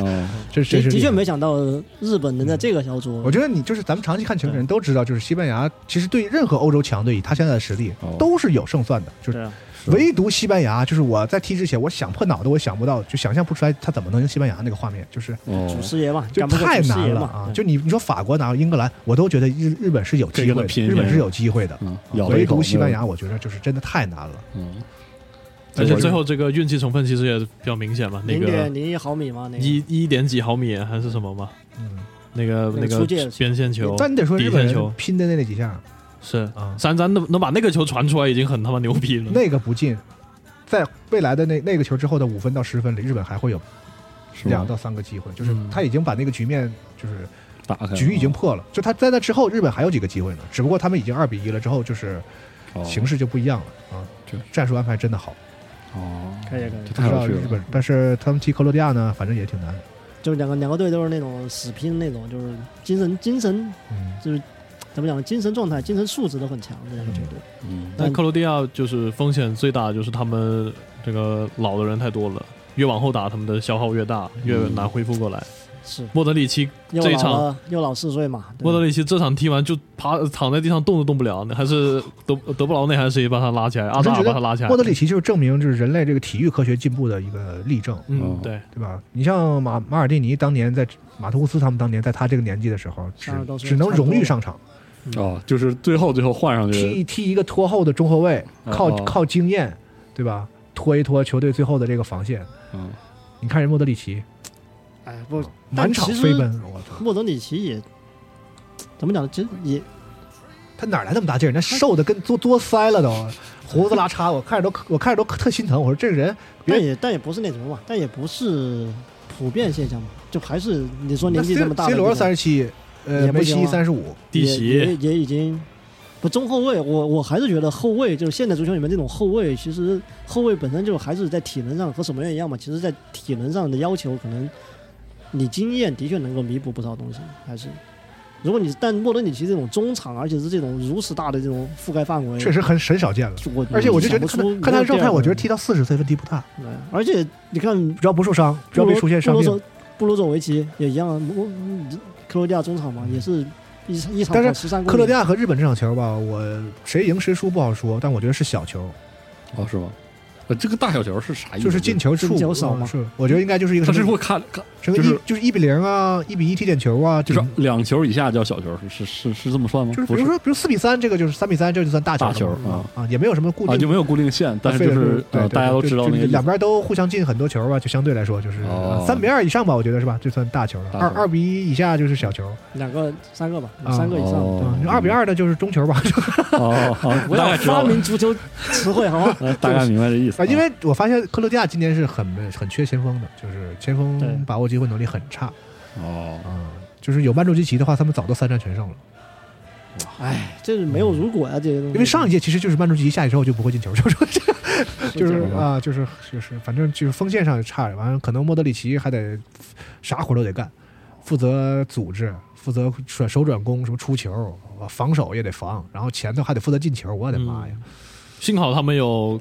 Speaker 3: 这这
Speaker 5: 的
Speaker 3: 是
Speaker 5: 的确
Speaker 3: 厉害。
Speaker 5: 没想到日本能在这个小组
Speaker 3: 我觉得你就是咱们长期看球的人都知道，就是西班牙其实对任何欧洲强队，以他现在的实力
Speaker 4: 哦
Speaker 3: 都是有胜算的，就是
Speaker 5: 对啊，
Speaker 3: 唯独西班牙，就是我在踢之前，我想破脑袋，我也想不到，就想象不出来他怎么能赢西班牙那个画面，就是
Speaker 4: 哦
Speaker 5: 祖师爷嘛，
Speaker 3: 就
Speaker 5: 赶不过
Speaker 3: 太
Speaker 5: 祖师
Speaker 3: 难
Speaker 5: 爷
Speaker 3: 了
Speaker 5: 嘛嗯
Speaker 3: 啊！
Speaker 5: 对
Speaker 3: 就你你说法国拿英格兰，我都觉得日日本是有机会
Speaker 4: 这个
Speaker 3: 的，
Speaker 4: 拼
Speaker 3: 日本
Speaker 4: 是
Speaker 3: 是有机会的，
Speaker 4: 嗯
Speaker 3: 啊
Speaker 4: 咬了一
Speaker 3: 唯
Speaker 4: 口
Speaker 3: 独西班
Speaker 4: 没有
Speaker 3: 牙，我觉得就是真的太难了。
Speaker 4: 嗯
Speaker 6: 而且最后这个运气成分其实也比较明显嘛，那
Speaker 5: 零
Speaker 6: 个
Speaker 5: 点零一毫米嘛，那个
Speaker 6: 一一点几毫米还是什么嘛，
Speaker 3: 嗯，
Speaker 6: 那个
Speaker 5: 那个出界
Speaker 6: 边线球，
Speaker 3: 但你得说
Speaker 6: 底
Speaker 3: 日本
Speaker 6: 线球
Speaker 3: 人拼的那几下
Speaker 6: 是
Speaker 3: 啊，
Speaker 6: 三三能能把那个球传出来已经很他妈牛逼了。
Speaker 3: 那个不进，在未来的那那个球之后的五分到十分里，日本还会有
Speaker 4: 是
Speaker 3: 两
Speaker 4: 吧
Speaker 3: 到三个机会，就是
Speaker 6: 嗯
Speaker 3: 他已经把那个局面就是
Speaker 4: 打开了
Speaker 3: 局已经破了，就他在那之后，日本还有几个机会呢，只不过他们已经二比一了之后，就是
Speaker 4: 哦
Speaker 3: 形势就不一样了啊
Speaker 4: 这。
Speaker 3: 战术安排真的好，
Speaker 4: 哦，
Speaker 5: 可以可以，
Speaker 4: 这
Speaker 3: 不知
Speaker 4: 太
Speaker 3: 道
Speaker 4: 有
Speaker 3: 日
Speaker 4: 趣了
Speaker 3: 本，但是他们踢克罗地亚呢，反正也挺难。
Speaker 5: 就是两个两个队都是那种死拼那种，就是精神精神
Speaker 3: 嗯，
Speaker 5: 就是怎么讲，精神状态、精神素质都很强这两个球队。
Speaker 4: 嗯
Speaker 6: 但克罗地亚就是风险最大，就是他们这个老的人太多了，越往后打他们的消耗越大，越
Speaker 5: 嗯
Speaker 6: 难恢复过来。
Speaker 3: 嗯
Speaker 5: 是
Speaker 6: 莫德里奇
Speaker 5: 又
Speaker 6: 这一
Speaker 5: 老
Speaker 6: 场，
Speaker 5: 了又老四岁嘛，对吧
Speaker 6: 莫德里奇这场踢完就趴躺在地上动都动不了，还是德德布劳内还是谁把他拉起来？阿
Speaker 3: 我真
Speaker 6: 扎
Speaker 3: 觉
Speaker 6: 尔把他
Speaker 3: 得
Speaker 6: 拉起来。
Speaker 3: 莫德里奇就是证明就是人类这个体育科学进步的一个例证。
Speaker 6: 嗯，对，
Speaker 3: 对吧？你像马马尔蒂尼当年在马特乌斯他们当年在他这个年纪的时候，只
Speaker 5: 32多岁
Speaker 3: 只能荣誉
Speaker 5: 差
Speaker 3: 上场，
Speaker 4: 哦，就是最后最后换上去
Speaker 3: 踢踢一个拖后的中后卫，
Speaker 4: 哦
Speaker 3: 靠
Speaker 4: 哦
Speaker 3: 靠经验，对吧？拖一拖球队最后的这个防线。
Speaker 4: 嗯
Speaker 3: 你看人莫德里奇
Speaker 5: 哎不，但
Speaker 3: 满场
Speaker 5: 其实
Speaker 3: 飞奔，我操！
Speaker 5: 莫德里奇也怎么讲呢？其实也
Speaker 3: 他哪来那么大劲儿？那瘦的跟多多腮了都，胡子拉碴，我看着都我看着都特心疼。我说这个人
Speaker 5: 但也但也不是那什么嘛，但也不是普遍现象嘛，就还是你说
Speaker 3: 那
Speaker 5: 年纪
Speaker 3: C
Speaker 5: 这么大
Speaker 3: C
Speaker 5: 的
Speaker 3: 罗
Speaker 5: 这种
Speaker 3: 三十七，呃，
Speaker 5: 也不
Speaker 3: 梅
Speaker 5: 行
Speaker 3: 西
Speaker 5: 啊
Speaker 3: 三十五，
Speaker 6: 地
Speaker 5: 也也
Speaker 6: 席
Speaker 5: 也已经不中后卫，我我还是觉得后卫就是现代足球里面这种后卫，其实后卫本身就还是在体能上和守门员一样嘛，其实在体能上的要求可能你经验的确能够弥补不少东西，还是。如果你但莫德里奇这种中场，而且是这种如此大的这种覆盖范围，
Speaker 3: 确实很很少见了。
Speaker 5: 我
Speaker 3: 而且我就觉得
Speaker 5: 嗯想
Speaker 3: 看
Speaker 5: 不出
Speaker 3: 他看他的
Speaker 5: 没有
Speaker 3: 状
Speaker 5: 第
Speaker 3: 态，
Speaker 5: 二个
Speaker 3: 我觉得
Speaker 5: 人
Speaker 3: 踢到四十岁问题不大，
Speaker 5: 对而且你看
Speaker 3: 只要不受伤，只要没出现伤
Speaker 5: 布
Speaker 3: 病
Speaker 5: 罗。布罗佐维奇也一样啊，我克罗地亚中场嘛，也是一场一场
Speaker 3: 但是
Speaker 5: 跑13公里
Speaker 3: 克罗地亚和日本这场球吧，我谁赢谁输不好说，但我觉得是小球，
Speaker 4: 哦，是吗？呃，这个大小球是啥意思？
Speaker 3: 就是进球
Speaker 5: 进
Speaker 3: 数嗯
Speaker 5: 球少嘛
Speaker 3: 是，我觉得应该就是一个
Speaker 4: 他
Speaker 3: 什
Speaker 4: 是
Speaker 3: 么
Speaker 4: 会看看，
Speaker 3: 什么
Speaker 4: 就
Speaker 3: 一
Speaker 4: 是
Speaker 3: 就是一比零啊，一比一踢点球啊，这
Speaker 4: 就是
Speaker 3: 种
Speaker 4: 两球以下叫小球，是是是是这么算吗？
Speaker 3: 就是比
Speaker 4: 不
Speaker 3: 如
Speaker 4: 是
Speaker 3: 说，比如四比三，这个就是三比三，这就算大球了
Speaker 4: 大球
Speaker 3: 嘛
Speaker 4: 啊
Speaker 3: 啊，也没有什么固
Speaker 4: 啊，
Speaker 3: 定
Speaker 4: 就
Speaker 3: 的，
Speaker 4: 没有固定线，但是
Speaker 3: 非
Speaker 4: 就
Speaker 3: 得
Speaker 4: 是
Speaker 3: 啊对
Speaker 4: 呃，
Speaker 3: 对
Speaker 4: 大家都
Speaker 3: 就
Speaker 4: 知道
Speaker 3: 就
Speaker 4: 那个
Speaker 3: 两边都互相进很多球吧，就相对来说就是呃
Speaker 4: 哦
Speaker 3: 三比二以上吧，我觉得是吧，就算大球了，
Speaker 4: 大球
Speaker 3: 二二比一以下就是小球，
Speaker 5: 两个、三个吧，
Speaker 3: 啊
Speaker 5: 三个以上。
Speaker 4: 哦
Speaker 3: 啊，二比二的就是中球吧，
Speaker 4: 哦，好，
Speaker 5: 我
Speaker 4: 大概
Speaker 5: 要
Speaker 4: 知道
Speaker 5: 发
Speaker 4: 了，？
Speaker 5: 明足球词汇好吗
Speaker 4: 呃大概明白这意 思
Speaker 3: 啊，因为我发现克罗地亚今年是很很缺前锋的，就是前
Speaker 5: 对
Speaker 3: 锋把握机会能力很差
Speaker 4: 哦，
Speaker 3: 啊。就是有曼朱基奇的话，他们早都三战全胜了。
Speaker 5: 哎，这是没有如果呀、这些东西。
Speaker 3: 因为上一届其实就是曼朱基奇下去之后就不会进球， 就是
Speaker 5: 是
Speaker 3: 就是
Speaker 5: 这样
Speaker 3: 啊，就是就是，反正就是锋线上差，完了可能莫德里奇还得啥活都得干，负责组织，负责转手转攻，什么出球，防守也得防，然后前头还得负责进球，我的妈
Speaker 5: 嗯
Speaker 3: 呀！
Speaker 6: 幸好他们有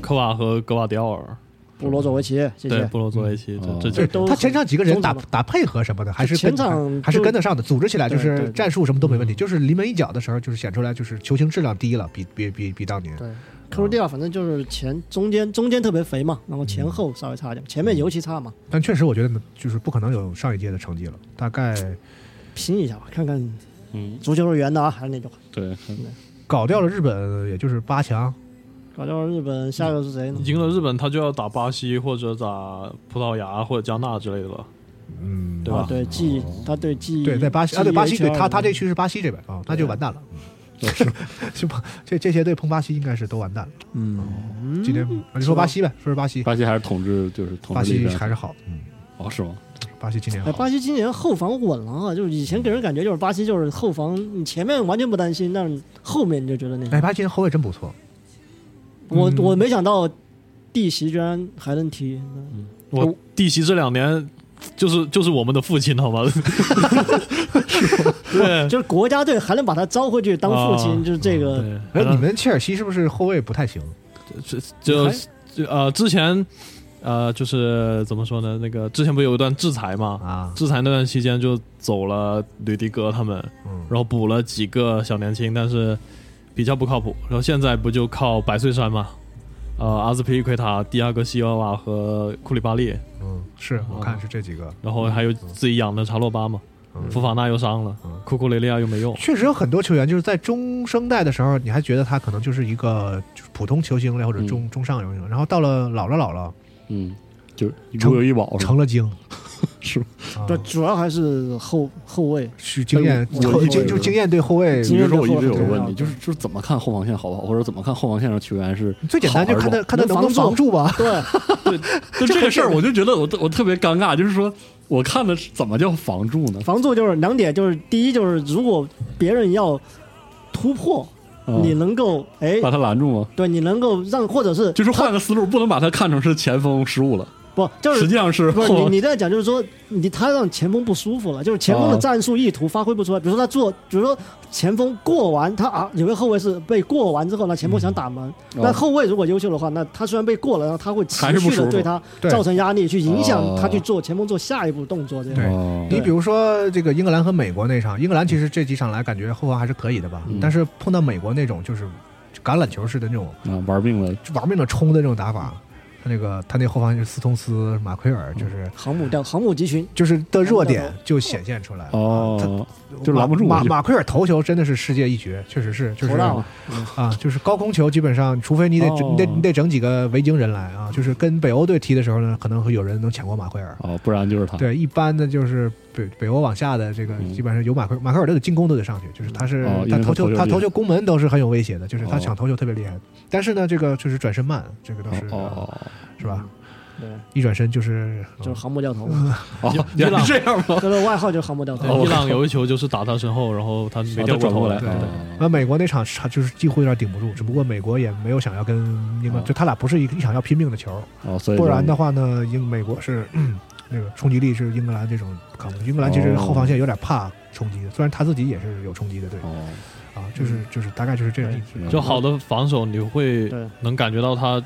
Speaker 6: 科瓦和格瓦迪奥尔，
Speaker 5: 布罗佐维奇，谢
Speaker 6: 对
Speaker 5: 谢。
Speaker 6: 布罗佐维奇，
Speaker 4: 嗯
Speaker 6: 这
Speaker 3: 对
Speaker 6: 这
Speaker 5: 都
Speaker 3: 他前场几个人
Speaker 5: 中
Speaker 3: 打
Speaker 5: 场吧
Speaker 3: 打配合什么的，还是跟
Speaker 5: 前场
Speaker 3: 还是
Speaker 5: 就
Speaker 3: 跟得上的，组织起来就
Speaker 5: 对对嗯
Speaker 3: 是
Speaker 5: 对
Speaker 3: 战术什么都没问题，就是临门一脚的时候就是显出来就是球星质量低了，比比比比当年。
Speaker 5: 对，克罗地亚反正就是前中间中间特别肥嘛，然后前后稍微差一
Speaker 3: 嗯
Speaker 5: 点，前面尤其差嘛。
Speaker 3: 但确实我觉得就是不可能有上一届的成绩了，大概
Speaker 5: 拼一下吧，看看
Speaker 4: 嗯，
Speaker 5: 足球是圆的啊，还是那句话。
Speaker 4: 对，
Speaker 3: 搞掉了日本也就是八强，
Speaker 5: 搞掉日本下一个是谁呢？
Speaker 6: 赢了日本，他就要打巴西或者打葡萄牙或者加纳之类的了，
Speaker 3: 嗯，
Speaker 6: 对吧
Speaker 5: 啊，对 G，他对 G，
Speaker 3: 对，在巴西啊，对巴西，对
Speaker 5: GHR
Speaker 3: 他他这区是巴西这边啊，那就完蛋了。 是吧？这这些队碰巴西应该是都完蛋了。嗯，今天啊你说巴西呗，说是巴西，
Speaker 4: 巴西还是统治，就是统
Speaker 3: 巴
Speaker 4: 治力
Speaker 3: 西
Speaker 4: 量
Speaker 3: 还是好，嗯，
Speaker 4: 哦，是吗？
Speaker 3: 巴西今年
Speaker 5: 哎，
Speaker 3: 好。
Speaker 5: 巴西今年后防稳了啊，就是以前给人感觉就是巴西就是后防，你前面完全不担心，但是后面你就觉得那啥
Speaker 3: 哎，巴西今年后卫真不错，
Speaker 5: 我
Speaker 3: 嗯
Speaker 5: 我没想到地席居然还能踢，
Speaker 6: 我弟媳这两年就是就是我们的父亲，好吗？ 对
Speaker 5: 就是国家队还能把他招回去当父亲，
Speaker 6: 啊
Speaker 5: 就是这个
Speaker 6: 对，
Speaker 3: 哎，你们切尔西是不是后卫不太行？
Speaker 6: 就
Speaker 5: 还
Speaker 6: 就呃之前呃就是怎么说呢？那个之前不是有一段制裁嘛？
Speaker 3: 啊，
Speaker 6: 制裁那段期间就走了吕迪格他们，
Speaker 3: 嗯
Speaker 6: 然后补了几个小年轻，但是比较不靠谱。然后现在不就靠百岁山嘛？呃，阿兹皮利奎塔、迪亚戈西奥瓦和库里巴利，
Speaker 3: 嗯，是我看是这几个，
Speaker 6: 然后还有自己养的查洛巴嘛，
Speaker 3: 嗯
Speaker 6: 福法纳又伤了
Speaker 3: 嗯，
Speaker 6: 库库雷利亚又 没用，
Speaker 3: 确实有很多球员就是在中生代的时候，你还觉得他可能就是一个就是普通球星了，或者中中上游星，然后到了老了嗯老了
Speaker 4: 嗯，就是
Speaker 3: 成
Speaker 4: 如有一宝是吧
Speaker 3: 成了 精，
Speaker 4: 是吗
Speaker 3: 啊
Speaker 5: 对，主要还是后后卫。
Speaker 3: 是经验，
Speaker 4: 我我
Speaker 3: 后经哎就经验对后卫
Speaker 4: 你
Speaker 5: 经验
Speaker 4: 别说，我一直有个
Speaker 5: 对
Speaker 4: 问
Speaker 5: 啊
Speaker 4: 题，
Speaker 5: 对
Speaker 4: 就是就是怎么看后防线好不好，或者怎么看后防线上球员是
Speaker 3: 最简单就看他看他能不能防住吧。
Speaker 5: 对，
Speaker 4: 就这个事儿，我就觉得我特我特别尴尬，就是说我看的是怎么叫防住呢？
Speaker 5: 防住就是两点，就是第一就是如果别人要突破，
Speaker 4: 嗯
Speaker 5: 你能够哎，
Speaker 4: 把他拦住吗？
Speaker 5: 对你能够让或者是
Speaker 4: 就是换个思路，不能把他看成是前锋失误了，
Speaker 5: 不就
Speaker 4: 实
Speaker 5: 是
Speaker 4: 际上是
Speaker 5: 不是
Speaker 4: 后
Speaker 5: 你你在讲，就是说你他让前锋不舒服了，就是前锋的
Speaker 4: 哦
Speaker 5: 战术意图发挥不出来。比如说他做，比如说前锋过完他啊，有个后卫是被过完之后呢，前锋
Speaker 4: 嗯
Speaker 5: 想打门，那后卫如果优秀的话，那他虽然被过了，然后他会
Speaker 4: 哦还是
Speaker 5: 持
Speaker 4: 不
Speaker 5: 续
Speaker 4: 舒服
Speaker 5: 的 对他
Speaker 3: 对
Speaker 5: 造成压力，去影响
Speaker 4: 哦
Speaker 5: 他去做前锋做下一步动作这样。
Speaker 3: 对
Speaker 4: 哦
Speaker 3: 你比如说这个英格兰和美国那场，英格兰其实这几场来感觉后防还是可以的吧，
Speaker 4: 嗯
Speaker 3: 但是碰到美国那种就是橄榄球式的那种
Speaker 4: 啊玩命了，
Speaker 3: 就玩命的冲的那种打法，他那个他那后防就是斯通斯、马奎尔，就是
Speaker 5: 航母掉航母集群，
Speaker 3: 就是的弱点就显现出来了。
Speaker 4: 哦，
Speaker 3: 他
Speaker 4: 就拦不住
Speaker 3: 马
Speaker 4: 就
Speaker 3: 马奎尔头球真的是世界一绝，确实是，就是
Speaker 5: 头大嘛，
Speaker 3: 啊，就是高空球，基本上除非你得、
Speaker 4: 哦
Speaker 3: 你得你得整几个维京人来啊，就是跟北欧队踢的时候呢，可能会有人能抢过马奎尔。
Speaker 4: 哦，不然就是他，
Speaker 3: 对，一般的就是比北北欧往下的这个，
Speaker 4: 嗯
Speaker 3: 基本上有马奎马奎尔这个进攻都得上去，就是他是、
Speaker 4: 哦因为
Speaker 3: 他
Speaker 4: 他
Speaker 3: 投
Speaker 4: 投
Speaker 3: 球
Speaker 4: 球
Speaker 3: 他
Speaker 4: 厉
Speaker 3: 投
Speaker 4: 害
Speaker 3: 球攻门都是很有威胁的，就是他
Speaker 4: 哦
Speaker 3: 抢投球特别厉害。但是呢，这个就是转身慢，这个倒是、
Speaker 4: 哦嗯
Speaker 3: 是吧？
Speaker 5: 对，
Speaker 3: 一转身就是
Speaker 5: 就是
Speaker 3: 嗯
Speaker 5: 航母掉头，
Speaker 4: 哦哦，
Speaker 6: 伊
Speaker 4: 原来
Speaker 6: 朗
Speaker 4: 是这样吗？
Speaker 5: 他的外号就是航母掉头
Speaker 6: 伊。朗有一球就是打他身后，然后他没
Speaker 4: 哦
Speaker 6: 掉
Speaker 4: 他
Speaker 6: 过
Speaker 4: 转
Speaker 6: 头
Speaker 4: 过来，
Speaker 3: 对
Speaker 4: 哦
Speaker 3: 那呃美国那场差就是几乎有点顶不住，只不过美国也没有想要跟英
Speaker 5: 嗯
Speaker 3: 国，
Speaker 4: 哦
Speaker 3: 就他俩不是一一场要拼命的球，
Speaker 4: 哦，所以
Speaker 3: 不
Speaker 4: 就
Speaker 3: 然的话呢，英美国是、嗯那个冲击力是英格兰这种扛不住。英格兰其实
Speaker 4: 哦
Speaker 3: 后防线有点怕冲击的，虽然他自己也是有冲击的队
Speaker 4: 哦，嗯
Speaker 3: 啊，就是就是大概就是这样
Speaker 5: 嗯对
Speaker 3: 意思。
Speaker 6: 就好的防守，你会
Speaker 5: 对，
Speaker 6: 能感觉到他，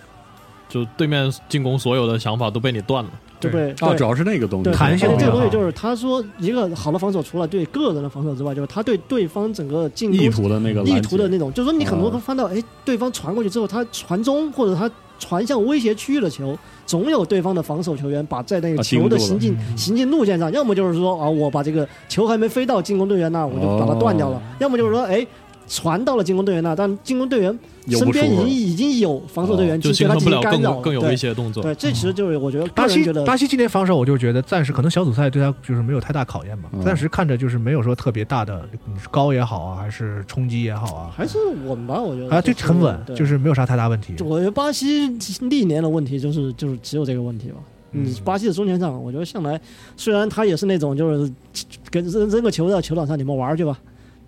Speaker 6: 就对面进攻所有的想法都被你断了。
Speaker 5: 就
Speaker 3: 对
Speaker 5: 被
Speaker 4: 啊，
Speaker 5: 对
Speaker 4: 主要是那个东西啊
Speaker 5: 对
Speaker 3: 弹性
Speaker 5: 而且这
Speaker 3: 比较
Speaker 5: 个东
Speaker 3: 好
Speaker 5: 西就是他说一个好的防守，除了对个人的防守之外，就是他对对方整个进攻
Speaker 4: 意图的那个
Speaker 5: 意
Speaker 4: 拦
Speaker 5: 图
Speaker 4: 截
Speaker 5: 的那种，就是说你很多
Speaker 4: 啊
Speaker 5: 会翻到，哎，对方传过去之后，他传中或者他传向威胁区域的球，总有对方的防守球员把在那个
Speaker 4: 啊盯
Speaker 5: 球的
Speaker 4: 住了
Speaker 5: 行进、
Speaker 3: 嗯
Speaker 5: 行进路线上，要么就是说啊，我把这个球还没飞到进攻队员那儿，我就把它断掉了；
Speaker 4: 哦
Speaker 5: 要么就是说，哎。传到了进攻队员那儿，但进攻队员
Speaker 4: 有
Speaker 5: 身
Speaker 4: 不舒
Speaker 5: 边已经
Speaker 4: 服，
Speaker 5: 已经有防守队员
Speaker 6: 哦就
Speaker 5: 去对
Speaker 6: 形
Speaker 5: 他
Speaker 6: 成
Speaker 5: 进
Speaker 6: 不
Speaker 5: 行
Speaker 6: 了
Speaker 5: 干
Speaker 6: 更
Speaker 5: 扰了，
Speaker 6: 更有
Speaker 5: 对
Speaker 6: 威胁的动作。
Speaker 5: 对，这其实就是我觉得
Speaker 3: 巴
Speaker 5: 个人
Speaker 3: 西
Speaker 5: 觉得
Speaker 3: 巴西今年防守，我就觉得暂时可能小组赛对他就是没有太大考验吧，
Speaker 4: 嗯
Speaker 3: 暂时看着就是没有说特别大的你说高也好啊，还是冲击也好啊，
Speaker 5: 还是稳吧，我觉得
Speaker 3: 啊，就很稳，
Speaker 5: 对
Speaker 3: 就是没有啥太大问题。
Speaker 5: 我觉得巴西历年的问题就是就是只有这个问题吧。
Speaker 3: 嗯
Speaker 5: 嗯，巴西的中前场，我觉得向来虽然他也是那种就是跟扔扔个球到球场上，你们玩儿去吧，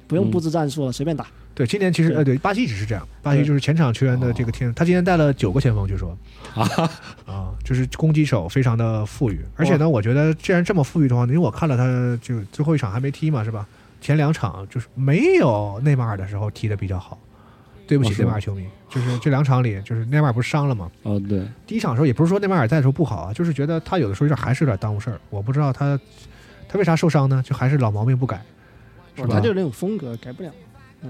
Speaker 5: 不用
Speaker 4: 嗯
Speaker 5: 布置战术了，随便打。
Speaker 3: 对，今年其实
Speaker 5: 对
Speaker 3: 呃，对，巴西一直是这样，巴西
Speaker 5: 对
Speaker 3: 就是前场球员的这个天，他今天带了九个前锋，据说啊 啊，就是攻击手非常的富裕，而且呢，我觉得既然这么富裕的话，因为我看了他就最后一场还没踢嘛，是吧？前两场就是没有内马尔的时候踢的比较好，对不
Speaker 4: 哦
Speaker 3: 起
Speaker 4: 是
Speaker 3: 内
Speaker 4: 吗
Speaker 3: 马尔球迷，就是这两场里，就是内马尔不是伤了嘛，
Speaker 4: 哦对，
Speaker 3: 第一场的时候也不是说内马尔在的时候不好啊，就是觉得他有的时候有点还是有点耽误事儿，我不知道他他为啥受伤呢？就还是老毛病不改，是吧？
Speaker 5: 他就是那种风格，改不了。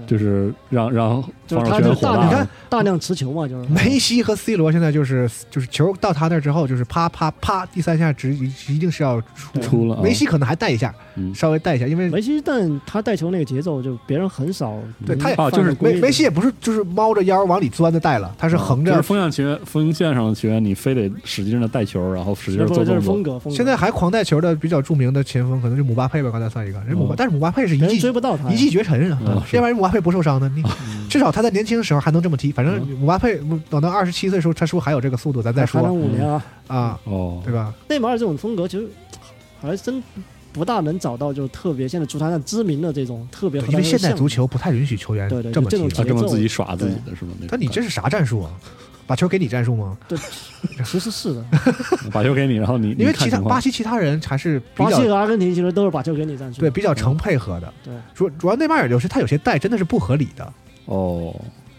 Speaker 4: 就是让让
Speaker 5: 就
Speaker 4: 防
Speaker 5: 是
Speaker 4: 守
Speaker 5: 他
Speaker 4: 球
Speaker 5: 就
Speaker 4: 员火
Speaker 5: 是大
Speaker 3: 你
Speaker 4: 大
Speaker 3: 看
Speaker 4: 了
Speaker 5: 量，大量持球嘛，就是
Speaker 3: 梅西和 C 罗现在就是就是球到他那儿之后，就是啪啪啪，第三下直一定是要出。
Speaker 4: 出了啊
Speaker 3: 梅西可能还带一下，
Speaker 4: 嗯
Speaker 3: 稍微带一下，因为
Speaker 5: 梅西，但他带球那个节奏，就别人很少
Speaker 3: 对他也
Speaker 4: 啊就是
Speaker 5: 规
Speaker 3: 梅梅西也不是就是猫着腰往里钻的带了，他是横
Speaker 4: 啊就
Speaker 3: 着
Speaker 4: 是。风向球员锋线上的球员，你非得使劲的带球，然后使劲
Speaker 5: 也
Speaker 4: 的
Speaker 5: 不
Speaker 4: 做
Speaker 5: 是就是
Speaker 4: 动
Speaker 5: 风
Speaker 4: 作。
Speaker 5: 格风格。
Speaker 3: 现在还狂带球的比较著名的前锋，可能就姆巴佩吧，刚才算一个。人姆巴，
Speaker 4: 嗯
Speaker 3: 但是姆巴佩是一
Speaker 5: 别人追
Speaker 3: 骑
Speaker 5: 不到他
Speaker 3: 一
Speaker 5: 呀。
Speaker 3: 骑绝尘啊，
Speaker 4: 嗯
Speaker 3: 要不然姆巴佩不受伤呢。你至少他在年轻的时候还能这么踢，反正
Speaker 4: 嗯
Speaker 3: 姆巴佩等到二十七岁的时候，他是不是还有这个速度？咱再
Speaker 5: 还能
Speaker 3: 说
Speaker 5: 五年啊，
Speaker 3: 啊，
Speaker 4: 哦，
Speaker 3: 对吧？
Speaker 5: 内马尔这种风格其实还真不大能找到，就是特别现在足坛上知名的这种特别。
Speaker 3: 因为现代足，球不太允许球员
Speaker 5: 对对
Speaker 3: 这么
Speaker 5: 就这
Speaker 3: 踢了。
Speaker 4: 他
Speaker 5: 种
Speaker 4: 这么自己耍自己的是吗？那种
Speaker 3: 但你这
Speaker 4: 感
Speaker 3: 是啥战术啊？把球给你战术吗？
Speaker 5: 对，其 实是的。
Speaker 4: 觉把球给你，然后你
Speaker 3: 因为
Speaker 4: 你看
Speaker 3: 其他
Speaker 4: 情况
Speaker 3: 巴西其他人还是 比
Speaker 5: 巴西
Speaker 3: 较
Speaker 5: 和阿根廷其实都是把球给你占住。
Speaker 3: 对比较成配合的。
Speaker 5: 对，
Speaker 3: 主主要内马尔有时他有些带真的是不合理的，
Speaker 4: 哦，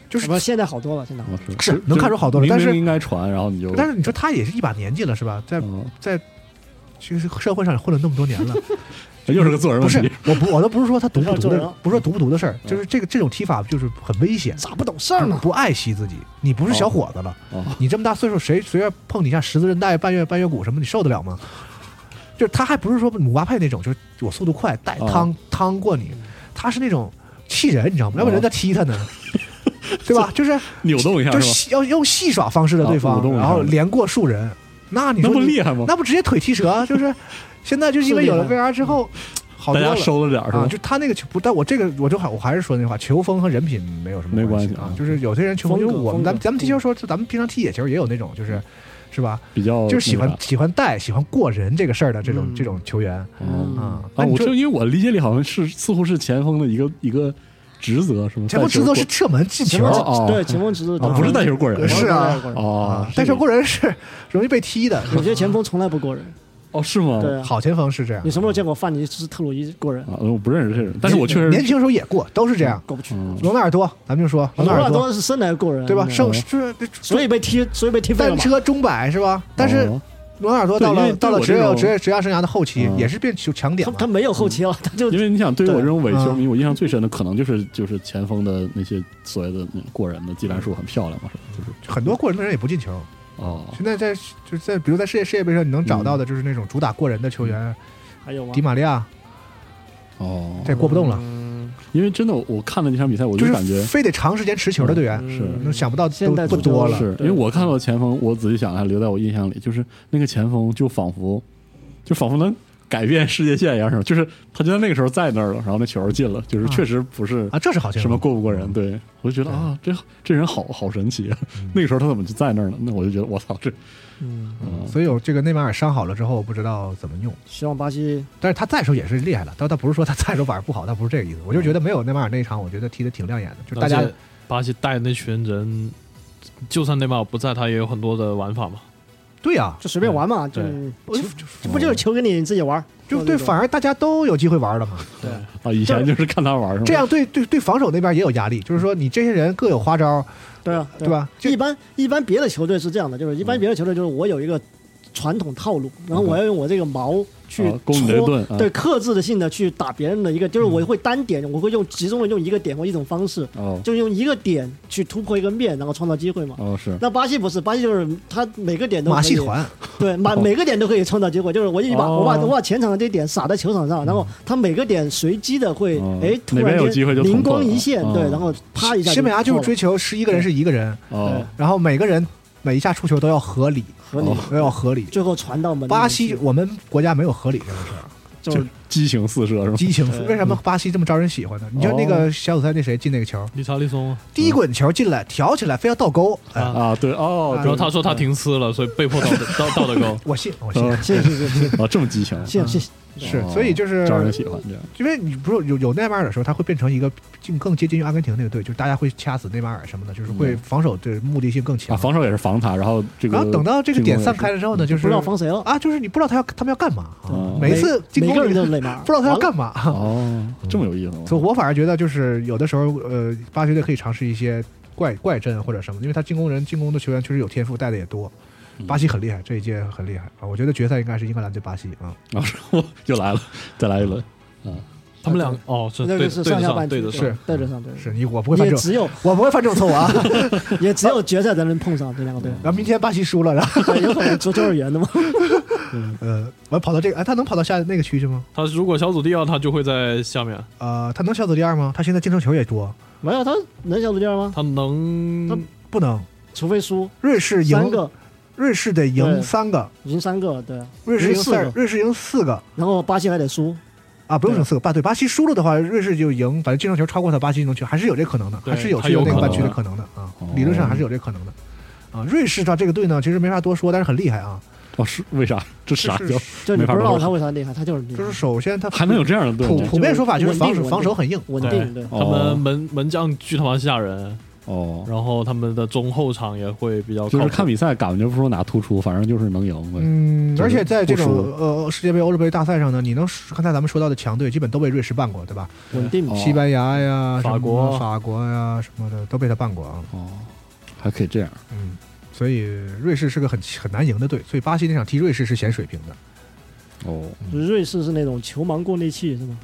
Speaker 3: 就是
Speaker 5: 不，现在好多了，现在好
Speaker 4: 哦
Speaker 5: 多
Speaker 4: 是
Speaker 3: 是
Speaker 4: 就
Speaker 3: 能看出好多了
Speaker 4: 明明
Speaker 3: 但是
Speaker 4: 应该传，然后你就
Speaker 3: 但是你说他也是一把年纪了是吧？在
Speaker 4: 嗯
Speaker 3: 就是社会上也混了那么多 年了，
Speaker 4: 哎又是个做人
Speaker 3: 不
Speaker 4: 问
Speaker 3: 是
Speaker 4: 题。
Speaker 3: 我不我都不是说他毒不毒
Speaker 5: 不要做人
Speaker 3: 的
Speaker 5: 啊，
Speaker 3: 不是说毒不毒的事儿，
Speaker 4: 嗯
Speaker 3: 就是这个这种踢法就是很危险，
Speaker 5: 咋不懂事儿呢？
Speaker 3: 不爱惜自己，你不是小伙子了，
Speaker 4: 哦
Speaker 3: 你这么大岁数，谁随便碰你一下十字韧带、半月半月骨什么，你受得了吗？就是他还不是说姆巴佩那种，就是我速度快，带
Speaker 4: 啊
Speaker 3: 趟趟过你，他是那种气人，你知道吗？要不
Speaker 4: 哦
Speaker 3: 然人家踢他呢，对 吧？就是
Speaker 4: 扭动一下
Speaker 3: 就是
Speaker 4: 吧？
Speaker 3: 细要用戏耍方式的对
Speaker 4: 啊舞
Speaker 3: 方，
Speaker 4: 动一下
Speaker 3: 然后连过数人，那你
Speaker 4: 那
Speaker 3: 说
Speaker 4: 么
Speaker 3: 你
Speaker 4: 厉害吗？
Speaker 3: 那不直接腿踢折？啊就是现在就是因为有了
Speaker 5: 是厉
Speaker 3: VR 之后，好
Speaker 4: 大
Speaker 3: 多
Speaker 4: 家
Speaker 3: 了。
Speaker 4: 收了点儿是
Speaker 3: 啊，
Speaker 4: 吧？
Speaker 3: 就他那个球不，但我这个我就好，我还是说那话，球风和人品没有什么
Speaker 4: 没
Speaker 3: 关
Speaker 4: 关系
Speaker 3: 啊
Speaker 4: 啊。
Speaker 3: 就是有些人球风，因
Speaker 5: 风
Speaker 3: 为
Speaker 5: 格
Speaker 3: 我们
Speaker 5: 风格
Speaker 3: 咱们咱们踢球说，就咱们平常踢野球也有那种，就是是吧？
Speaker 4: 比较
Speaker 3: 就是喜欢
Speaker 4: 那啥
Speaker 3: 喜欢带、喜欢过人这个事儿的这种
Speaker 5: 嗯
Speaker 3: 这种球员
Speaker 4: 哦
Speaker 5: 嗯
Speaker 3: 啊。那
Speaker 4: 啊！
Speaker 3: 你
Speaker 4: 我
Speaker 3: 说
Speaker 4: 就因为我理解里好像是似乎是前锋的一个一个职责是吗？
Speaker 3: 前锋
Speaker 4: 带球
Speaker 3: 职责
Speaker 4: 过
Speaker 3: 是射门进
Speaker 5: 前
Speaker 3: 球
Speaker 5: 锋
Speaker 4: 是
Speaker 5: 指
Speaker 4: 哦
Speaker 5: 对前锋只是
Speaker 4: 啊，不是带球过人
Speaker 3: 是啊
Speaker 4: 哦
Speaker 3: 啊，带球过人是容易被踢的。
Speaker 5: 有些前锋从来不过人。
Speaker 4: 哦是吗？
Speaker 5: 对 啊，
Speaker 3: 好前锋是这样
Speaker 5: 你，什么时候见过范尼斯特鲁伊过人？
Speaker 4: 啊，我不认识这人，但是我确实哦
Speaker 3: 年轻时候也过，都是这样。
Speaker 5: 过不去。
Speaker 4: 嗯
Speaker 3: 罗纳尔多，咱们就说罗纳尔
Speaker 5: 尔
Speaker 3: 多，
Speaker 5: 多是生来过人，
Speaker 3: 对吧？
Speaker 5: 嗯
Speaker 3: 上是
Speaker 5: 所以被踢，所以被踢废了
Speaker 3: 单
Speaker 5: 嘛。
Speaker 3: 车中摆是吧？但是
Speaker 4: 哦
Speaker 3: 罗纳尔多到
Speaker 4: 对因
Speaker 3: 了
Speaker 4: 为
Speaker 3: 到了
Speaker 4: 对我
Speaker 3: 职
Speaker 4: 这
Speaker 3: 业
Speaker 4: 种
Speaker 3: 职业职业生涯的后期，
Speaker 4: 嗯
Speaker 3: 也是变球强点
Speaker 5: 他
Speaker 3: 嘛。嗯
Speaker 5: 他没有后期了，他 就
Speaker 4: 因为你想，对于我
Speaker 5: 对
Speaker 4: 这种伪球迷，我印象最深的可能就是就是前锋的那些所谓的那种过人的技战术很漂亮嘛，是吧就是
Speaker 3: 很多过人的人也不进球。
Speaker 4: 哦，
Speaker 3: 现在在就是在比如在世界世界杯上，你能找到的就是那种主打过人的球员，
Speaker 5: 还有吗
Speaker 3: 迪？玛利亚
Speaker 4: 哦
Speaker 3: 这，过不动了，
Speaker 4: 因为真的，我我看了那场比赛，我
Speaker 3: 就
Speaker 4: 就是感觉
Speaker 3: 非得长时间持球的队员，
Speaker 4: 是
Speaker 3: 能想不到
Speaker 5: 现代
Speaker 3: 嗯都不
Speaker 5: 足球
Speaker 3: 多了。
Speaker 4: 是因为我看到的前锋，我仔细想一下，留在我印象里，就是那个前锋就仿佛就仿佛能改变世界线一样什么，就是他就在那个时候在那儿了，然后那球儿进了，就是确实不是
Speaker 3: 啊，这是好前锋
Speaker 4: 什么过不过人，对我就觉得
Speaker 3: 对
Speaker 4: 啊，这这人好好神奇啊，那个时候他怎么就在那儿呢？那我就觉得我操，这
Speaker 3: 所以有这个内马尔伤好了之后，不知道怎么用。
Speaker 5: 希望巴西
Speaker 3: 但是他在的时候也是厉害的，但他不是说他在的时候反而不好，他不是这个意思。我就觉得没有内马尔那一场，我觉得踢得挺亮眼的，就是大
Speaker 6: 而
Speaker 3: 家
Speaker 6: 且巴西带的那群人，就算内马尔不在，他也有很多的玩法嘛。
Speaker 3: 对啊呀、
Speaker 5: 就随便玩嘛，
Speaker 3: 嗯
Speaker 5: 就
Speaker 6: 对
Speaker 5: 是这不就是球给你自己玩？
Speaker 3: 哦就对，嗯反而大家都有机会玩了嘛。
Speaker 4: 啊，以前就是看他玩是吗？
Speaker 3: 这样对对对防守那边也有压力，就是说你这些人各有花招，
Speaker 5: 对啊，
Speaker 3: 对？吧？就哦
Speaker 5: 一般一般别的球队是这样的，就是一般别的球队就是我有一个传统套路，
Speaker 3: 嗯
Speaker 5: 然后我要用我这个矛去
Speaker 3: 哦
Speaker 4: 啊攻你这
Speaker 5: 戳
Speaker 4: 盾啊，
Speaker 5: 对克制的性的去打别人的一个，就是
Speaker 3: 嗯
Speaker 5: 我会单点，我会用集中的用一个点或一种方式，
Speaker 4: 哦
Speaker 5: 就用一个点去突破一个面，然后创造机会嘛。
Speaker 4: 哦是
Speaker 5: 那巴西不是，巴西就是他每个点都
Speaker 3: 马
Speaker 5: 可以
Speaker 3: 戏团，
Speaker 5: 对，每每个点都可以创造结果，就是我一把
Speaker 4: 哦嗯
Speaker 5: 我把我把前场的这点撒在球场上，然后他每个点随机的会
Speaker 4: 哦，
Speaker 5: 哎，突
Speaker 4: 哪边
Speaker 5: 然
Speaker 4: 有机会就
Speaker 5: 间
Speaker 4: 捅
Speaker 5: 灵
Speaker 4: 破
Speaker 5: 光
Speaker 4: 了
Speaker 5: 一现，对
Speaker 4: 哦，
Speaker 5: 然后啪一下，
Speaker 3: 西班牙就是追求十一个人是一个人，
Speaker 4: 哦
Speaker 3: 然后每个人每一下出球都要合理，
Speaker 5: 合理，
Speaker 3: 都要合理。
Speaker 5: 最后传到门里去。
Speaker 3: 巴西我们国家没有合理这个事儿，
Speaker 5: 就是
Speaker 4: 激情四射是吗？
Speaker 3: 激情
Speaker 5: 对哦嗯
Speaker 3: 为什么巴西这么招人喜欢呢？你就那个小组赛那谁进那个球，
Speaker 6: 理查利松啊，
Speaker 3: 第一滚球进来，挑起来非要倒钩，哎，
Speaker 5: 嗯
Speaker 4: 啊对哦，
Speaker 3: 啊
Speaker 6: 然后他说他停呲了，所以被迫倒的倒倒的高。
Speaker 3: 我信我信
Speaker 4: 嗯，
Speaker 5: 谢谢谢谢
Speaker 4: 啊这么激情，
Speaker 5: 谢谢谢，
Speaker 3: 是
Speaker 4: 哦，
Speaker 3: 所以就是
Speaker 4: 招人喜欢这样。
Speaker 3: 因为你不是有有内马尔的时候，他会变成一个更更接近于阿根廷那个队，就是大家会掐死内马尔什么的，
Speaker 5: 嗯
Speaker 3: 就是会防守的目的性更
Speaker 4: 啊，
Speaker 3: 强。
Speaker 4: 防守也是防他，然后这个，
Speaker 3: 然后等到这个点散开了之后呢，就是
Speaker 5: 不知道防谁哦了。
Speaker 3: 啊，就是你不知道他要他们要干嘛啊
Speaker 4: 嗯，
Speaker 3: 每次进
Speaker 5: 每
Speaker 3: 攻
Speaker 5: 个
Speaker 3: 里
Speaker 5: 人都是内马尔，
Speaker 3: 不知道他要
Speaker 5: 完了
Speaker 3: 干嘛。
Speaker 4: 哦，这么有意思吗？
Speaker 3: 嗯所以我反而觉得就是有的时候，呃，巴西队可以尝试一些怪怪阵或者什么，因为他进攻人进攻的球员确实有天赋，带的也多。
Speaker 5: 嗯
Speaker 3: 巴西很厉害，这一届很厉害啊！我觉得决赛应该是英格兰对巴西啊。
Speaker 4: 然后 又来了，再来一轮，
Speaker 6: 他们两个哦，是
Speaker 5: 那就
Speaker 6: 对对
Speaker 5: 是
Speaker 6: 得
Speaker 5: 上下
Speaker 6: 上
Speaker 5: 半
Speaker 6: 对
Speaker 5: 区
Speaker 6: 得上
Speaker 3: 是
Speaker 5: 对着上对着上
Speaker 3: 是你我不会犯
Speaker 5: 也
Speaker 3: 这种，
Speaker 5: 只 有
Speaker 3: 我不会犯这种错误啊。
Speaker 5: 也只有决赛才能碰上这两 个队，
Speaker 3: 然后明天巴西输了，然后。
Speaker 5: 对有可能足球是圆的嘛。
Speaker 3: 呃，完跑到这个，哎，他能跑到下那个区去吗？
Speaker 6: 他如果小组第二，他就会在下面。
Speaker 3: 呃，他能小组第二吗？他现在进球球也多，
Speaker 5: 没有他能小组第二吗？
Speaker 6: 他能
Speaker 5: 他
Speaker 3: 不能。
Speaker 5: 除非输
Speaker 3: 瑞士
Speaker 5: 三
Speaker 3: 赢，
Speaker 5: 个，
Speaker 3: 瑞士得
Speaker 5: 对
Speaker 3: 赢三个，
Speaker 5: 赢三个，对，
Speaker 3: 瑞士
Speaker 5: 赢
Speaker 3: 赢
Speaker 5: 四
Speaker 3: 三
Speaker 5: 个，
Speaker 3: 瑞士赢四个
Speaker 5: 然后巴西还得输，
Speaker 3: 啊，不用
Speaker 5: 对
Speaker 3: 赢四个，巴对巴西输了的话，瑞士就赢，反正进球球超过他，巴西就能去，还是有这可能的，
Speaker 6: 对
Speaker 3: 还是有
Speaker 6: 他
Speaker 3: 去
Speaker 6: 有
Speaker 3: 那
Speaker 6: 可
Speaker 3: 个半
Speaker 6: 能
Speaker 3: 区的
Speaker 4: 的
Speaker 3: 可能的啊
Speaker 4: 哦，
Speaker 3: 理论上还是有这可能的。啊，瑞士他这个队呢，其实没啥多说，但是很厉害啊。
Speaker 4: 哦是为啥？这
Speaker 3: 是
Speaker 4: 啥
Speaker 3: 是
Speaker 4: 叫
Speaker 5: 就你
Speaker 4: 没法
Speaker 5: 不知道
Speaker 4: 说
Speaker 5: 他为啥厉害，他就是厉害
Speaker 3: 就是首先他
Speaker 4: 还能有这样的队
Speaker 3: 普
Speaker 4: 伍
Speaker 3: 普遍说法就是
Speaker 5: 稳定
Speaker 3: 防守
Speaker 5: 稳定
Speaker 3: 防守很硬，
Speaker 5: 稳
Speaker 6: 对
Speaker 5: 定，对，
Speaker 6: 他
Speaker 4: 哦
Speaker 6: 们门门将巨他妈吓人，
Speaker 4: 哦，
Speaker 6: 然后他们的中后场也会比较靠
Speaker 4: 就是
Speaker 6: 谱
Speaker 4: 看比赛感觉不说哪突出，反正就是能赢呗。
Speaker 3: 嗯，
Speaker 4: 就是
Speaker 3: 而且在这种
Speaker 4: 不输
Speaker 3: 呃世界杯、欧洲杯大赛上呢，你能刚才咱们说到的强队，基本都被瑞士办过，对吧？
Speaker 5: 稳定
Speaker 4: 哦
Speaker 3: 西班牙呀、
Speaker 6: 法
Speaker 3: 什么
Speaker 6: 国
Speaker 3: 法国呀什么的都被他办过啊。
Speaker 4: 哦，还可以这样
Speaker 3: 嗯，所以瑞士是个很很难赢的队，所以巴西那场踢瑞士是显水平的。
Speaker 4: 哦，
Speaker 5: 瑞士是那种球盲过滤器是吗？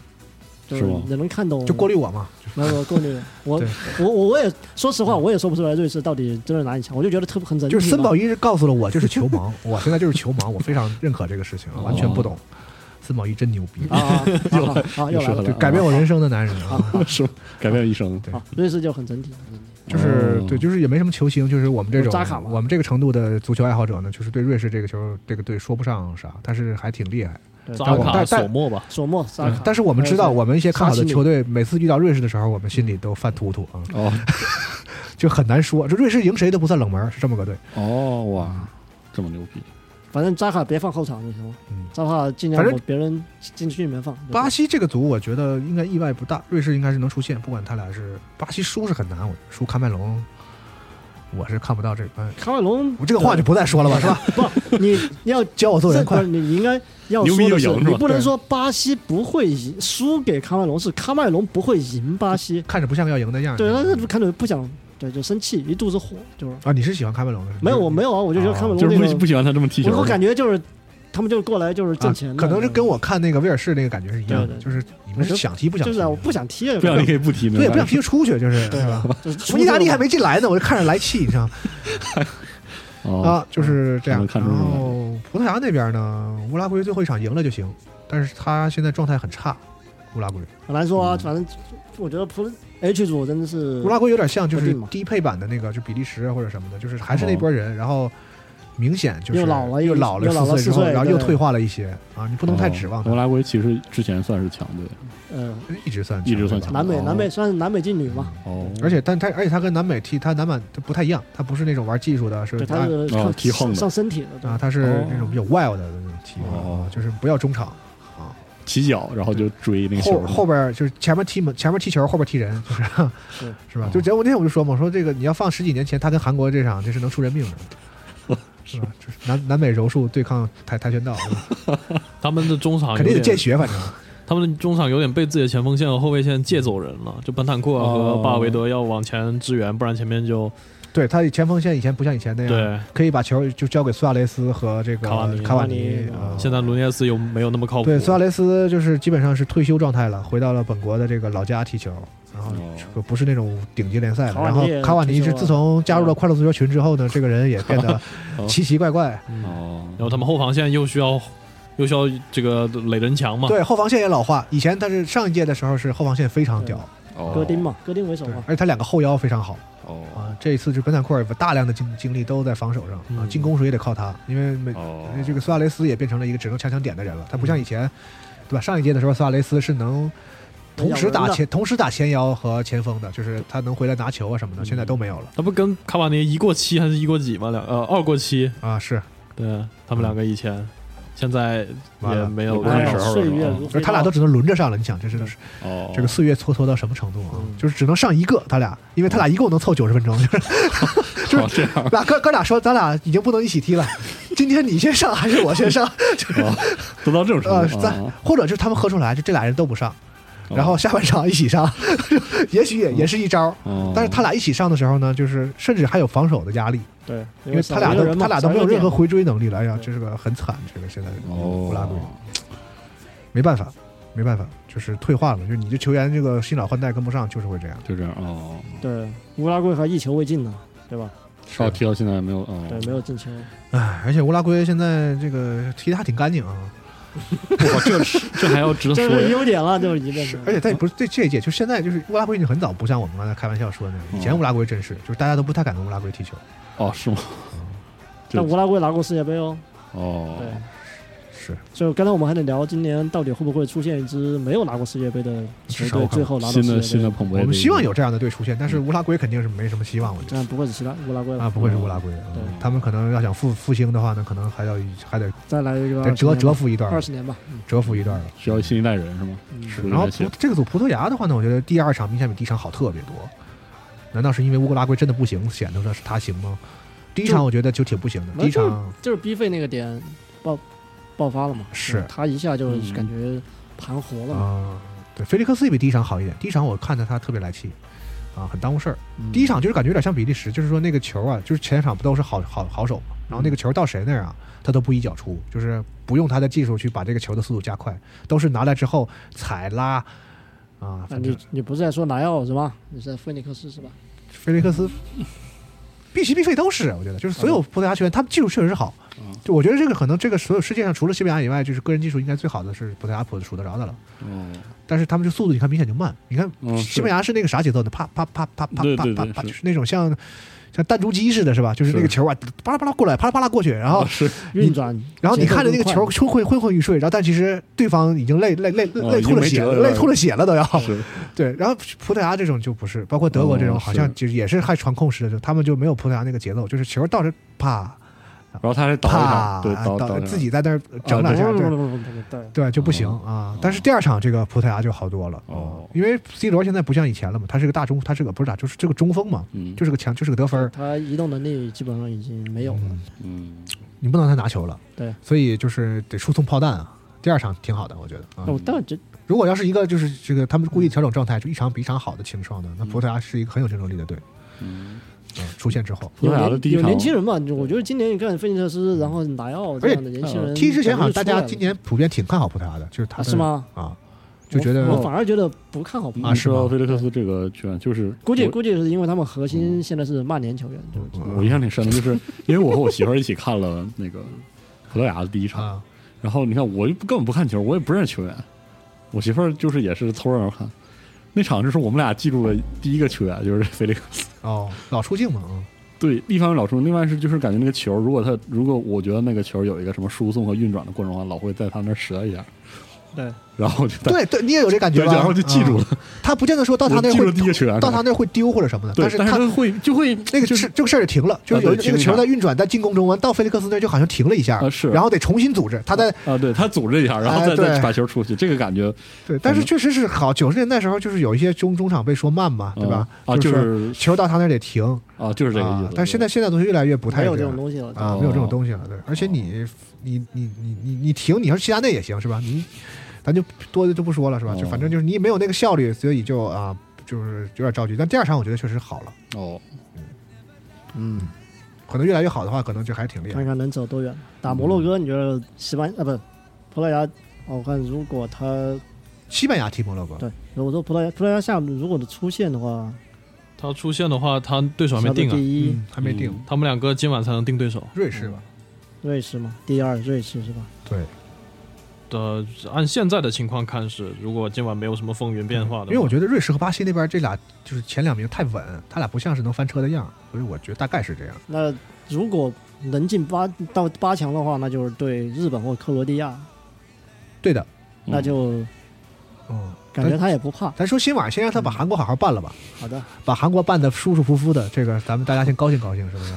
Speaker 5: 就是
Speaker 4: 是吗
Speaker 5: 你能看懂
Speaker 3: 就过滤我嘛，
Speaker 5: 没有 过滤。我
Speaker 3: 对
Speaker 5: 我我我也说实话，我也说不出来瑞士到底真的哪里强，我就觉得特很整体
Speaker 3: 就
Speaker 5: 嘛。
Speaker 3: 是森宝一是告诉了我，就是球盲，我现在就是球盲，我非常认可这个事情，完全不懂。森宝一真牛逼，
Speaker 5: 啊啊啊啊啊又来
Speaker 4: 又说
Speaker 5: 了
Speaker 4: 了
Speaker 3: 就改变我人生的男人啊！
Speaker 4: 是改变一生
Speaker 3: 对
Speaker 5: 啊！瑞士就很整体，
Speaker 3: 就是
Speaker 4: 哦
Speaker 3: 对，就是也没什么球星，就是我们这
Speaker 5: 有
Speaker 3: 种
Speaker 5: 扎卡吗
Speaker 3: 我们这个程度的足球爱好者呢，就是对瑞士这个球这个队说不上啥，但是还挺厉害。
Speaker 5: 对
Speaker 6: 扎
Speaker 3: 但我
Speaker 6: 卡
Speaker 3: 但
Speaker 6: 索莫吧，
Speaker 5: 索莫、呃萨卡，
Speaker 3: 嗯但是我们知道，
Speaker 5: 还有谁
Speaker 3: 我们一些看好
Speaker 5: 沙
Speaker 3: 的
Speaker 5: 奇尼
Speaker 3: 球队，每次遇到瑞士的时候，我们心里都犯突突啊，
Speaker 4: 哦
Speaker 3: 就很难说，这瑞士赢谁都不算冷门，是这么个队。
Speaker 4: 哦哇，这么牛逼
Speaker 5: 反正扎卡别放后场就行了
Speaker 3: 嗯，
Speaker 5: 扎卡尽量
Speaker 3: 反正
Speaker 5: 往别人禁区里面放。
Speaker 3: 巴西这个组，我觉得应该意外不大，瑞士应该是能出线，不管他俩是巴西输是很难，我觉得输喀麦隆，我是看不到这，哎，
Speaker 5: 卡瓦隆，
Speaker 3: 我这个话就不再说了吧， 是吧？
Speaker 5: 不，你你要
Speaker 3: 教我做人快
Speaker 5: 这，你你应该要
Speaker 4: 牛逼
Speaker 5: 说的，
Speaker 4: 就是赢是吧
Speaker 5: 你不能说巴西不会赢，输给喀麦隆是喀麦隆不会赢巴西。
Speaker 3: 看着不像要赢的
Speaker 4: 嗯
Speaker 3: 样儿。
Speaker 5: 对，他他看着不想，对，就生气，一肚子火，就是
Speaker 3: 啊，你是喜欢喀麦隆的？是吗
Speaker 5: 没有，我没有啊，我就觉得喀麦隆
Speaker 4: 就是
Speaker 5: 那
Speaker 4: 不不
Speaker 5: 个，
Speaker 4: 喜欢他这么踢球
Speaker 5: 我我
Speaker 4: 的，
Speaker 5: 感觉就是他们就是过来就是挣钱
Speaker 3: 啊
Speaker 5: 的，
Speaker 3: 可能是跟我看那个威尔士那个感觉是一样的，
Speaker 5: 对对对
Speaker 3: 就是你们是想踢不想
Speaker 5: 就
Speaker 3: 踢，
Speaker 5: 是啊，我不想踢，
Speaker 4: 不想你可以不踢呢，
Speaker 3: 对，不想踢就出去，就是对吧？
Speaker 5: 就是嗯出
Speaker 3: 我意大利还没进来呢，我就看着来气，你知道吗？
Speaker 4: 哦
Speaker 3: 啊，就是这样。
Speaker 4: 看
Speaker 3: 然
Speaker 4: 出来了
Speaker 3: 后葡萄牙那边呢，乌拉圭最后一场赢了就行，但是他现在状态很差。乌拉圭，
Speaker 5: 很难说啊，反正我觉得普 H 组真的是
Speaker 3: 乌拉圭有点像就
Speaker 5: 不
Speaker 3: 是
Speaker 5: 嗯定嘛
Speaker 3: 低配版的那个，就比利时啊或者什么的，就是还是那波人，然后明显就是
Speaker 5: 哦又老了一
Speaker 3: 又老了
Speaker 5: 又老了
Speaker 3: 四
Speaker 5: 四
Speaker 3: 之后，
Speaker 5: 岁
Speaker 3: 然后又
Speaker 5: 对哦
Speaker 3: 退化了一些啊，你不能太指望
Speaker 4: 罗
Speaker 3: 他，
Speaker 4: 拉圭其实之前算是强队，
Speaker 5: 嗯，
Speaker 3: 一直算
Speaker 4: 一直算
Speaker 3: 强
Speaker 4: 强
Speaker 3: 队吧
Speaker 5: 南美
Speaker 4: 哦
Speaker 5: 南美算是南美劲旅嘛，
Speaker 4: 哦，
Speaker 3: 而且但他而且他跟南美踢他南满他不太一样，他不是那种玩技术的，是
Speaker 5: 对，
Speaker 3: 啊
Speaker 5: 他是哦
Speaker 4: 哦
Speaker 5: 靠
Speaker 4: 踢横的
Speaker 5: 上身体的，对
Speaker 3: 啊，他是那种比较 wild 的那种踢法，
Speaker 4: 哦
Speaker 3: 就是不要中场。
Speaker 4: 起脚然后就追那个球
Speaker 3: 后，后边就是前面踢门，前面踢球，后边踢人，就是
Speaker 5: 是
Speaker 3: 是吧
Speaker 4: 哦？
Speaker 3: 就结果那天我就说嘛，我说这个你要放十几年前，他跟韩国这场，这是能出人命的， 是吧？就是南南美柔术对抗跆跆拳道，
Speaker 6: 他们的中场
Speaker 3: 肯定得
Speaker 6: 啊有点
Speaker 3: 见血，反正
Speaker 6: 他们的中场有点被自己的前锋线和后卫线借走人了，就本坦库尔和
Speaker 4: 哦
Speaker 6: 巴尔韦德要往前支援，不然前面就
Speaker 3: 对他前锋线以前不像以前那样，
Speaker 6: 对。
Speaker 3: 可以把球就交给苏亚雷斯和这个
Speaker 6: 卡瓦尼
Speaker 3: 啊卡瓦
Speaker 5: 卡瓦尼
Speaker 3: 啊。
Speaker 6: 现在卢涅斯又没有那么靠谱，
Speaker 3: 对，苏亚雷斯就是基本上是退休状态了，回到了本国的这个老家踢球，然后
Speaker 4: 哦
Speaker 3: 就不是那种顶级联赛了。
Speaker 5: 卡瓦啊
Speaker 3: 然
Speaker 5: 尼
Speaker 3: 后
Speaker 5: 也
Speaker 3: 卡瓦尼
Speaker 5: 退休
Speaker 3: 是
Speaker 5: 了
Speaker 3: 自从加入了快乐足球群之后呢，这个人也变 得奇奇怪怪。
Speaker 4: 哦，
Speaker 6: 然后他们后防线又需要又需要这个垒人墙嘛，
Speaker 3: 对，后防线也老化。以前他是上一届的时候是后防线非常屌，
Speaker 4: 哦
Speaker 5: 戈丁嘛，戈丁为首
Speaker 3: 对
Speaker 5: 嘛，，
Speaker 3: 而且他两个后腰非常好
Speaker 4: 哦
Speaker 3: 啊。这一次是本坦库尔把大量的精精力都在防守上啊，
Speaker 6: 嗯
Speaker 3: 进攻时也得靠他，因为每
Speaker 4: 哦
Speaker 3: 因为这个苏亚雷斯也变成了一个只能抢抢点的人了，他不
Speaker 5: 嗯
Speaker 3: 像以前，对吧？上一届的时候，苏亚雷斯是能同时打
Speaker 5: 能咬人的
Speaker 3: 前同时打前腰和前锋的，就是他能回来拿球啊什么
Speaker 5: 嗯
Speaker 3: 的，现在都没有了
Speaker 6: 他不跟卡瓦尼一过七还是一过几吗？两呃二过七，
Speaker 3: 啊。是，
Speaker 6: 对他们两个以前，现在
Speaker 3: 完
Speaker 6: 也
Speaker 3: 了
Speaker 6: 没有
Speaker 4: 不是
Speaker 6: 看
Speaker 4: 时
Speaker 6: 手
Speaker 4: 候了哦
Speaker 5: 哎岁
Speaker 4: 是吧
Speaker 5: 月如
Speaker 3: 而
Speaker 5: 飞
Speaker 3: 他俩都
Speaker 5: 刀
Speaker 3: 只能轮着上了，你想，这是
Speaker 4: 哦，
Speaker 3: 这个岁月蹉跎到什么程度啊？
Speaker 6: 嗯
Speaker 3: 就是只能上一个，他俩，因为他俩一共能凑九十分钟，就是
Speaker 4: 哦这样，
Speaker 3: 俩哥哥俩说，咱俩已经不能一起踢了，今天你先上还是我先上？ 就是
Speaker 4: 哦都到这种
Speaker 3: 呃
Speaker 4: 程，度
Speaker 3: 咱
Speaker 4: 了啊，
Speaker 3: 或者就是他们喝出来，就这俩人都不上，然后下半场一起上， 也许也也是一招。
Speaker 4: 哦，
Speaker 3: 但是他俩一起上的时候呢，就是甚至还有防守的压力，
Speaker 5: 对，
Speaker 3: 因
Speaker 5: 为
Speaker 3: 为
Speaker 5: 少
Speaker 3: 他俩
Speaker 5: 一个
Speaker 3: 都
Speaker 5: 人嘛
Speaker 3: 他俩都没有任何，回追能力了。哎呀，
Speaker 5: 对
Speaker 3: 这是个很惨，这个现在
Speaker 4: 哦
Speaker 3: 乌拉圭没办法，没办法，就是退化了，就是你这球员这个新老换代跟不上，就是会这样。
Speaker 4: 就这样哦，
Speaker 5: 少一个对，乌拉圭还一球未进呢，对吧？
Speaker 4: 到踢到现在没有哦，
Speaker 5: 对，没有进球，
Speaker 3: 唉，而且乌拉圭现在这个踢的还挺干净啊，
Speaker 4: 哇，这这还要值得
Speaker 5: 这
Speaker 4: 说
Speaker 5: 是
Speaker 4: 呀？
Speaker 5: 优点了，就是一变
Speaker 3: 是，而且他也不是这这一届，就现在就是乌拉圭已经很早不像我们刚才开玩笑说的那
Speaker 5: 哦
Speaker 3: 样，以前
Speaker 4: 嗯
Speaker 3: 乌拉圭真是就是大家都不太敢跟乌拉圭踢球，
Speaker 4: 哦，是吗？这
Speaker 5: 但乌拉圭拿过世界杯哦，
Speaker 4: 哦，
Speaker 5: 对。
Speaker 3: 是
Speaker 5: 就刚才我们还得聊，今年到底会不会出现一支没有拿过世界杯的球
Speaker 3: 至少我
Speaker 5: 队，
Speaker 3: 看
Speaker 5: 最后拿到
Speaker 4: 新
Speaker 5: 世界杯
Speaker 4: 的新的，捧杯，
Speaker 3: 我们希望有这样的队出现，但是乌拉圭肯定是没什么希望，我觉
Speaker 5: 但不会是希腊乌拉圭
Speaker 3: 得
Speaker 5: 了
Speaker 3: 啊，不会是乌拉圭，
Speaker 5: 嗯对
Speaker 3: 嗯他们可能要想复复兴的话呢，可能还要还得
Speaker 5: 再来一个
Speaker 3: 得蛰
Speaker 5: 20
Speaker 3: 蛰伏一段
Speaker 5: 二
Speaker 3: 了，
Speaker 5: 十年吧，嗯
Speaker 3: 蛰伏一段了。
Speaker 4: 需要新一代人是吗？
Speaker 5: 嗯
Speaker 4: 是
Speaker 3: 然后
Speaker 4: 有点
Speaker 3: 葡这个组葡萄牙的话呢，我觉得第二场明显比第一场好特别多，难道是因为乌拉圭真的不行，显得是他行吗？第一
Speaker 5: 就
Speaker 3: 场我觉得就挺不行的，第一场
Speaker 5: 就是逼费那个点爆爆发了嘛，
Speaker 3: 是
Speaker 5: 嗯他一下就
Speaker 4: 嗯
Speaker 5: 感觉盘活了嘛，
Speaker 3: 啊，对，菲利克斯也比第一场好一点。第一场我看着他特别来气，啊，很耽误事儿。
Speaker 5: 嗯
Speaker 3: 第一场就是感觉有点像比利时，就是说那个球啊，就是前场不都是好好好手嘛，然后那
Speaker 5: 嗯
Speaker 3: 个球到谁那儿啊，他都不一脚出，就是不用他的技术去把这个球的速度加快，都是拿来之后踩拉。啊，
Speaker 5: 啊，
Speaker 3: 反
Speaker 5: 你
Speaker 3: 正
Speaker 5: 你不是在说莱奥是吧？你是在菲尼克斯是吧？
Speaker 3: 菲利克斯必须必费都是，我觉得就是所有葡萄牙球员，他们技术确实是好。
Speaker 5: 嗯
Speaker 3: 就我觉得这个可能这个所有世界上除了西班牙以外，就是个人技术应该最好的是葡萄牙数数得着的了。
Speaker 4: 哦，
Speaker 3: 但是他们这速度，你看明显就慢。你看
Speaker 4: 嗯是
Speaker 3: 西班牙是那个啥节奏呢？啪啪啪啪啪
Speaker 4: 对
Speaker 3: 啪
Speaker 4: 对
Speaker 3: 啪
Speaker 4: 对
Speaker 3: 啪，
Speaker 4: 是
Speaker 3: 就是那种像像弹珠机似的，是吧？就是那个
Speaker 4: 是
Speaker 3: 球啊，啪啦啪啦过来，啪啦啪啦过去，然后
Speaker 4: 哦 是
Speaker 5: 运转，
Speaker 3: 然后你
Speaker 5: 节奏
Speaker 3: 看着那个
Speaker 5: 更快
Speaker 3: 球昏昏昏昏欲睡，然后但其实对方已经累累累
Speaker 4: 哦
Speaker 3: 累
Speaker 4: 已经
Speaker 3: 吐了
Speaker 4: 没
Speaker 3: 血，
Speaker 4: 辙了
Speaker 3: 累吐了血了都要。
Speaker 4: 是
Speaker 3: 对，然后葡萄牙这种就不是，包括德国这种
Speaker 4: 哦
Speaker 3: 好像
Speaker 4: 是
Speaker 3: 就也是还传控式的，就他们就没有葡萄牙那个节奏，就是球到这啪
Speaker 4: 然后他还倒一
Speaker 3: 啪
Speaker 4: 下，对，倒倒
Speaker 3: 到
Speaker 4: 一下
Speaker 3: 自己在那儿整
Speaker 4: 啊
Speaker 3: 两下，
Speaker 5: 不
Speaker 3: 对
Speaker 5: 不不不不对，
Speaker 3: 对，就不行
Speaker 4: 哦
Speaker 3: 啊。但是第二场这个葡萄牙就好多了，
Speaker 4: 哦
Speaker 3: 因为 C 罗现在不像以前了嘛，他是个大中，他是个不是大，就是这个中锋嘛，
Speaker 4: 嗯
Speaker 3: 就是个强，就是个得分儿，
Speaker 5: 他移动能力基本上已经没有了，
Speaker 4: 嗯
Speaker 3: 你不能让他拿球了。
Speaker 5: 对，
Speaker 3: 所以就是得输送炮弹啊。第二场挺好的，我觉得啊
Speaker 5: 那。我哦但这
Speaker 3: 如果要是一个就是这个他们故意调整状态，就一场比一场好的情况的，那葡萄牙是一个很有竞争力的队。
Speaker 4: 嗯，
Speaker 3: 嗯，出现之后，
Speaker 4: 葡萄牙的第一
Speaker 5: 有
Speaker 4: 场
Speaker 5: 年轻人嘛，我觉得今年你看菲尼克斯，然后莱奥这
Speaker 3: 而
Speaker 5: 样的
Speaker 3: 且
Speaker 5: 年轻嗯人
Speaker 3: 踢之前好像大
Speaker 5: 感
Speaker 3: 家
Speaker 5: 觉就出来了
Speaker 3: 今年普遍挺看好葡萄牙的，就是他的
Speaker 5: 啊是吗？
Speaker 3: 啊，就觉
Speaker 5: 我我
Speaker 3: 得
Speaker 5: 反而觉得不看好。
Speaker 3: 啊是吗
Speaker 4: 说菲利克斯这个球员就是
Speaker 5: 嗯估计
Speaker 4: 我
Speaker 5: 估计是因为他们核
Speaker 3: 嗯
Speaker 5: 心现在是曼联球员，就
Speaker 4: 我印象挺深的，就是因为我和我媳妇儿一起看了那个葡萄牙的第一场，
Speaker 3: 啊，
Speaker 4: 然后你看我就不根本不看球，我也不认识球员，我媳妇儿就是也是凑热闹看。那场就是我们俩记住了第一个球员，就是菲利克斯，
Speaker 3: 哦，老出镜嘛，嗯
Speaker 4: 对，一方面老出，另外是就是感觉那个球，如果他如果我觉得那个球有一个什么输送和运转的过程的话，老会在他那儿折一下，
Speaker 5: 对，
Speaker 4: 然后我就
Speaker 3: 对对，你也有这感觉
Speaker 4: 对，
Speaker 3: 吧？
Speaker 4: 然后就记住了，
Speaker 3: 嗯他不见得说到他
Speaker 4: 我
Speaker 3: 那儿
Speaker 4: 记住
Speaker 3: 会
Speaker 4: 第一个球员，
Speaker 3: 到他那儿会丢或者什么的，
Speaker 4: 对，
Speaker 3: 是
Speaker 4: 但
Speaker 3: 他
Speaker 4: 他会就会
Speaker 3: 那个
Speaker 4: 就是
Speaker 3: 这个事儿停了，就是
Speaker 4: 啊
Speaker 3: 有
Speaker 4: 对
Speaker 3: 一个那个
Speaker 4: 停一
Speaker 3: 球
Speaker 4: 下
Speaker 3: 在运转，在进攻中完到菲利克斯那儿就好像停了一下
Speaker 4: 啊，是
Speaker 3: 然后得重新组织。他在
Speaker 4: 啊，对他组织一下，然后
Speaker 3: 哎
Speaker 4: 再再
Speaker 3: 对
Speaker 4: 把球出去，这个感觉
Speaker 3: 对，但是确实是好，九十年代时候就是有一些中中场被说慢嘛，对吧？
Speaker 4: 嗯啊，
Speaker 3: 就
Speaker 4: 就是是
Speaker 3: 球到他那儿得停，
Speaker 4: 啊，就是这个意
Speaker 3: 啊
Speaker 4: 思。
Speaker 3: 但是现在现在足球越来越不太
Speaker 5: 没有
Speaker 3: 这
Speaker 5: 这种
Speaker 3: 样
Speaker 5: 东西了。对
Speaker 3: 啊，没有这种东西了，对。而且
Speaker 4: 哦
Speaker 3: 你你你你你你停，你要是齐达内也行是吧？你咱就多的就不说了是吧？就
Speaker 4: 哦
Speaker 3: 反正就是你没有那个效率，所以就啊就是有点着急。但第二场我觉得确实好了，
Speaker 4: 对哦，
Speaker 3: 嗯，可能越来越好的话，可能就还挺厉害
Speaker 5: 看。看能走多远。打
Speaker 3: 嗯
Speaker 5: 摩洛哥，你觉得西班啊不，葡萄牙？哦我看如果他
Speaker 3: 西班牙踢摩洛哥，
Speaker 5: 对，如果说葡萄牙葡萄牙下如果出现的话，
Speaker 6: 他出现的话，他对手还没
Speaker 5: 他的
Speaker 6: 定啊，
Speaker 5: 第一嗯
Speaker 3: 嗯，还没定，
Speaker 4: 嗯
Speaker 6: 他们两个今晚才能定对手。
Speaker 3: 瑞士吧？
Speaker 5: 瑞士嘛，第二瑞士是吧？
Speaker 3: 对，
Speaker 6: 呃，按现在的情况看是，如果今晚没有什么风云变化的话，
Speaker 3: 嗯因为我觉得瑞士和巴西那边这俩就是前两名太稳，他俩不像是能翻车的样儿，所以我觉得大概是这样。
Speaker 5: 那如果能进八到八强的话，那就是对日本或克罗地亚，
Speaker 3: 对的，
Speaker 5: 那就
Speaker 3: 嗯，
Speaker 5: 感觉他也不怕。
Speaker 3: 咱说今晚先让他把韩国好好办了吧，
Speaker 5: 好的，
Speaker 3: 把韩国办的舒舒服服的，这个咱们大家先高兴高兴，是不是？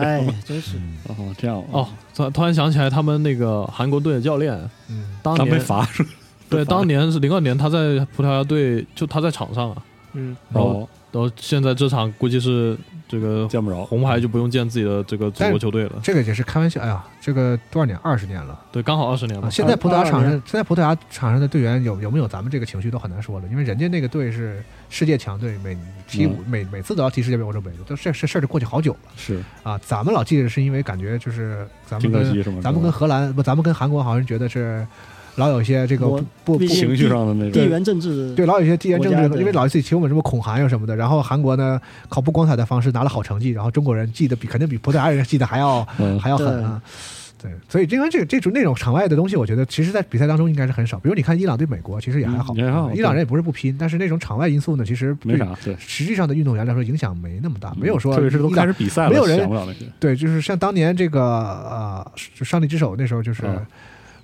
Speaker 5: 哎，真是
Speaker 4: 哦这样
Speaker 6: 哦，，突突然想起来，他们那个韩国队的教练
Speaker 3: 嗯，
Speaker 6: 当
Speaker 4: 他
Speaker 6: 年
Speaker 4: 被罚是吧哦
Speaker 6: 对，
Speaker 4: 被罚
Speaker 6: 当年是零二年，他在葡萄牙队就他在场上啊，
Speaker 5: 嗯，
Speaker 6: 然后
Speaker 4: 哦
Speaker 6: 然后现在这场估计是这个
Speaker 4: 见不着，
Speaker 6: 红牌就不用见自己的这个祖
Speaker 3: 但
Speaker 6: 国
Speaker 3: 是
Speaker 6: 球队了，
Speaker 3: 这个也是开玩笑，哎呀，这个多少年？二十年了。
Speaker 6: 对，刚好二十年
Speaker 3: 啊，
Speaker 6: 了。
Speaker 3: 现在葡萄牙场上，
Speaker 5: 22
Speaker 3: 现在葡萄牙场上的队员有有没有咱们这个情绪都很难说了，因为人家那个队是世界强队，每踢五、
Speaker 5: 嗯
Speaker 3: 每每次都要踢世界杯、欧洲杯，都这这事儿就过去好久了。
Speaker 4: 是
Speaker 3: 啊，咱们老记着是因为感觉就是咱们
Speaker 4: 挺可
Speaker 3: 跟
Speaker 4: 惜是吗？
Speaker 3: 咱们跟荷兰不，咱们跟韩国好像觉得是老有些这个
Speaker 5: 我
Speaker 3: 不不
Speaker 5: 毕竟
Speaker 4: 情绪上的那
Speaker 5: 地
Speaker 4: 种，
Speaker 5: 缘政治
Speaker 3: 对，老有些地缘政
Speaker 5: 国家
Speaker 3: 治，
Speaker 5: 对
Speaker 3: 因为老有自己提我们什么恐韩又啊什么的，然后韩国呢靠不光彩的方式拿了好成绩，然后中国人记得比肯定比葡萄牙人记得还要
Speaker 4: 嗯
Speaker 3: 还要狠啊。对，所以因为这个这种那种场外的东西，我觉得其实，在比赛当中应该是很少。比如你看伊朗对美国，其实也还好，
Speaker 4: 嗯也还好
Speaker 3: 伊朗人
Speaker 4: 对
Speaker 3: 也不是不拼，但是那种场外因素呢，其实
Speaker 4: 没啥，对，
Speaker 3: 实际上的运动员来说影响没那么 大，没有说
Speaker 4: 特别是都
Speaker 3: 伊朗
Speaker 4: 开始比赛了，
Speaker 3: 没有人
Speaker 4: 想不了那些
Speaker 3: 对，就是像当年这个呃，就上帝之手那时候就是
Speaker 4: 嗯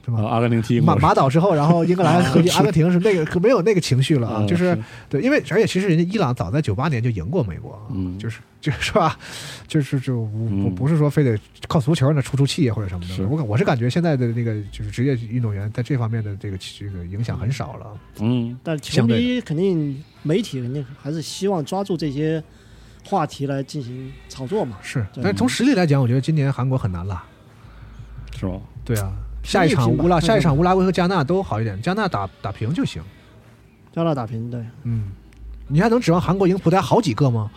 Speaker 3: 什
Speaker 4: 啊，
Speaker 3: 么
Speaker 4: 阿根廷踢英
Speaker 3: 马
Speaker 4: 国，
Speaker 3: 马岛之后，然后英格兰 和阿根廷是那个可没有那个情绪了啊，
Speaker 4: 嗯
Speaker 3: 就是
Speaker 4: 是
Speaker 3: 对，因为而且其实人家伊朗早在九八年就赢过美国啊，
Speaker 4: 嗯
Speaker 3: 就是 就是是吧，就是就我
Speaker 4: 嗯
Speaker 3: 不是说非得靠足球那出出气或者什么
Speaker 4: 是
Speaker 3: 的，我感我是感觉现在的那个就是职业运动员在这方面的这个这个影响很少了，
Speaker 4: 嗯，
Speaker 5: 但球迷肯定媒体肯定还是希望抓住这些话题来进行炒作嘛。
Speaker 3: 是，
Speaker 5: 对
Speaker 3: 但是从实力来讲，我觉得今年韩国很难了，
Speaker 4: 是吗？
Speaker 3: 对啊。下一场
Speaker 5: 拼吧
Speaker 3: 乌拉，
Speaker 5: 看
Speaker 3: 下一
Speaker 5: 看
Speaker 3: 场乌拉圭和加纳都好一点，加纳打打平就行。
Speaker 5: 加拿大打平，对，
Speaker 3: 嗯，你还能指望韩国赢葡萄牙好几个吗？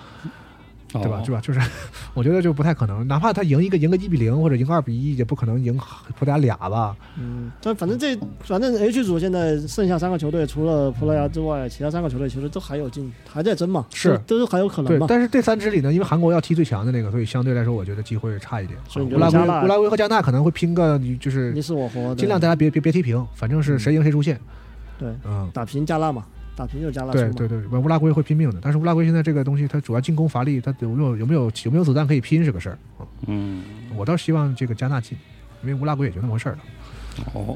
Speaker 4: 对
Speaker 3: 对吧？对吧？就是 我觉得就不太可能，哪怕他赢一个赢个一比零或者赢二比一，也不可能赢葡萄牙俩吧？
Speaker 5: 嗯，但反正这反正 H 组现在剩下三个球队，除了葡萄牙之外，其他三个球队其实都还有进，还在争嘛，
Speaker 3: 是
Speaker 5: 都都还有可能
Speaker 3: 对
Speaker 5: 嘛，。
Speaker 3: 但是这三支里呢，因为韩国要踢最强的那个，所以相对来说，我觉得机会差一点。
Speaker 5: 所以你
Speaker 3: 乌
Speaker 5: 觉
Speaker 3: 拉圭、
Speaker 5: 得加纳
Speaker 3: 乌拉圭和加纳可能会拼个，就是
Speaker 5: 你死我活的，
Speaker 3: 尽量大家别别别踢平，反正是谁赢谁出线。
Speaker 5: 对
Speaker 3: 嗯，
Speaker 5: 打平加纳嘛，打平就加纳出
Speaker 3: 对
Speaker 5: 嘛。
Speaker 3: 对对，乌拉圭会拼命的，但是乌拉圭现在这个东西，它主要进攻乏力，它有没有有没有有没有子弹可以拼是个事儿。嗯
Speaker 4: 嗯，
Speaker 3: 我倒是希望这个加纳进，因为乌拉圭也就那么回事儿了。
Speaker 4: 哦，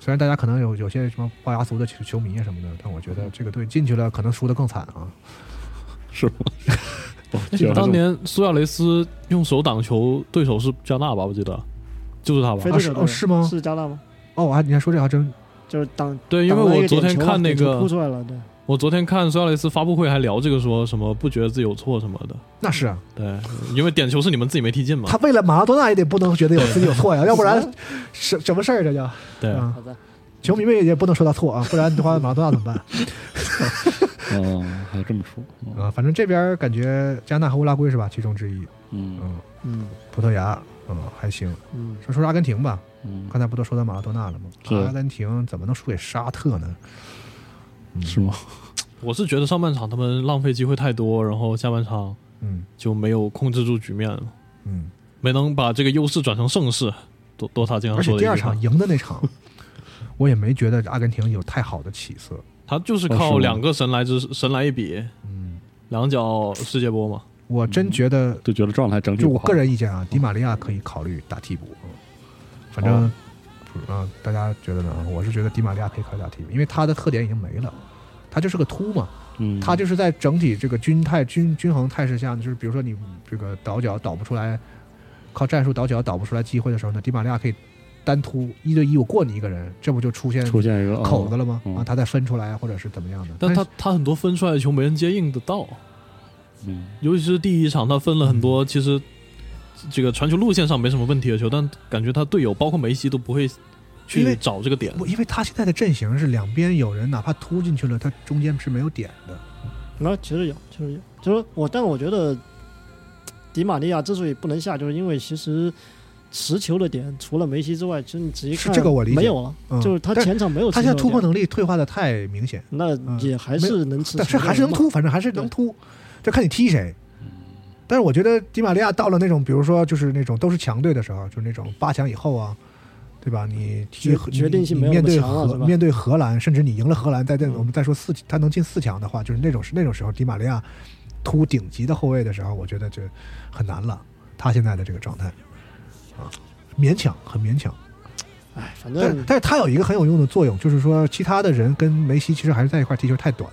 Speaker 3: 虽然大家可能有有些什么龅牙族的球球迷啊什么的，但我觉得这个队进去了可能输得更惨啊。
Speaker 4: 是吗？哦居
Speaker 6: 哎
Speaker 4: 然
Speaker 6: 当
Speaker 4: 是
Speaker 6: 年苏亚雷斯用手挡球，对手是加纳吧？我记得就是他吧
Speaker 5: 非。对
Speaker 3: 是
Speaker 5: 对
Speaker 3: 哦
Speaker 5: 对
Speaker 3: 是吗？
Speaker 5: 是加纳吗？
Speaker 3: 哦，我还你还说这还真
Speaker 5: 就是当
Speaker 6: 对，因为
Speaker 5: 当了一
Speaker 6: 我
Speaker 5: 个啊
Speaker 6: 昨天
Speaker 5: 点球啊
Speaker 6: 看那
Speaker 5: 点球
Speaker 6: 个
Speaker 5: 扑，出来了，对，
Speaker 6: 我昨天看苏亚雷斯发布会还聊这个，说什么不觉得自己有错什么的。
Speaker 3: 那是啊，
Speaker 6: 对，因为点球是你们自己没踢进嘛
Speaker 3: 他。为了马拉多纳也得不能觉得有自己有错呀，要不然什什么事儿这叫
Speaker 6: 对，
Speaker 3: 啊
Speaker 5: 好？的，
Speaker 3: 球迷们也不能说他错啊，不然的话马拉多纳怎么办
Speaker 4: 哦，还这么说，嗯
Speaker 3: 啊？反正这边感觉加纳和乌拉圭是吧，其中之一。
Speaker 4: 嗯
Speaker 3: 嗯，
Speaker 5: 嗯
Speaker 3: 葡萄牙嗯还行。
Speaker 5: 嗯，
Speaker 3: 说说阿根廷吧，
Speaker 4: 嗯，
Speaker 3: 刚才不都说到马拉多纳了吗？
Speaker 4: 是
Speaker 3: 阿根廷怎么能输给沙特呢？
Speaker 4: 嗯是吗？
Speaker 6: 我是觉得上半场他们浪费机会太多，然后下半场
Speaker 3: 嗯
Speaker 6: 就没有控制住局面，
Speaker 3: 嗯，
Speaker 6: 没能把这个优势转成胜势。多多塔经常
Speaker 3: 而且
Speaker 6: 说的一
Speaker 3: 第
Speaker 6: 句话，
Speaker 3: 二场赢的那场，我也没觉得阿根廷有太好的起色。嗯
Speaker 6: 他就是
Speaker 4: 哦是
Speaker 6: 靠
Speaker 4: 吗
Speaker 6: 两个神来之神来一笔，
Speaker 3: 嗯，哦
Speaker 6: 两脚世界波嘛。
Speaker 3: 我真觉得，
Speaker 4: 就觉得状态整体
Speaker 3: 就
Speaker 4: 不
Speaker 3: 我
Speaker 4: 好
Speaker 3: 个人意见啊，迪玛利亚可以考虑打替补。嗯反正
Speaker 4: 哦
Speaker 3: 不知道大家觉得呢？我是觉得迪玛利亚可以考虑打替补，因为他的特点已经没了，他就是个突嘛。
Speaker 4: 嗯，
Speaker 3: 他就是在整体这个均态均均衡态势下呢，就是比如说你这个倒脚倒不出来，靠战术倒脚倒不出来机会的时候呢，迪玛利亚可以单突一对一我过你一个人，这不就出现
Speaker 4: 出现一个
Speaker 3: 口子
Speaker 4: 了，
Speaker 3: 了吗？
Speaker 4: 嗯
Speaker 3: 啊，他再分出来或者是怎么样的？
Speaker 6: 但
Speaker 3: 是
Speaker 6: 他他很多分出来的球没人接应得到，
Speaker 4: 嗯，
Speaker 6: 尤其是第一场他分了很多，其实这个传球路线上没什么问题的球，但感觉他队友包括梅西都不会
Speaker 3: 因为
Speaker 6: 去找这个点。
Speaker 3: 不，因为他现在的阵型是两边有人，哪怕突进去了，他中间是没有点的。
Speaker 5: 那其实有，其实有，就是我，但我觉得迪马利亚之所以不能下，就是因为其实持球的点除了梅西之外，其实你仔细
Speaker 3: 是
Speaker 5: 看，
Speaker 3: 这个我理解
Speaker 5: 没有了，
Speaker 3: 嗯
Speaker 5: 就是他
Speaker 3: 但
Speaker 5: 前场没有持
Speaker 3: 他现
Speaker 5: 球的
Speaker 3: 在
Speaker 5: 点
Speaker 3: 突破能力退化的太明显，
Speaker 5: 那也还是嗯能持球的
Speaker 3: 但
Speaker 5: 嘛，
Speaker 3: 是还是能突，反正还是能突，就看你踢谁。但是我觉得迪玛利亚到了那种，比如说就是那种都是强队的时候，就是那种八强以后啊，对吧？你踢
Speaker 5: 决
Speaker 3: 和
Speaker 5: 决定性
Speaker 3: 你
Speaker 5: 没有
Speaker 3: 面对
Speaker 5: 那么强了
Speaker 3: 荷
Speaker 5: 是吧
Speaker 3: 面对荷兰，甚至你赢了荷兰，再再
Speaker 5: 嗯
Speaker 3: 我们再说四，他能进四强的话，就是那种那种时候，迪玛利亚突顶级的后卫的时候，我觉得就很难了。他现在的这个状态啊，勉强，很勉强。
Speaker 5: 哎，反
Speaker 3: 但嗯
Speaker 5: 正
Speaker 3: 但是他有一个很有用的作用，就是说其他的人跟梅西其实还是在一块儿踢球太短，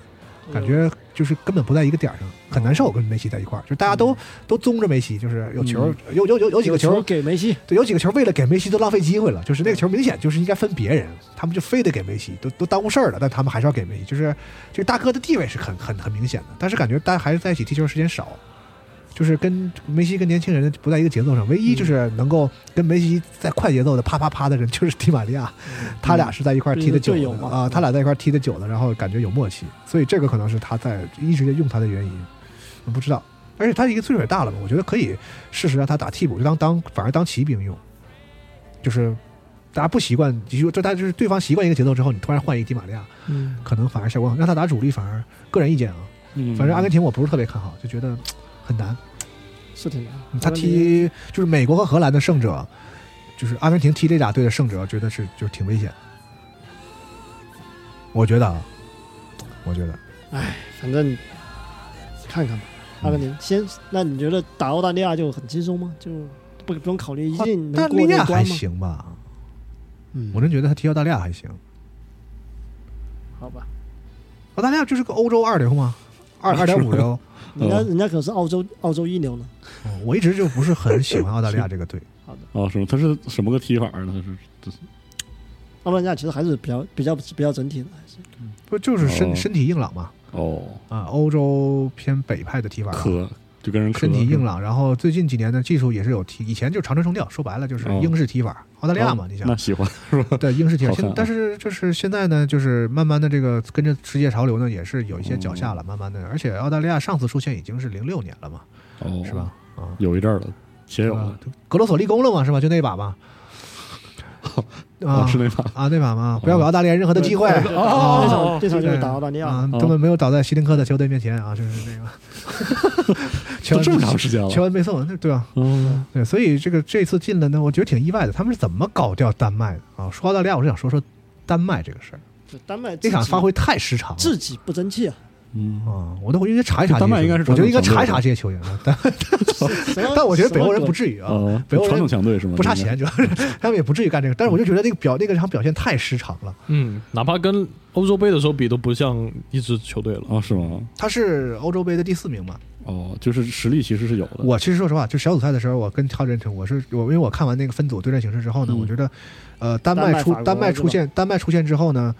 Speaker 3: 感觉就是根本不在一个点儿上，很难受。跟梅西在一块儿，就是大家都都宗着梅西，就是有球有有有嗯有几个
Speaker 5: 球
Speaker 3: 球，
Speaker 5: 给梅西，
Speaker 3: 对，有几个球为了给梅西都浪费机会了，就是那个球明显就是应该分别人，他们就非得给梅西，都都耽误事儿了，但他们还是要给梅西，就是这个大哥的地位是很 很很明显的，但是感觉大家还是在一起踢球时间少。就是跟梅西跟年轻人不在一个节奏上，唯一就是能够跟梅西在快节奏的啪啪啪的人就是迪玛利亚，他俩是在一块儿踢的久
Speaker 5: 就是队友
Speaker 3: 的
Speaker 5: 嘛
Speaker 3: 啊，他俩在一块儿踢的久的，然后感觉有默契，所以这个可能是他在一直在用他的原因，我不知道。而且他一个岁数也大了嘛，我觉得可以试试让他打替补，就当当反而当骑兵用，就是大家不习惯，就就大家就是对方习惯一个节奏之后，你突然换一个迪玛利亚，
Speaker 5: 嗯，
Speaker 3: 可能反而效果好。让他打主力反而个人意见啊，
Speaker 4: 嗯
Speaker 3: 反正阿根廷我不是特别看好，就觉得很难。
Speaker 5: 是挺难，
Speaker 3: 他踢就是美国和荷兰的胜者，就是阿根廷踢这俩队的胜者，觉得是就挺危险。我觉得啊，我觉得
Speaker 5: 反正看看吧，阿根廷先，那你觉得打澳大利亚就很轻松吗？就不不用考虑一定
Speaker 3: 澳大
Speaker 5: 能
Speaker 3: 利
Speaker 5: 过
Speaker 3: 亚
Speaker 5: 那
Speaker 3: 还
Speaker 5: 关吗？
Speaker 3: 行吧，
Speaker 5: 嗯
Speaker 3: 我，真觉得他踢澳大利亚还行。
Speaker 5: 好吧，
Speaker 3: 澳大利亚就是个欧洲二流嘛， 二二点五流。
Speaker 5: 人家
Speaker 4: 哦
Speaker 5: 人家可是澳洲澳洲一流呢。
Speaker 3: 嗯我一直就不是很喜欢澳大利亚这个队，
Speaker 4: 哦，什么？他是什么个踢法呢？他是这是
Speaker 5: 澳大利亚其实还是比较比较比较整体的，还是
Speaker 3: 不就是身
Speaker 4: 哦
Speaker 3: 身体硬朗嘛？
Speaker 4: 哦，
Speaker 3: 啊，欧洲偏北派的踢法，
Speaker 4: 磕就跟人磕
Speaker 3: 身体硬，朗。然后最近几年呢，技术也是有踢，以前就是长传冲吊，说白了就是
Speaker 4: 哦
Speaker 3: 英式踢法，澳大利亚嘛，你想
Speaker 4: 那喜欢是吧？
Speaker 3: 对英式体
Speaker 4: 好
Speaker 3: 现
Speaker 4: 看啊
Speaker 3: 但是就是现在呢，就是慢慢的这个跟着世界潮流呢，也是有一些脚
Speaker 4: 嗯
Speaker 3: 下了，慢慢的，而且澳大利亚上次出现已经是零六年了嘛，
Speaker 4: 哦，
Speaker 3: 是吧？？啊，
Speaker 4: 有一阵儿了，且有
Speaker 3: 啊
Speaker 4: 了，
Speaker 3: 格罗索立功了嘛，是吧？就那一把嘛，
Speaker 4: 哦
Speaker 3: 啊
Speaker 4: 是那把哦
Speaker 3: 啊那把嘛，不要给澳大利亚任何的机会
Speaker 5: 对对对这场这场就
Speaker 3: 哦对
Speaker 5: 是打澳大利亚
Speaker 3: 啊，，
Speaker 4: 哦
Speaker 3: 根本没有倒在希林科的球队面前啊，就是那个，全
Speaker 4: 都这么长时间了，
Speaker 3: 全文背诵，那对啊，
Speaker 4: 嗯，
Speaker 3: 对，所以这个这次进了呢，我觉得挺意外的，他们是怎么搞掉丹麦的啊？说澳大利亚，我是想说说丹麦这个事儿，
Speaker 5: 就丹麦自
Speaker 3: 这
Speaker 5: 己
Speaker 3: 场发挥太失常了，
Speaker 5: 自己不争气啊，
Speaker 4: 嗯，
Speaker 3: 啊，我都我应该查一查这些球员。
Speaker 4: 丹麦应该是
Speaker 3: 我
Speaker 4: 传
Speaker 3: 觉
Speaker 4: 统
Speaker 3: 得应该查一
Speaker 4: 强队啊
Speaker 3: 查这些球员啊，但
Speaker 5: 什么
Speaker 3: 但我觉得北欧人
Speaker 5: 什么
Speaker 3: 不
Speaker 5: 鬼
Speaker 3: 至于啊，
Speaker 4: 哦，
Speaker 3: 北欧人
Speaker 4: 传统强队是吗？
Speaker 3: 不差钱，主要是他们也不至于干这个。但是我就觉得那个表那个场表现太失常了。
Speaker 6: 嗯，哪怕跟欧洲杯的时候比都不像一支球队了。
Speaker 4: 哦，是吗？
Speaker 3: 他是欧洲杯的第四名嘛？
Speaker 4: 哦，就是实力其实是有的，
Speaker 3: 我其实说实话，就小组赛的时候，我跟超人成，我是我因为我看完那个分组对战形势之后呢，
Speaker 4: 嗯
Speaker 3: 我觉得，呃，丹
Speaker 5: 丹
Speaker 3: 麦
Speaker 5: 麦
Speaker 3: 出
Speaker 5: 法国
Speaker 3: 丹麦
Speaker 5: 是吧
Speaker 3: 出现丹麦出现之后呢，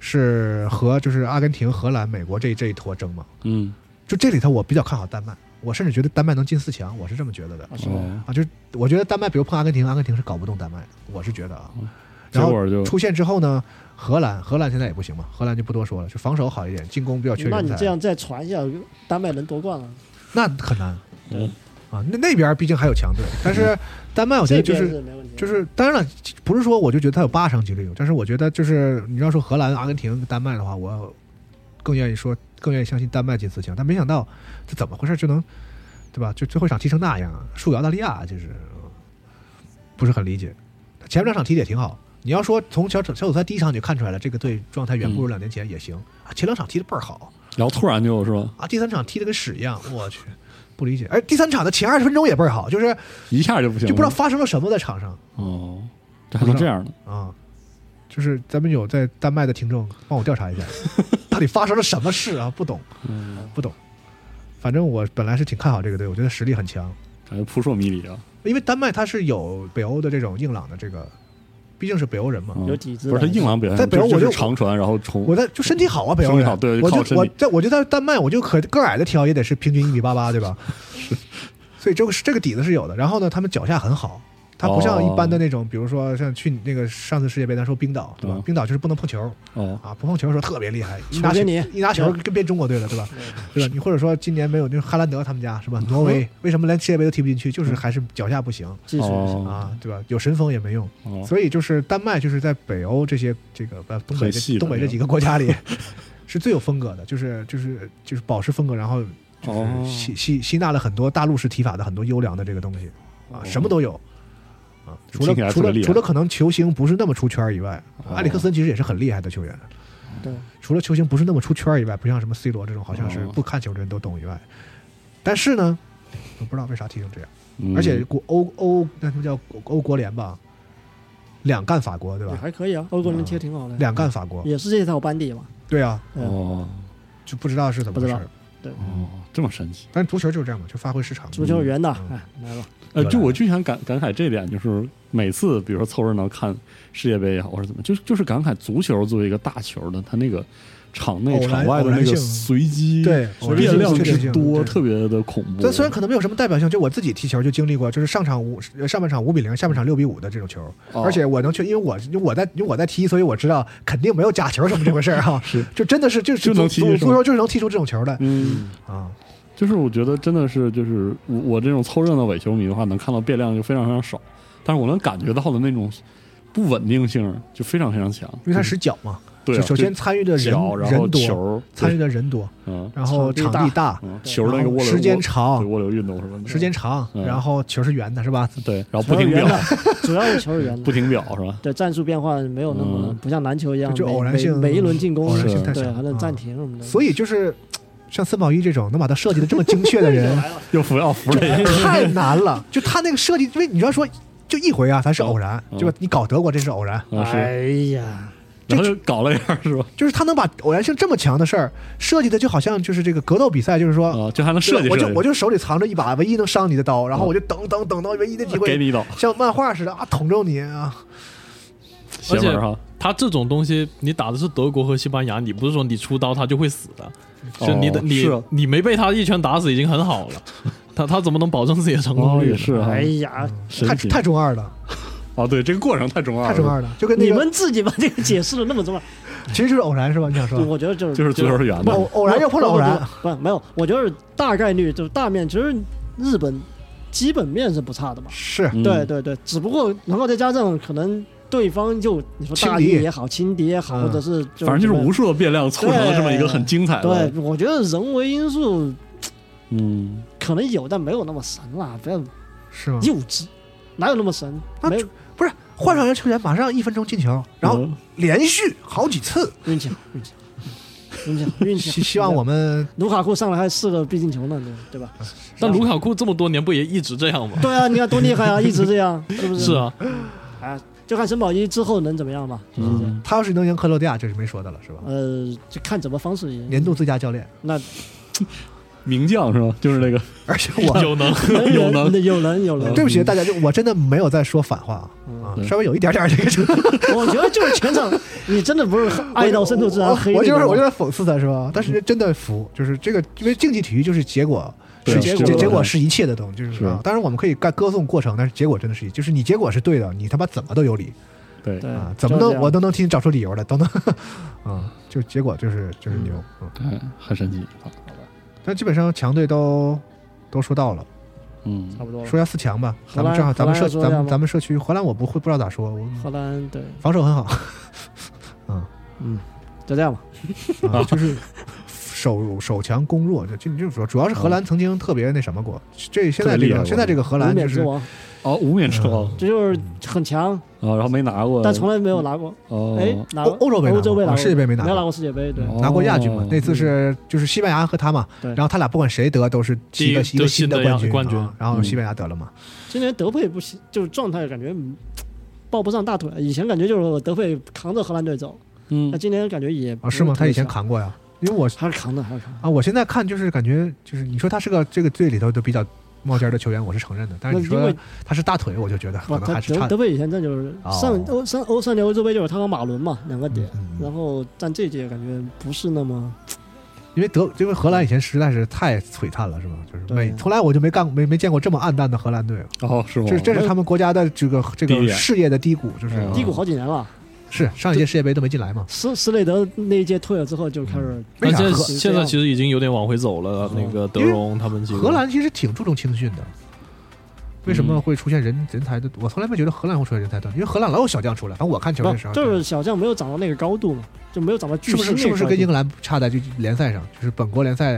Speaker 3: 是和就是阿根廷、荷兰、美国这这一坨争嘛。
Speaker 4: 嗯，
Speaker 3: 就这里头，我比较看好丹麦，我甚至觉得丹麦能进四强，我是这么觉得的。
Speaker 4: 哦，
Speaker 3: 啊，就是我觉得丹麦，比如碰阿根廷，阿根廷是搞不动丹麦的，我是觉得啊
Speaker 4: 嗯。
Speaker 3: 然
Speaker 4: 结
Speaker 3: 后
Speaker 4: 果就
Speaker 3: 出现之后呢，荷兰，荷兰现在也不行嘛，荷兰就不多说了，就防守好一点，进攻比较缺
Speaker 5: 那
Speaker 3: 人
Speaker 5: 你
Speaker 3: 才，
Speaker 5: 这样再传一下，丹麦能夺
Speaker 3: 哦
Speaker 5: 冠了？
Speaker 3: 那很难。
Speaker 4: 嗯
Speaker 3: 啊，那那边毕竟还有强队，但是丹麦我觉得
Speaker 5: 这
Speaker 3: 就
Speaker 5: 边
Speaker 3: 是
Speaker 5: 是没问题的，
Speaker 3: 就是，当然了，不是说我就觉得他有八成几率有，但是我觉得就是你要说荷兰、阿根廷、丹麦的话，我更愿意说更愿意相信丹麦进四强，但没想到这怎么回事就能对吧？就最后一场踢成那样，输给澳大利亚，就是嗯不是很理解。前面两场踢的也挺好，你要说从小组小组赛第一场你就看出来了，这个队状态远不如两年前也行、啊，前两场踢的倍儿好
Speaker 4: 然后突然就是吧，
Speaker 3: 啊，第三场踢的跟屎一样，我去，不理解。哎，第三场的前二十分钟也倍儿好，就是
Speaker 4: 一下就不行了，
Speaker 3: 就不知道发生了什么在场上
Speaker 4: 哦，这还能这样呢？
Speaker 3: 啊。就是咱们有在丹麦的听众帮我调查一下， 到底发生了什么事啊？不懂，
Speaker 4: 嗯
Speaker 3: 不懂。反正我本来是挺看好这个队，我觉得实力很强，
Speaker 4: 感觉扑朔迷离啊！
Speaker 3: 因为丹麦它是有北欧的这种硬朗的这个，毕竟是北欧人嘛。
Speaker 4: 嗯
Speaker 5: 有底子
Speaker 4: 不是他硬朗表现，
Speaker 3: 在北欧
Speaker 4: 就
Speaker 3: 我
Speaker 4: 是
Speaker 3: 就
Speaker 4: 长传，然后冲，
Speaker 3: 我在就身体好啊，北欧
Speaker 4: 身体
Speaker 3: 人，
Speaker 4: 好对
Speaker 3: 我
Speaker 4: 靠身
Speaker 3: 就
Speaker 4: 体
Speaker 3: 我在我就在丹麦，我就可个矮的挑也得是平均一米八八，对 吧？所以这个是这个底子是有的。然后呢，他们脚下很好，他不
Speaker 4: 哦
Speaker 3: 像一般的那种，比如说像去那个上次世界杯咱说冰岛，对吧？
Speaker 4: 嗯
Speaker 3: 冰岛就是不能碰球
Speaker 4: 哦，
Speaker 3: 啊，不碰球的时候特别厉害，一拿
Speaker 5: 除
Speaker 3: 球
Speaker 5: 非你
Speaker 3: 一拿球跟变中国队了，对吧？对吧？你或者说今年没有那种哈兰德他们家
Speaker 4: 嗯
Speaker 3: 是吧？挪
Speaker 4: 哦
Speaker 3: 威为什么连世界杯都踢不进去？就是还是脚下不行
Speaker 5: 技术不行。
Speaker 4: 哦
Speaker 3: 啊，对吧？有神锋也没用。
Speaker 4: 哦，
Speaker 3: 所以就是丹麦就是在北欧这些这个不东北
Speaker 4: 很细
Speaker 3: 这
Speaker 4: 的
Speaker 3: 东北这几个国家里 是最有风格的，就是就是就是保持风格，然后就是
Speaker 4: 哦
Speaker 3: 吸吸吸纳了很多大陆式踢法的很多优良的这个东西啊，什么都有啊，除
Speaker 4: 哦听起来
Speaker 3: 了除
Speaker 4: 特别
Speaker 3: 了
Speaker 4: 厉害
Speaker 3: 除了可能球星不是那么出圈儿以外，
Speaker 4: 哦
Speaker 3: 埃里克森其实也是很厉害的球员，
Speaker 5: 对，
Speaker 3: 除了球星不是那么出圈儿以外，不像什么 C 罗这种好像是
Speaker 4: 哦
Speaker 3: 不看球的人都懂以外，但是呢，我不知道为啥踢成这样。
Speaker 4: 嗯
Speaker 3: 而且国欧欧那他们叫欧国联吧，两干法国对
Speaker 5: 也
Speaker 3: 吧？
Speaker 5: 还可以啊，欧国人踢得挺好的，
Speaker 3: 两干法国，
Speaker 5: 也是这一套班底嘛。
Speaker 3: 对啊，
Speaker 5: 嗯
Speaker 4: 哦
Speaker 3: 就不知道是怎么回事
Speaker 5: 不
Speaker 3: 儿
Speaker 5: 知。对，
Speaker 4: 哦，这么神奇。
Speaker 3: 但是足球就是这样嘛，就发挥市场。
Speaker 5: 足球员的，
Speaker 3: 嗯
Speaker 5: 哎，来吧，
Speaker 4: 呃，
Speaker 3: 对
Speaker 4: 就我就想感感慨这点，就是每次比如说凑热闹看世界杯也好，或者怎么，就是就是感慨足球作为一个大球的，它那个场内
Speaker 3: 偶然
Speaker 4: 场外的那
Speaker 3: 偶然
Speaker 4: 个
Speaker 3: 性
Speaker 4: 随机
Speaker 3: 对偶然性
Speaker 4: 变量
Speaker 3: 确实
Speaker 4: 之
Speaker 3: 性
Speaker 4: 多，
Speaker 3: 对
Speaker 4: 特别的恐怖。
Speaker 3: 但虽然可能没有什么代表性，就我自己踢球就经历过，就是上场五呃上半场五比零，下半场六比五的这种球，
Speaker 4: 哦
Speaker 3: 而且我能确，因为我因为我在因为我在踢，所以我知道肯定没有假球什么这回事儿哈，
Speaker 4: 是
Speaker 3: 就真的是就是
Speaker 4: 就能踢
Speaker 3: 足
Speaker 4: 是吗
Speaker 3: 足球就是能踢出这种球的
Speaker 4: 嗯，
Speaker 3: 啊，
Speaker 4: 就是我觉得真的是就是我我这种凑热闹伪球迷的话，能看到变量就非常非常少，但是我能感觉到的那种不稳定性就非常非常强，
Speaker 3: 因为他
Speaker 4: 就是
Speaker 3: 使脚嘛，
Speaker 4: 对啊
Speaker 3: 首首先参与的人
Speaker 4: 脚，然后
Speaker 3: 人多，
Speaker 4: 球
Speaker 3: 参与
Speaker 4: 对
Speaker 3: 的人多，
Speaker 4: 嗯
Speaker 3: 然后
Speaker 5: 场地
Speaker 3: 场地大，
Speaker 4: 嗯球的那
Speaker 3: 然
Speaker 4: 个
Speaker 3: 后
Speaker 4: 涡流
Speaker 3: 时间
Speaker 4: 对
Speaker 3: 长，
Speaker 4: 涡流运动什么的
Speaker 3: 时间长，
Speaker 4: 嗯
Speaker 3: 然后球是圆的，是吧？
Speaker 4: 对，然后不
Speaker 5: 球
Speaker 4: 停
Speaker 5: 员
Speaker 4: 表
Speaker 5: 的，主要是球员
Speaker 4: 不
Speaker 5: 的。
Speaker 4: 停表是吧？
Speaker 5: 对战术变化没有那么
Speaker 4: 嗯
Speaker 5: 不像篮球一样，
Speaker 3: 就
Speaker 5: 每
Speaker 3: 偶然性
Speaker 5: 每每一轮进攻
Speaker 3: 偶然
Speaker 4: 性
Speaker 3: 太
Speaker 5: 对
Speaker 3: 强
Speaker 5: 还能
Speaker 3: 啊
Speaker 5: 暂停什么的。
Speaker 3: 所以就是像森宝一这种能把它设计的这么精确的人，
Speaker 4: 又哦服要服这个，
Speaker 3: 太难 了。就他那个设计，因为你要说就一回啊，咱是偶然，
Speaker 4: 嗯
Speaker 3: 对吧？你搞德国这是偶然，
Speaker 4: 啊是，
Speaker 5: 哎呀，
Speaker 4: 然后就搞了一下是吧？
Speaker 3: 就是他能把偶然性这么强的事儿设计的，就好像就是这个格斗比赛，就是说。
Speaker 4: 啊，就还能设计
Speaker 3: 我就我
Speaker 4: 就
Speaker 3: 就手里藏着一把唯一能伤你的刀，然后我就等等等到唯一的机
Speaker 4: 给
Speaker 3: 会，
Speaker 4: 你一刀，
Speaker 3: 像漫画似的啊，捅中你啊！
Speaker 4: 邪门儿哈，
Speaker 6: 他这种东西，你打的是德国和西班牙，你不是说你出刀他就会死的，就你的
Speaker 4: 哦
Speaker 6: 你
Speaker 4: 是啊
Speaker 6: 你没被他一拳打死已经很好了，他他怎么能保证自己的成功
Speaker 4: 哦
Speaker 6: 率呢？
Speaker 4: 也是哈
Speaker 5: 哎，呀，
Speaker 4: 神
Speaker 3: 嗯太
Speaker 4: 奇
Speaker 3: 太中二了，
Speaker 4: 哦对，这个过程太中二了，
Speaker 3: 太中二了，就跟那
Speaker 5: 你
Speaker 3: 个
Speaker 5: 们自己把这个解释的那么中了，
Speaker 3: 其实 就是偶然是吧？你想 说
Speaker 5: 就我觉得就是
Speaker 4: 就是足球员
Speaker 3: 偶
Speaker 4: 的，
Speaker 3: 偶然又碰到偶 然，
Speaker 5: 不不不没有，我觉得大概率就是大面，其实日本基本面是不差的嘛。
Speaker 3: 是
Speaker 4: 嗯
Speaker 5: 对，对对，只不过然后再加上可能对方就你说大
Speaker 3: 轻
Speaker 5: 意
Speaker 3: 敌
Speaker 5: 也好，轻敌也好，
Speaker 3: 嗯
Speaker 5: 或者是就
Speaker 4: 反正就是无数的变量促成了
Speaker 5: 对
Speaker 4: 这么一个很精彩的，
Speaker 5: 对，我觉得人为因素
Speaker 4: 嗯，
Speaker 5: 可能有，但没有那么神啦，不要
Speaker 3: 是吗？
Speaker 5: 幼稚，哪有那么神？
Speaker 3: 嗯那
Speaker 5: 没有
Speaker 3: 不是换上一个球员，马上一分钟进球，然后
Speaker 4: 嗯
Speaker 3: 连续好几次。
Speaker 5: 运 气好，运气好，运气好，运气好。
Speaker 3: 希希
Speaker 4: 嗯
Speaker 3: 望我们
Speaker 5: 卢卡库上来还四个必进球呢，对对吧？
Speaker 6: 但卢卡库这么多年不也一直这样吗？
Speaker 5: 对啊，你看多厉害啊，一直这样，是不是？
Speaker 6: 是啊，
Speaker 5: 啊，就看森宝一之后能怎么样吧，就是这样。
Speaker 3: 他要是能赢克罗地亚，这是没说的了，是吧？
Speaker 5: 呃，就看怎么方式赢。
Speaker 3: 年度最佳教练，
Speaker 5: 那
Speaker 4: 名将是吧？就是那个
Speaker 3: 而且我
Speaker 6: 有能
Speaker 4: 有能
Speaker 5: 有能有能，
Speaker 3: 对不起大家，就我真的没有在说反话啊啊，稍微有一点点这个，
Speaker 5: 我觉得就是全场，你真的不是爱到深处自然黑。
Speaker 3: 我就是
Speaker 5: 你
Speaker 3: 我
Speaker 5: 知
Speaker 3: 就
Speaker 5: 道
Speaker 3: 在讽
Speaker 5: 吗
Speaker 3: 刺他是吧？但是真的服，就是这个，因为竞技体育就是结果。
Speaker 4: 对
Speaker 3: 是
Speaker 4: 是
Speaker 3: 结
Speaker 4: 结果
Speaker 3: 结果是一切的东西，就是
Speaker 4: 是
Speaker 3: 啊。当然我们可以干歌颂过程，但是结果真的是，一，就是你结果是对的，你他妈怎么都有理。
Speaker 4: 对
Speaker 5: 对
Speaker 3: 啊，怎么
Speaker 5: 就
Speaker 3: 能
Speaker 5: 是这样
Speaker 3: 我都能替你找出理由来，都能 啊，就结果就是就是牛
Speaker 5: 嗯
Speaker 3: 啊。
Speaker 4: 对，哎很神奇，好
Speaker 3: 但基本上强队都都说到了，
Speaker 4: 嗯
Speaker 5: 差，不多了。
Speaker 3: 说一下四强吧。
Speaker 5: 荷
Speaker 3: 咱
Speaker 5: 兰
Speaker 3: 们正好咱们
Speaker 5: 荷兰
Speaker 3: 社
Speaker 5: 要说一下
Speaker 3: 咱们
Speaker 5: 吗
Speaker 3: 咱们社区荷兰我不会不知道咋说，我
Speaker 5: 荷兰对，
Speaker 3: 防守很 好
Speaker 5: 就这样吧。
Speaker 3: 啊，就是守守强攻
Speaker 5: 嗯
Speaker 3: 弱，就就就是说主要是荷兰曾经特别那什么过，这现在
Speaker 4: 特
Speaker 3: 这
Speaker 4: 别厉害
Speaker 3: 个
Speaker 4: 过
Speaker 3: 现在这个荷
Speaker 5: 无
Speaker 3: 兰就
Speaker 5: 冕之
Speaker 3: 是
Speaker 5: 王，
Speaker 4: 哦，无冕车
Speaker 3: 嗯
Speaker 4: 啊，
Speaker 5: 这就是很强，
Speaker 4: 然后没拿过，
Speaker 5: 但从来没有拿过。
Speaker 4: 哦，
Speaker 5: 哎，拿过
Speaker 3: 欧欧洲杯拿过啊
Speaker 5: 欧洲杯拿过，
Speaker 3: 世界杯没拿
Speaker 5: 拿，
Speaker 3: 过
Speaker 5: 没有过世界杯。对，
Speaker 4: 哦
Speaker 3: 拿过亚军嘛？那次是就是西班牙和他嘛，
Speaker 5: 嗯对
Speaker 3: 然后他俩不管谁得都是一个
Speaker 6: 第一
Speaker 3: 一
Speaker 6: 得
Speaker 3: 个
Speaker 6: 新
Speaker 3: 新
Speaker 6: 的
Speaker 3: 冠
Speaker 6: 亚
Speaker 3: 军，
Speaker 6: 冠军
Speaker 3: 啊然
Speaker 5: 嗯
Speaker 3: 后西班牙得了嘛？
Speaker 5: 今年德佩不行，就是状态感觉嗯抱不上大腿。以前感觉就是德佩扛着荷兰队走，
Speaker 4: 嗯
Speaker 5: 那，今年感觉也
Speaker 3: 啊，是吗？他以前
Speaker 5: 扛，
Speaker 3: 扛过呀，因为我
Speaker 5: 还是扛的，还是扛的。
Speaker 3: 啊，我现在看就是感觉就是你说他是个这个队里头都比较冒尖儿的球员，我是承认的，但是你
Speaker 5: 那因
Speaker 3: 说
Speaker 5: 为
Speaker 3: 他是大腿，我就觉得可
Speaker 5: 不，
Speaker 3: 能
Speaker 5: 他
Speaker 3: 还是
Speaker 5: 德
Speaker 3: 差
Speaker 5: 德。佩以前真就是
Speaker 3: 哦
Speaker 5: 上欧上欧上届欧洲杯就是他和马伦嘛两个点
Speaker 3: 嗯嗯，嗯
Speaker 5: 然后但这届感觉不是那么
Speaker 3: 因为德，因为荷兰以前实在是太璀璨了，是吧？就是
Speaker 5: 对
Speaker 3: 每从来我就没干过，没没见过这么暗淡的荷兰队了，
Speaker 4: 哦，是吗？
Speaker 3: 这这是他们国家的这个这
Speaker 4: 低
Speaker 3: 个
Speaker 4: 点
Speaker 3: 事业的低谷，就是
Speaker 4: 嗯
Speaker 5: 低谷好几年了。
Speaker 3: 是上一届世界杯都没进来嘛？
Speaker 5: 斯斯内德那一届退了之后就开始
Speaker 3: 嗯为
Speaker 6: 而
Speaker 3: 啥
Speaker 6: 且
Speaker 3: 荷
Speaker 6: 现在其实已经有点往回走了，那个德容他们几个
Speaker 3: 荷兰其实挺注重青训的，为什
Speaker 5: 嗯
Speaker 3: 么会出现人、人才的？我从来没觉得荷兰会出现人才断，因为荷兰老有小将出来，反正我看球的时候，
Speaker 5: 不就是小将没有涨到那个高度嘛，就没有涨到巨
Speaker 3: 是不是
Speaker 5: 星那
Speaker 3: 是
Speaker 5: 个
Speaker 3: 不
Speaker 5: 高
Speaker 3: 是
Speaker 5: 度
Speaker 3: 跟英格兰差在就联赛上，就是本国联赛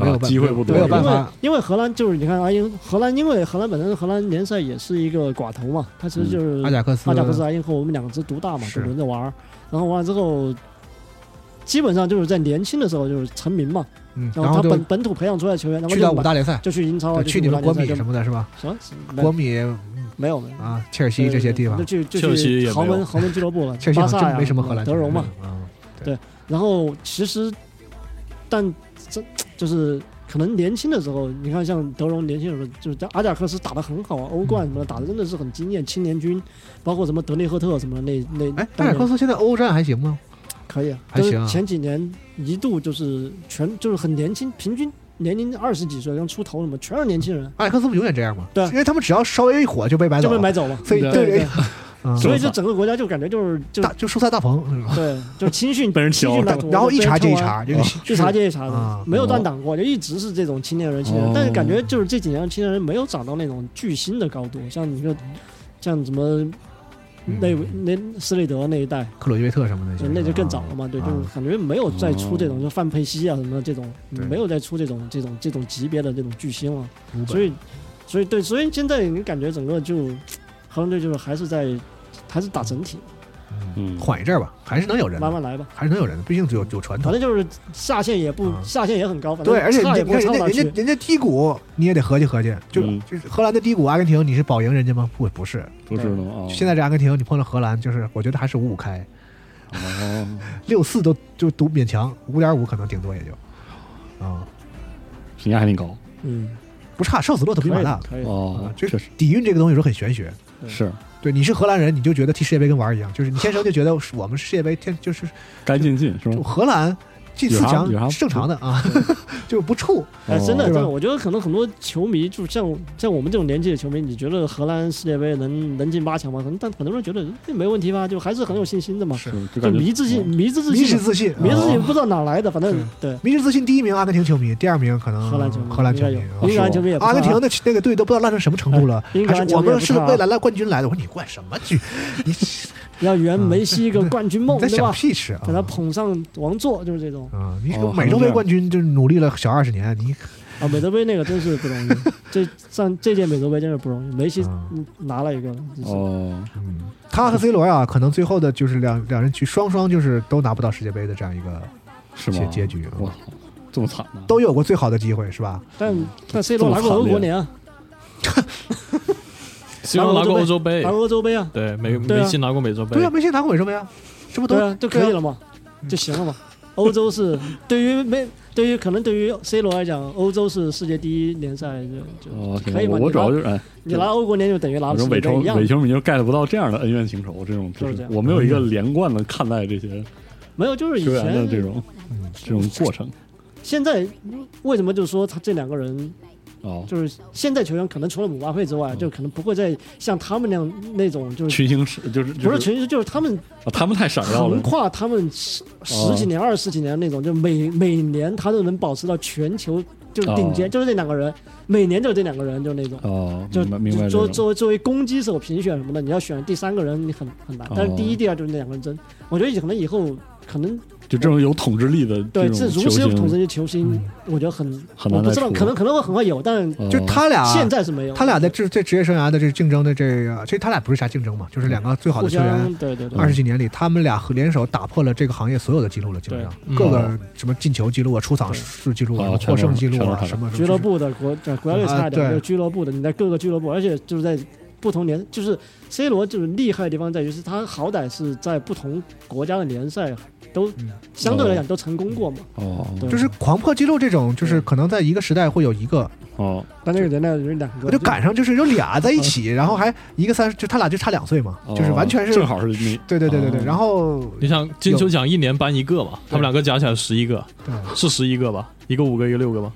Speaker 3: 没有
Speaker 4: 啊
Speaker 3: 办、
Speaker 4: 机会不多
Speaker 3: 没有办
Speaker 5: 因为
Speaker 3: 法。
Speaker 5: 因为荷兰就是你看阿英，荷兰因为荷兰本身荷兰联赛也是一个寡头嘛，它其实就是
Speaker 3: 嗯阿贾克斯，
Speaker 5: 阿贾克斯、阿英和我们两支独大嘛，
Speaker 3: 是
Speaker 5: 就轮着玩儿。然后完了之后，基本上就是在年轻的时候就是成名嘛，
Speaker 3: 嗯，
Speaker 5: 然
Speaker 3: 然
Speaker 5: 后
Speaker 3: 后
Speaker 5: 他
Speaker 3: 就
Speaker 5: 本本土培养出来的球员，然后
Speaker 3: 去到
Speaker 5: 就
Speaker 3: 五
Speaker 5: 买
Speaker 3: 大联赛，
Speaker 5: 就去英超啊，
Speaker 3: 对
Speaker 5: 就
Speaker 3: 去你们
Speaker 5: 国
Speaker 3: 国米什么的是吧？
Speaker 5: 什么没
Speaker 3: 国米
Speaker 5: 没有没有
Speaker 3: 啊，切尔西这些地
Speaker 5: 就
Speaker 3: 方，
Speaker 5: 去就
Speaker 6: 切尔西也没
Speaker 5: 去
Speaker 6: 有
Speaker 5: 豪门豪门俱乐部了
Speaker 3: 切尔，西
Speaker 5: 巴
Speaker 3: 好像
Speaker 5: 萨呀
Speaker 3: 真没什么荷兰
Speaker 5: 德容嘛。
Speaker 3: 球队啊。
Speaker 5: 然后其实，但这就是可能年轻的时候，你看像德容年轻的时候，就是在阿贾克斯打得很好啊，欧冠什么的打得真的是很惊艳，青年军，包括什么德内赫特什么的那那，
Speaker 3: 哎，阿贾克斯现在欧战还行吗？
Speaker 5: 可以啊，
Speaker 3: 还行啊
Speaker 5: 就是前几年一度就是全就是很年轻，平均年龄二十几岁刚出头什么，全是年轻人
Speaker 3: 阿贾克斯不永远这样吗？
Speaker 5: 对
Speaker 3: 因为他们只要稍微一火就被买
Speaker 5: 就
Speaker 3: 走
Speaker 5: 被
Speaker 3: 了，
Speaker 5: 买走了，
Speaker 3: 所以
Speaker 4: 对
Speaker 3: 啊 对
Speaker 5: 对，
Speaker 3: 嗯
Speaker 5: 所以就整个国家就感觉就是就
Speaker 3: 大就蔬菜大棚是吧？
Speaker 5: 对，就是 青训
Speaker 4: 被人
Speaker 5: 青
Speaker 4: 瞧
Speaker 5: 训
Speaker 4: 了
Speaker 5: 大屠
Speaker 3: 然后一查接一
Speaker 5: 被人啊
Speaker 3: 查，这个
Speaker 5: 一茬接一茬
Speaker 3: 啊
Speaker 5: 的，没有断档过，就一直是这种青年人、青年
Speaker 4: 哦
Speaker 5: 人，但是感觉就是这几年青年人没有涨到那种巨星的高度，像你说，像什么
Speaker 3: 嗯
Speaker 5: 那那斯内德那一代，
Speaker 3: 克鲁伊维特什么的
Speaker 5: 就
Speaker 3: 些，
Speaker 5: 那就更早了嘛，对，
Speaker 3: 啊
Speaker 5: 就是感觉没有再出这
Speaker 4: 哦
Speaker 5: 种就范佩西啊什么的这种，
Speaker 3: 对
Speaker 5: 没有再出这种这种这种级别的这种巨星了，
Speaker 3: 五本
Speaker 5: 所以，所以对，所以现在你感觉整个就荷兰队就是还是在还是打整体，
Speaker 4: 嗯，
Speaker 3: 缓一阵儿吧，还是能有人的
Speaker 5: 慢，慢来吧。
Speaker 3: 还是能有人的，毕竟有有传
Speaker 5: 反
Speaker 3: 统。
Speaker 5: 正就是下限也不
Speaker 3: 啊
Speaker 5: 下限也很高，反正
Speaker 3: 对，而且
Speaker 5: 差也
Speaker 3: 人
Speaker 5: 不
Speaker 3: 家
Speaker 5: 会
Speaker 3: 你
Speaker 5: 差
Speaker 3: 看
Speaker 5: 到哪
Speaker 3: 人家
Speaker 5: 去
Speaker 3: 人家。人家低谷你也得合计合计，就
Speaker 4: 嗯
Speaker 3: 就是荷兰的低谷，阿根廷你是保赢人家吗？不不是，
Speaker 4: 不是呢
Speaker 5: 哦
Speaker 4: 啊，
Speaker 3: 现在这阿根廷你碰上荷兰，就是我觉得还是五五开，
Speaker 4: 哦，
Speaker 3: 六四都就都勉强，五点五可能顶多也就，啊，
Speaker 4: 评价还挺高
Speaker 5: 嗯，
Speaker 3: 不差，瘦死骆驼比马大
Speaker 5: 可以，可以
Speaker 4: 哦
Speaker 3: 啊，，就
Speaker 4: 确
Speaker 3: 是
Speaker 4: 实
Speaker 3: 底蕴这个东西有时候很玄学。
Speaker 5: 嗯
Speaker 4: 是
Speaker 3: 对，你是荷兰人，你就觉得踢世界杯跟玩儿一样， 就是你天生就觉得我们世界杯天就是
Speaker 4: 该进进是
Speaker 3: 就
Speaker 4: 吧？
Speaker 3: 荷兰进四强
Speaker 4: 有啥有啥
Speaker 3: 是正常的啊， 就不怵。
Speaker 5: 哎，真的，
Speaker 4: 哦
Speaker 5: 真
Speaker 3: 对吧
Speaker 5: 的，我觉得可能很多球迷，就像像我们这种年纪的球迷，你觉得荷兰世界杯能能进八强吗？可能，但很多人觉得这没问题吧，就还是很有信心的嘛，
Speaker 3: 是
Speaker 4: 是就
Speaker 5: 就
Speaker 4: 感觉
Speaker 5: 迷自信，迷之自
Speaker 3: 嗯迷
Speaker 5: 信
Speaker 3: 之
Speaker 5: 嘛，
Speaker 3: 自信，
Speaker 5: 迷之自
Speaker 3: 啊
Speaker 5: 信不知道哪来的，反正
Speaker 3: 是
Speaker 5: 对
Speaker 3: 迷之自信第一名阿根廷球迷，第二名可能
Speaker 5: 荷兰球迷，
Speaker 3: 荷兰球迷
Speaker 5: 应该
Speaker 3: 啊
Speaker 5: 有英格兰球迷也不
Speaker 3: 阿根
Speaker 5: 差
Speaker 3: 廷的那个队都不知道烂成什么程度了，
Speaker 5: 哎英格
Speaker 3: 还
Speaker 5: 兰
Speaker 3: 是
Speaker 5: 球
Speaker 3: 我
Speaker 5: 迷也
Speaker 3: 们
Speaker 5: 不
Speaker 3: 是
Speaker 5: 差啊
Speaker 3: 为了拿冠军来的。我说你灌什么剧？你
Speaker 5: 要圆梅西一个冠军梦，
Speaker 3: 嗯你在
Speaker 5: 对
Speaker 3: 想
Speaker 5: 吧？
Speaker 3: 屁吃啊
Speaker 5: 给？他捧上王座，就是这种
Speaker 3: 啊，你
Speaker 4: 哦
Speaker 3: 美洲杯冠军就是努力了小二十年，你
Speaker 5: 啊，美洲杯那个真是不容易，这上这届美洲杯真是不容易，梅西
Speaker 3: 啊
Speaker 5: 嗯拿了一个，真是
Speaker 4: 哦，
Speaker 3: 嗯他和 C 罗呀，可能最后的就是两两人去双双就是都拿不到世界杯的这样一个，
Speaker 4: 是
Speaker 3: 结
Speaker 4: 吗？
Speaker 3: 结局
Speaker 4: 我操，这么惨啊呢？
Speaker 3: 都有过最好的机会是吧？
Speaker 5: 但但 C
Speaker 4: 这
Speaker 5: 罗
Speaker 4: 么
Speaker 5: 拿过
Speaker 4: 惨
Speaker 5: 俄
Speaker 4: 烈
Speaker 5: 国联啊，
Speaker 6: 希望拿过欧洲
Speaker 3: 哎
Speaker 6: 杯
Speaker 5: 拿，过欧洲杯啊，
Speaker 6: 对，梅
Speaker 5: 对啊
Speaker 6: 梅西拿过美洲杯
Speaker 3: 对啊，，梅西拿过美洲杯啊，这不都
Speaker 5: 对啊，就可以
Speaker 3: 对啊
Speaker 5: 了嗯嘛，就行了嘛。欧洲是对于没对于可能对于 C 罗来讲，欧洲是世界第一联赛，就
Speaker 4: 哦，
Speaker 5: 就
Speaker 4: 行
Speaker 5: 可以嘛。
Speaker 4: 我我主要
Speaker 5: 你
Speaker 4: 就
Speaker 5: 拿
Speaker 4: 是哎，
Speaker 5: 你拿欧国联就等于拿
Speaker 4: 我
Speaker 5: 了
Speaker 4: 说
Speaker 5: 世
Speaker 4: 伪
Speaker 5: 界杯
Speaker 4: 球
Speaker 5: 一样
Speaker 4: 伪，球迷就 get 不到这样的恩怨情仇，这种
Speaker 5: 就是
Speaker 4: 就
Speaker 5: 这
Speaker 4: 是
Speaker 5: 样
Speaker 4: 我没有一个连贯的看待这些
Speaker 5: 没有就是以
Speaker 4: 球员的啊这
Speaker 5: 前
Speaker 4: 种这种过程
Speaker 5: 现在为什么就是说他这两个人
Speaker 4: 哦，
Speaker 5: 就是现在球员可能除了姆巴佩之
Speaker 4: 嗯
Speaker 5: 外，就可能不会再像他们那样那种就是。
Speaker 4: 群星是就是
Speaker 5: 不
Speaker 4: 就是是
Speaker 5: 群星，就是他们
Speaker 4: 啊他们太闪耀
Speaker 5: 横
Speaker 4: 了，
Speaker 5: 跨他们十十几年、二十几年那种，就每每年他都能保持到全球就是顶尖，
Speaker 4: 哦
Speaker 5: 就是那两个人，每年就是这两个人，就那种。
Speaker 4: 哦，
Speaker 5: 就
Speaker 4: 明白明白
Speaker 5: 作
Speaker 4: 这
Speaker 5: 作
Speaker 4: 种
Speaker 5: 为作为攻击手评选什么的，你要选第三个人，你很很难
Speaker 4: 哦。
Speaker 5: 但是第一、第二就是那两个人争，我觉得可能以后可能
Speaker 4: 就这种有统治力的
Speaker 5: 对，
Speaker 4: 这
Speaker 5: 这
Speaker 4: 种
Speaker 5: 如
Speaker 4: 球
Speaker 5: 是有统
Speaker 4: 星，
Speaker 5: 治力球星，我觉得很，
Speaker 4: 嗯很
Speaker 5: 我
Speaker 4: 难啊
Speaker 5: 不
Speaker 4: 再
Speaker 5: 知
Speaker 4: 出
Speaker 5: 道，
Speaker 4: 了。
Speaker 5: 可能可能会很会有，但
Speaker 3: 啊
Speaker 4: 哦
Speaker 3: 就他俩
Speaker 5: 现在是没有。
Speaker 3: 他俩在这这职业生涯的这竞争的这个，其实他俩不是啥竞争嘛，就是两个最好
Speaker 5: 互
Speaker 3: 的球员
Speaker 5: 相，。对对对，
Speaker 3: 二十几年里，他们俩合联手打破了这个行业所有的记录了，基本上
Speaker 6: 对
Speaker 3: 各个什么进球记录啊、出场数记录
Speaker 4: 哦
Speaker 3: 啊、
Speaker 4: 全
Speaker 3: 获
Speaker 4: 都是
Speaker 3: 胜记录
Speaker 4: 全都是
Speaker 3: 啊
Speaker 4: 他，俩
Speaker 3: 什么什么
Speaker 5: 俱乐部的国呃国家队差一点，
Speaker 3: 啊对
Speaker 5: 就是俱乐部的，你在各个俱乐部，而且就是在不同联，就是 C 罗就是厉害的地方在于是他好歹是在不同国家的联赛都
Speaker 3: 嗯
Speaker 5: 相对来讲都成功过嘛，
Speaker 4: 哦
Speaker 5: 对
Speaker 3: 就是狂破纪录这种，就是可能在一个时代会有一个，
Speaker 4: 哦
Speaker 5: 但那个年代有两
Speaker 3: 我
Speaker 5: 个，
Speaker 3: 就赶上就是有俩在一起，然后还一个三十，就他俩就差两岁嘛，
Speaker 4: 哦，
Speaker 3: 就是完全是
Speaker 4: 正，好是你
Speaker 3: 对对对对对，
Speaker 4: 哦
Speaker 3: 然后
Speaker 5: 嗯
Speaker 6: 你想金球奖一年颁一个嘛，他们两个加起来十一个，
Speaker 3: 对
Speaker 6: 是十一个吧？一个五个，一个六个吧，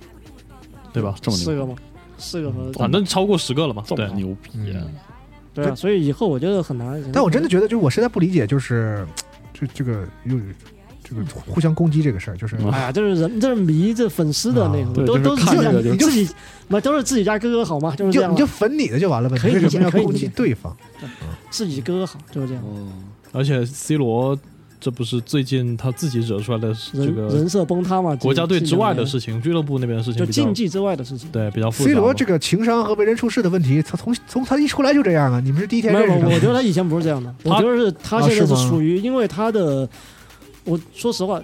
Speaker 6: 对吧？
Speaker 4: 这么
Speaker 5: 四
Speaker 4: 牛
Speaker 5: 个吗？四个和
Speaker 6: 反正超过十个了嘛。
Speaker 4: 这
Speaker 6: 对
Speaker 4: 么，牛逼啊，
Speaker 5: 对啊，所以以后我觉得很难。
Speaker 3: 但我真的觉得，就是我实在不理解，就是这这个又这个互相攻击这个事儿，就是
Speaker 4: 嗯
Speaker 5: 哎呀，这是人，这是迷，这粉丝的那
Speaker 3: 啊
Speaker 5: 种，
Speaker 4: 对就
Speaker 5: 都
Speaker 4: 是
Speaker 5: 都是
Speaker 4: 看
Speaker 5: 这样
Speaker 4: 这个，就
Speaker 5: 自己不都是自己家哥哥好吗？就是
Speaker 3: 你
Speaker 5: 这
Speaker 3: 就
Speaker 5: 样
Speaker 3: 你
Speaker 5: 嘛
Speaker 3: 就，粉你的就完了呗，
Speaker 5: 可
Speaker 3: 你
Speaker 5: 以
Speaker 3: 为
Speaker 5: 理
Speaker 3: 什
Speaker 5: 解
Speaker 3: 么要
Speaker 5: 可以理
Speaker 3: 攻击
Speaker 5: 解
Speaker 3: 对方？
Speaker 5: 自己哥哥好，就是这样，
Speaker 4: 哦，
Speaker 6: 而且 C 罗这不是最近他自己惹出来的这
Speaker 5: 人
Speaker 6: 个
Speaker 5: 人设崩塌嘛，
Speaker 6: 国家队之外的
Speaker 5: 情，
Speaker 6: 事情，俱乐部那边的事情
Speaker 5: 就
Speaker 6: 比较
Speaker 5: 竞技之外的事情。
Speaker 6: 对比较复杂
Speaker 3: C
Speaker 6: 嘛。
Speaker 3: 罗这个情商和为人处事的问题，他从从他一出来就这样啊！你们是第一天
Speaker 5: 没有，
Speaker 3: 认
Speaker 5: 我
Speaker 3: 识
Speaker 5: 我
Speaker 3: 他
Speaker 5: 觉得他以前不是这样的，我
Speaker 6: 他
Speaker 5: 觉得是他现在
Speaker 3: 啊是
Speaker 5: 是
Speaker 3: 吗
Speaker 5: 属于，因为他的，我说实话，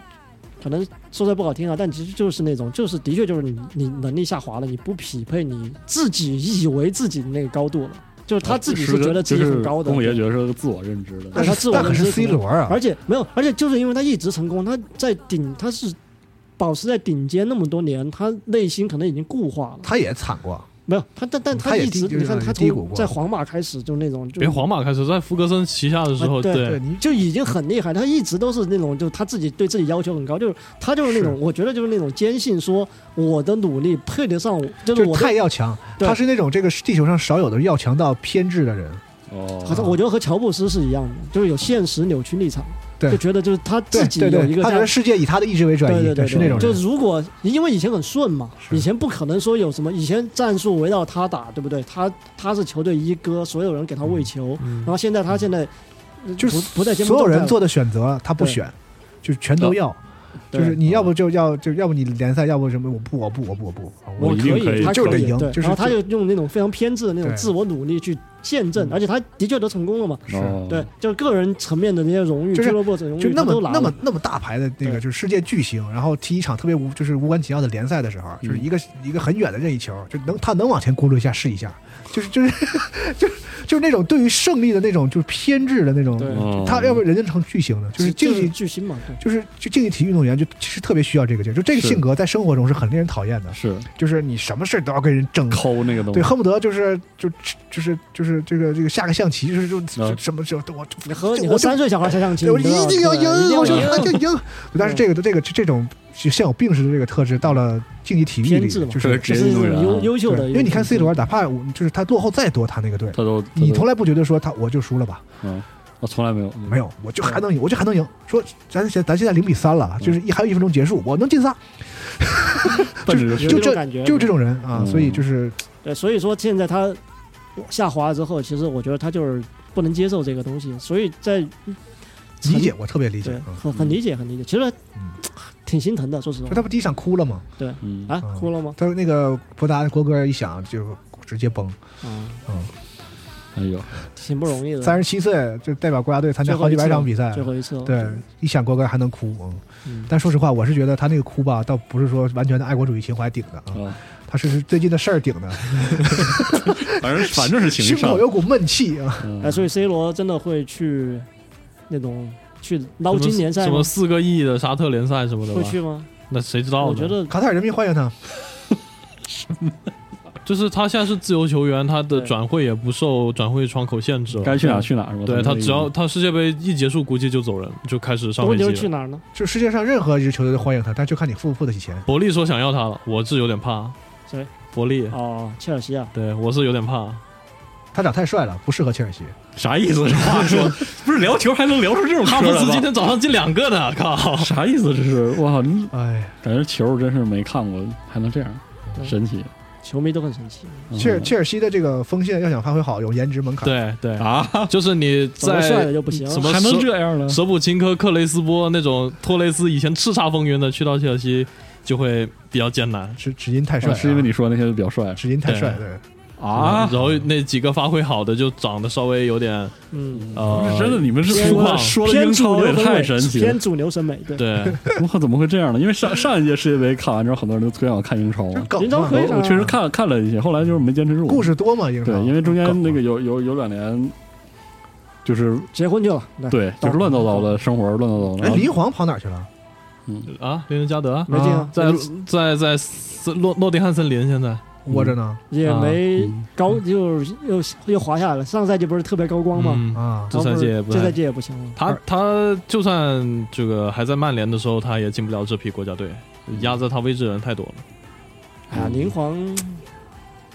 Speaker 5: 可能说出来不好听啊，但其实就是那种，就是的确就是你你能力下滑了，你不匹配你自己以为自己那个高度了，就是
Speaker 4: 啊哦
Speaker 5: 他自己是觉得自己很高的，
Speaker 4: 公爷觉得是个自我认知的
Speaker 5: 对，他自我
Speaker 3: 那可
Speaker 5: 认
Speaker 3: 是
Speaker 5: 知
Speaker 3: C 罗啊
Speaker 5: 而！且没有，而且就是因为他一直成功，他在顶他是保持在顶尖那么多年，他内心可能已经固化了。
Speaker 3: 他也惨过，
Speaker 5: 没有他，但但
Speaker 3: 嗯他也
Speaker 5: 一直
Speaker 3: 低
Speaker 5: 你看
Speaker 3: 就是
Speaker 5: 他
Speaker 3: 低谷
Speaker 5: 从
Speaker 3: 过
Speaker 5: 在皇马开始就那种就
Speaker 6: 别皇马开始，在福格森旗下的时候，
Speaker 5: 啊对
Speaker 3: 对你
Speaker 5: 就已经很厉害，他一直都是那种，就是他自己对自己要求很高，就是他就是那种，我觉得就是那种坚信说我的努力配得上我，就
Speaker 3: 就是是
Speaker 5: 我的
Speaker 3: 太要强，
Speaker 5: 对
Speaker 3: 他是那种这个地球上少有的要强到偏执的人。
Speaker 4: 哦，
Speaker 5: 好像我觉得和乔布斯是一样的，就是有现实扭曲立场，
Speaker 3: 对
Speaker 5: 就觉得就是他
Speaker 3: 对
Speaker 5: 自己
Speaker 3: 对
Speaker 5: 有一个
Speaker 3: 对，他
Speaker 5: 价
Speaker 3: 觉得世界以他的意志为转移，
Speaker 5: 对对对，
Speaker 3: 是那种
Speaker 5: 就
Speaker 3: 人。
Speaker 5: 如果因为以前很顺嘛，
Speaker 3: 是
Speaker 5: 以前不可能说有什么，以前战术围绕他打，对不对？他他是球队一哥，所有人给他喂球，然后现在他现在呃
Speaker 3: 就是
Speaker 5: 不不在节目
Speaker 3: 所有
Speaker 5: 中
Speaker 3: 人
Speaker 5: 看
Speaker 3: 做的选择，他不
Speaker 5: 对
Speaker 3: 选，就是全都要，
Speaker 5: 对
Speaker 3: 就是你要不就要就要不你联赛，要不什么我不我不我不我不，
Speaker 4: 我
Speaker 5: 我
Speaker 4: 一定可
Speaker 5: 以，
Speaker 4: 以
Speaker 5: 他
Speaker 3: 就是
Speaker 5: 可
Speaker 3: 得
Speaker 5: 以
Speaker 3: 赢
Speaker 5: 对
Speaker 3: 就是
Speaker 5: 然后他就用那种非常偏执的那种
Speaker 3: 对嗯
Speaker 5: 自我努力去见证，而且他的确都成功了嘛。
Speaker 3: 是
Speaker 4: 哦
Speaker 5: 对，就是个人层面的那些荣誉，
Speaker 3: 就是
Speaker 5: 俱乐部的荣誉，
Speaker 3: 就那
Speaker 5: 他都
Speaker 3: 么
Speaker 5: 拿
Speaker 3: 那么
Speaker 5: 了
Speaker 3: 那么大牌的那个
Speaker 5: 对
Speaker 3: 就是世界巨星，然后踢一场特别无就是无关紧要的联赛的时候，就是
Speaker 5: 嗯
Speaker 3: 一个一个很远的任意球，就能他能往前轱辘一下是一下，就是就是就是就是那种对于胜利的那种就是偏执的那种，
Speaker 5: 对
Speaker 4: 哦
Speaker 3: 他要不然人家成巨星的，就是竞
Speaker 5: 就是
Speaker 3: 技
Speaker 5: 巨星嘛，对
Speaker 3: 就是就竞技体育运动员就其实特别需要这个劲儿，就这个
Speaker 4: 是
Speaker 3: 性格在生活中是很令人讨厌的，
Speaker 4: 是
Speaker 3: 就是你什么事儿都要跟人争。
Speaker 4: 抠那个东西
Speaker 3: 对，，恨不得就是就就是就是这个这个下个象棋，就是就就
Speaker 4: 嗯
Speaker 3: 什么就我我
Speaker 5: 你和
Speaker 3: 就
Speaker 5: 你
Speaker 3: 我就
Speaker 5: 和三岁小孩下象棋，
Speaker 3: 我
Speaker 5: 你
Speaker 3: 一
Speaker 5: 都
Speaker 3: 定要
Speaker 5: 对
Speaker 3: 赢，我
Speaker 5: 一
Speaker 3: 就
Speaker 5: 定要
Speaker 3: 我就
Speaker 5: 赢。
Speaker 3: 赢。但是这个这个这种像有病似的这个特质，到了竞技体育里，
Speaker 5: 偏执嘛
Speaker 3: 就
Speaker 4: 这个
Speaker 3: 是
Speaker 4: 职
Speaker 5: 这
Speaker 4: 业
Speaker 5: 是
Speaker 4: 运动员
Speaker 5: 优
Speaker 4: 啊，
Speaker 5: 优秀的，
Speaker 3: 因为你看 C 罗，，哪怕我就是他落后再多，他那个队，
Speaker 4: 他都
Speaker 3: 你
Speaker 4: 他都
Speaker 3: 从来不觉得说他我就输了吧？
Speaker 4: 嗯，我从来没有
Speaker 3: 没有，我就
Speaker 4: 嗯
Speaker 3: 还能赢，我就还能赢。说咱现咱现在零比三了，啊就是一还有一分钟结束，我能进仨，
Speaker 4: 奔着
Speaker 5: 有
Speaker 3: 就
Speaker 5: 这种
Speaker 3: 这
Speaker 5: 感觉
Speaker 3: 就这种人啊，
Speaker 4: 嗯
Speaker 3: 所以就是
Speaker 5: 对，所以说现在他下滑之后，其实我觉得他就是不能接受这个东西，所以在
Speaker 3: 理解，我特别理解
Speaker 5: 对，
Speaker 3: 啊。
Speaker 5: 很很理解，嗯很理解，其实
Speaker 3: 嗯
Speaker 5: 挺心疼的，说实
Speaker 3: 说
Speaker 5: 话
Speaker 3: 他不第一场哭了吗？
Speaker 4: 嗯
Speaker 5: 啊，哭了吗？
Speaker 3: 他那个博达国歌一响就直接崩，
Speaker 5: 啊，
Speaker 4: 哎呦，
Speaker 5: 挺不容易的，
Speaker 3: 三十七岁就代表国家队参加好几百场比赛，
Speaker 5: 最后一次哦了，
Speaker 3: 对，一想国歌还能哭，嗯。
Speaker 5: 嗯，
Speaker 3: 但说实话，我是觉得他那个哭吧，倒不是说完全的爱国主义情怀顶的啊，
Speaker 4: 啊，
Speaker 3: 他是最近的事儿顶的，
Speaker 4: 反正反正是情
Speaker 3: 胸
Speaker 4: 商嗯
Speaker 3: 口，有股闷气啊。
Speaker 5: 哎，所以 C 罗真的会去那种去捞金联赛
Speaker 6: 什么
Speaker 5: 吗？
Speaker 6: 四个亿的沙特联赛什么的吧
Speaker 5: 会，去吗？
Speaker 6: 那谁知道呢？
Speaker 5: 我觉得
Speaker 3: 卡塔尔人民欢迎他，
Speaker 6: 就是他现在是自由球员，他的
Speaker 5: 对
Speaker 6: 转会也不受转会窗口限制了，
Speaker 4: 该去哪儿去哪儿是吧？
Speaker 6: 对
Speaker 4: 反正
Speaker 6: 他只要他世界杯一结束，估计就走人，就开始上
Speaker 5: 问
Speaker 6: 飞
Speaker 5: 题是
Speaker 6: 机
Speaker 5: 去哪
Speaker 6: 了。
Speaker 5: 儿呢？
Speaker 3: 就世界上任何一支球队都欢迎他，但就看你付不付得起钱。
Speaker 6: 伯利说想要他了，我是有点怕。
Speaker 5: 谁？
Speaker 6: 伯利。
Speaker 5: 哦，切尔西啊，
Speaker 6: 对，我是有 点怕。
Speaker 3: 他长太帅了，不适合切尔西。
Speaker 4: 啥意思？这话 说不是聊球还能聊出这种哈
Speaker 6: 哈弗
Speaker 4: 弗
Speaker 6: 茨
Speaker 4: 茨
Speaker 6: 今
Speaker 4: 基的
Speaker 6: 天早上进两个呢，靠！
Speaker 4: 啥意思？这是我靠，你
Speaker 3: 哎，
Speaker 4: 感觉球真是没看过还能这样，神奇！
Speaker 5: 球迷都很生气。
Speaker 3: 切尔切尔西的这个锋线要想发挥好，有颜值门槛。
Speaker 6: 对对，
Speaker 4: 啊，
Speaker 6: 就是你
Speaker 5: 怎么帅
Speaker 6: 在
Speaker 5: 的就不行？
Speaker 6: 什么
Speaker 4: 还能这样呢？
Speaker 6: 舍甫琴科、克雷斯波那种托雷斯以前叱咤风云的，去到切尔西就会比较艰难
Speaker 3: 只只因太帅啊
Speaker 4: 是
Speaker 3: 了，
Speaker 4: 哦是因为你说那些就比较帅
Speaker 3: 只因太
Speaker 6: 对
Speaker 3: 帅，对，
Speaker 4: 啊？
Speaker 6: 然后那几个发挥好的就长得稍微有点
Speaker 5: 嗯，
Speaker 4: 不
Speaker 6: 呃
Speaker 4: 是，真的，你们是
Speaker 6: 粗犷
Speaker 4: 说说了
Speaker 5: 偏
Speaker 4: 英
Speaker 5: 主
Speaker 4: 超
Speaker 5: 流
Speaker 4: 也
Speaker 5: 审美
Speaker 4: 太神奇了
Speaker 5: 偏。主流审美。对，
Speaker 6: 对，
Speaker 4: 我靠，怎么会这样呢？因为上上一届世界杯看完之后，很多人都推荐我看英超嘛。
Speaker 3: 梗
Speaker 5: 林超
Speaker 3: 嘛
Speaker 5: 可以
Speaker 4: 我确实看看了一些，后来就是没坚持住。
Speaker 3: 啊故事多嘛，英超
Speaker 4: 对，因为中间
Speaker 3: 梗
Speaker 4: 那个
Speaker 3: 嘛
Speaker 4: 有有有两年，就是
Speaker 5: 结婚去了。来，
Speaker 4: 对，就是乱糟糟的生活，乱糟糟的。嗯然
Speaker 3: 哎，
Speaker 4: 后
Speaker 3: 林皇跑哪儿去了？
Speaker 6: 啊，林恩加德啊
Speaker 5: 没进啊，
Speaker 6: 在在在森诺诺丁汉森林现在
Speaker 3: 窝着呢
Speaker 5: 也没
Speaker 4: 嗯
Speaker 5: 高，就是又又滑下来了。上赛季不是特别高光吗？
Speaker 6: 嗯
Speaker 3: 啊
Speaker 6: 这赛季也不太
Speaker 5: 这赛季也不行了。
Speaker 6: 他他就算这个还在曼联的时候，他也进不了这批国家队，压在他位置的人太多了。
Speaker 5: 哎呀，林皇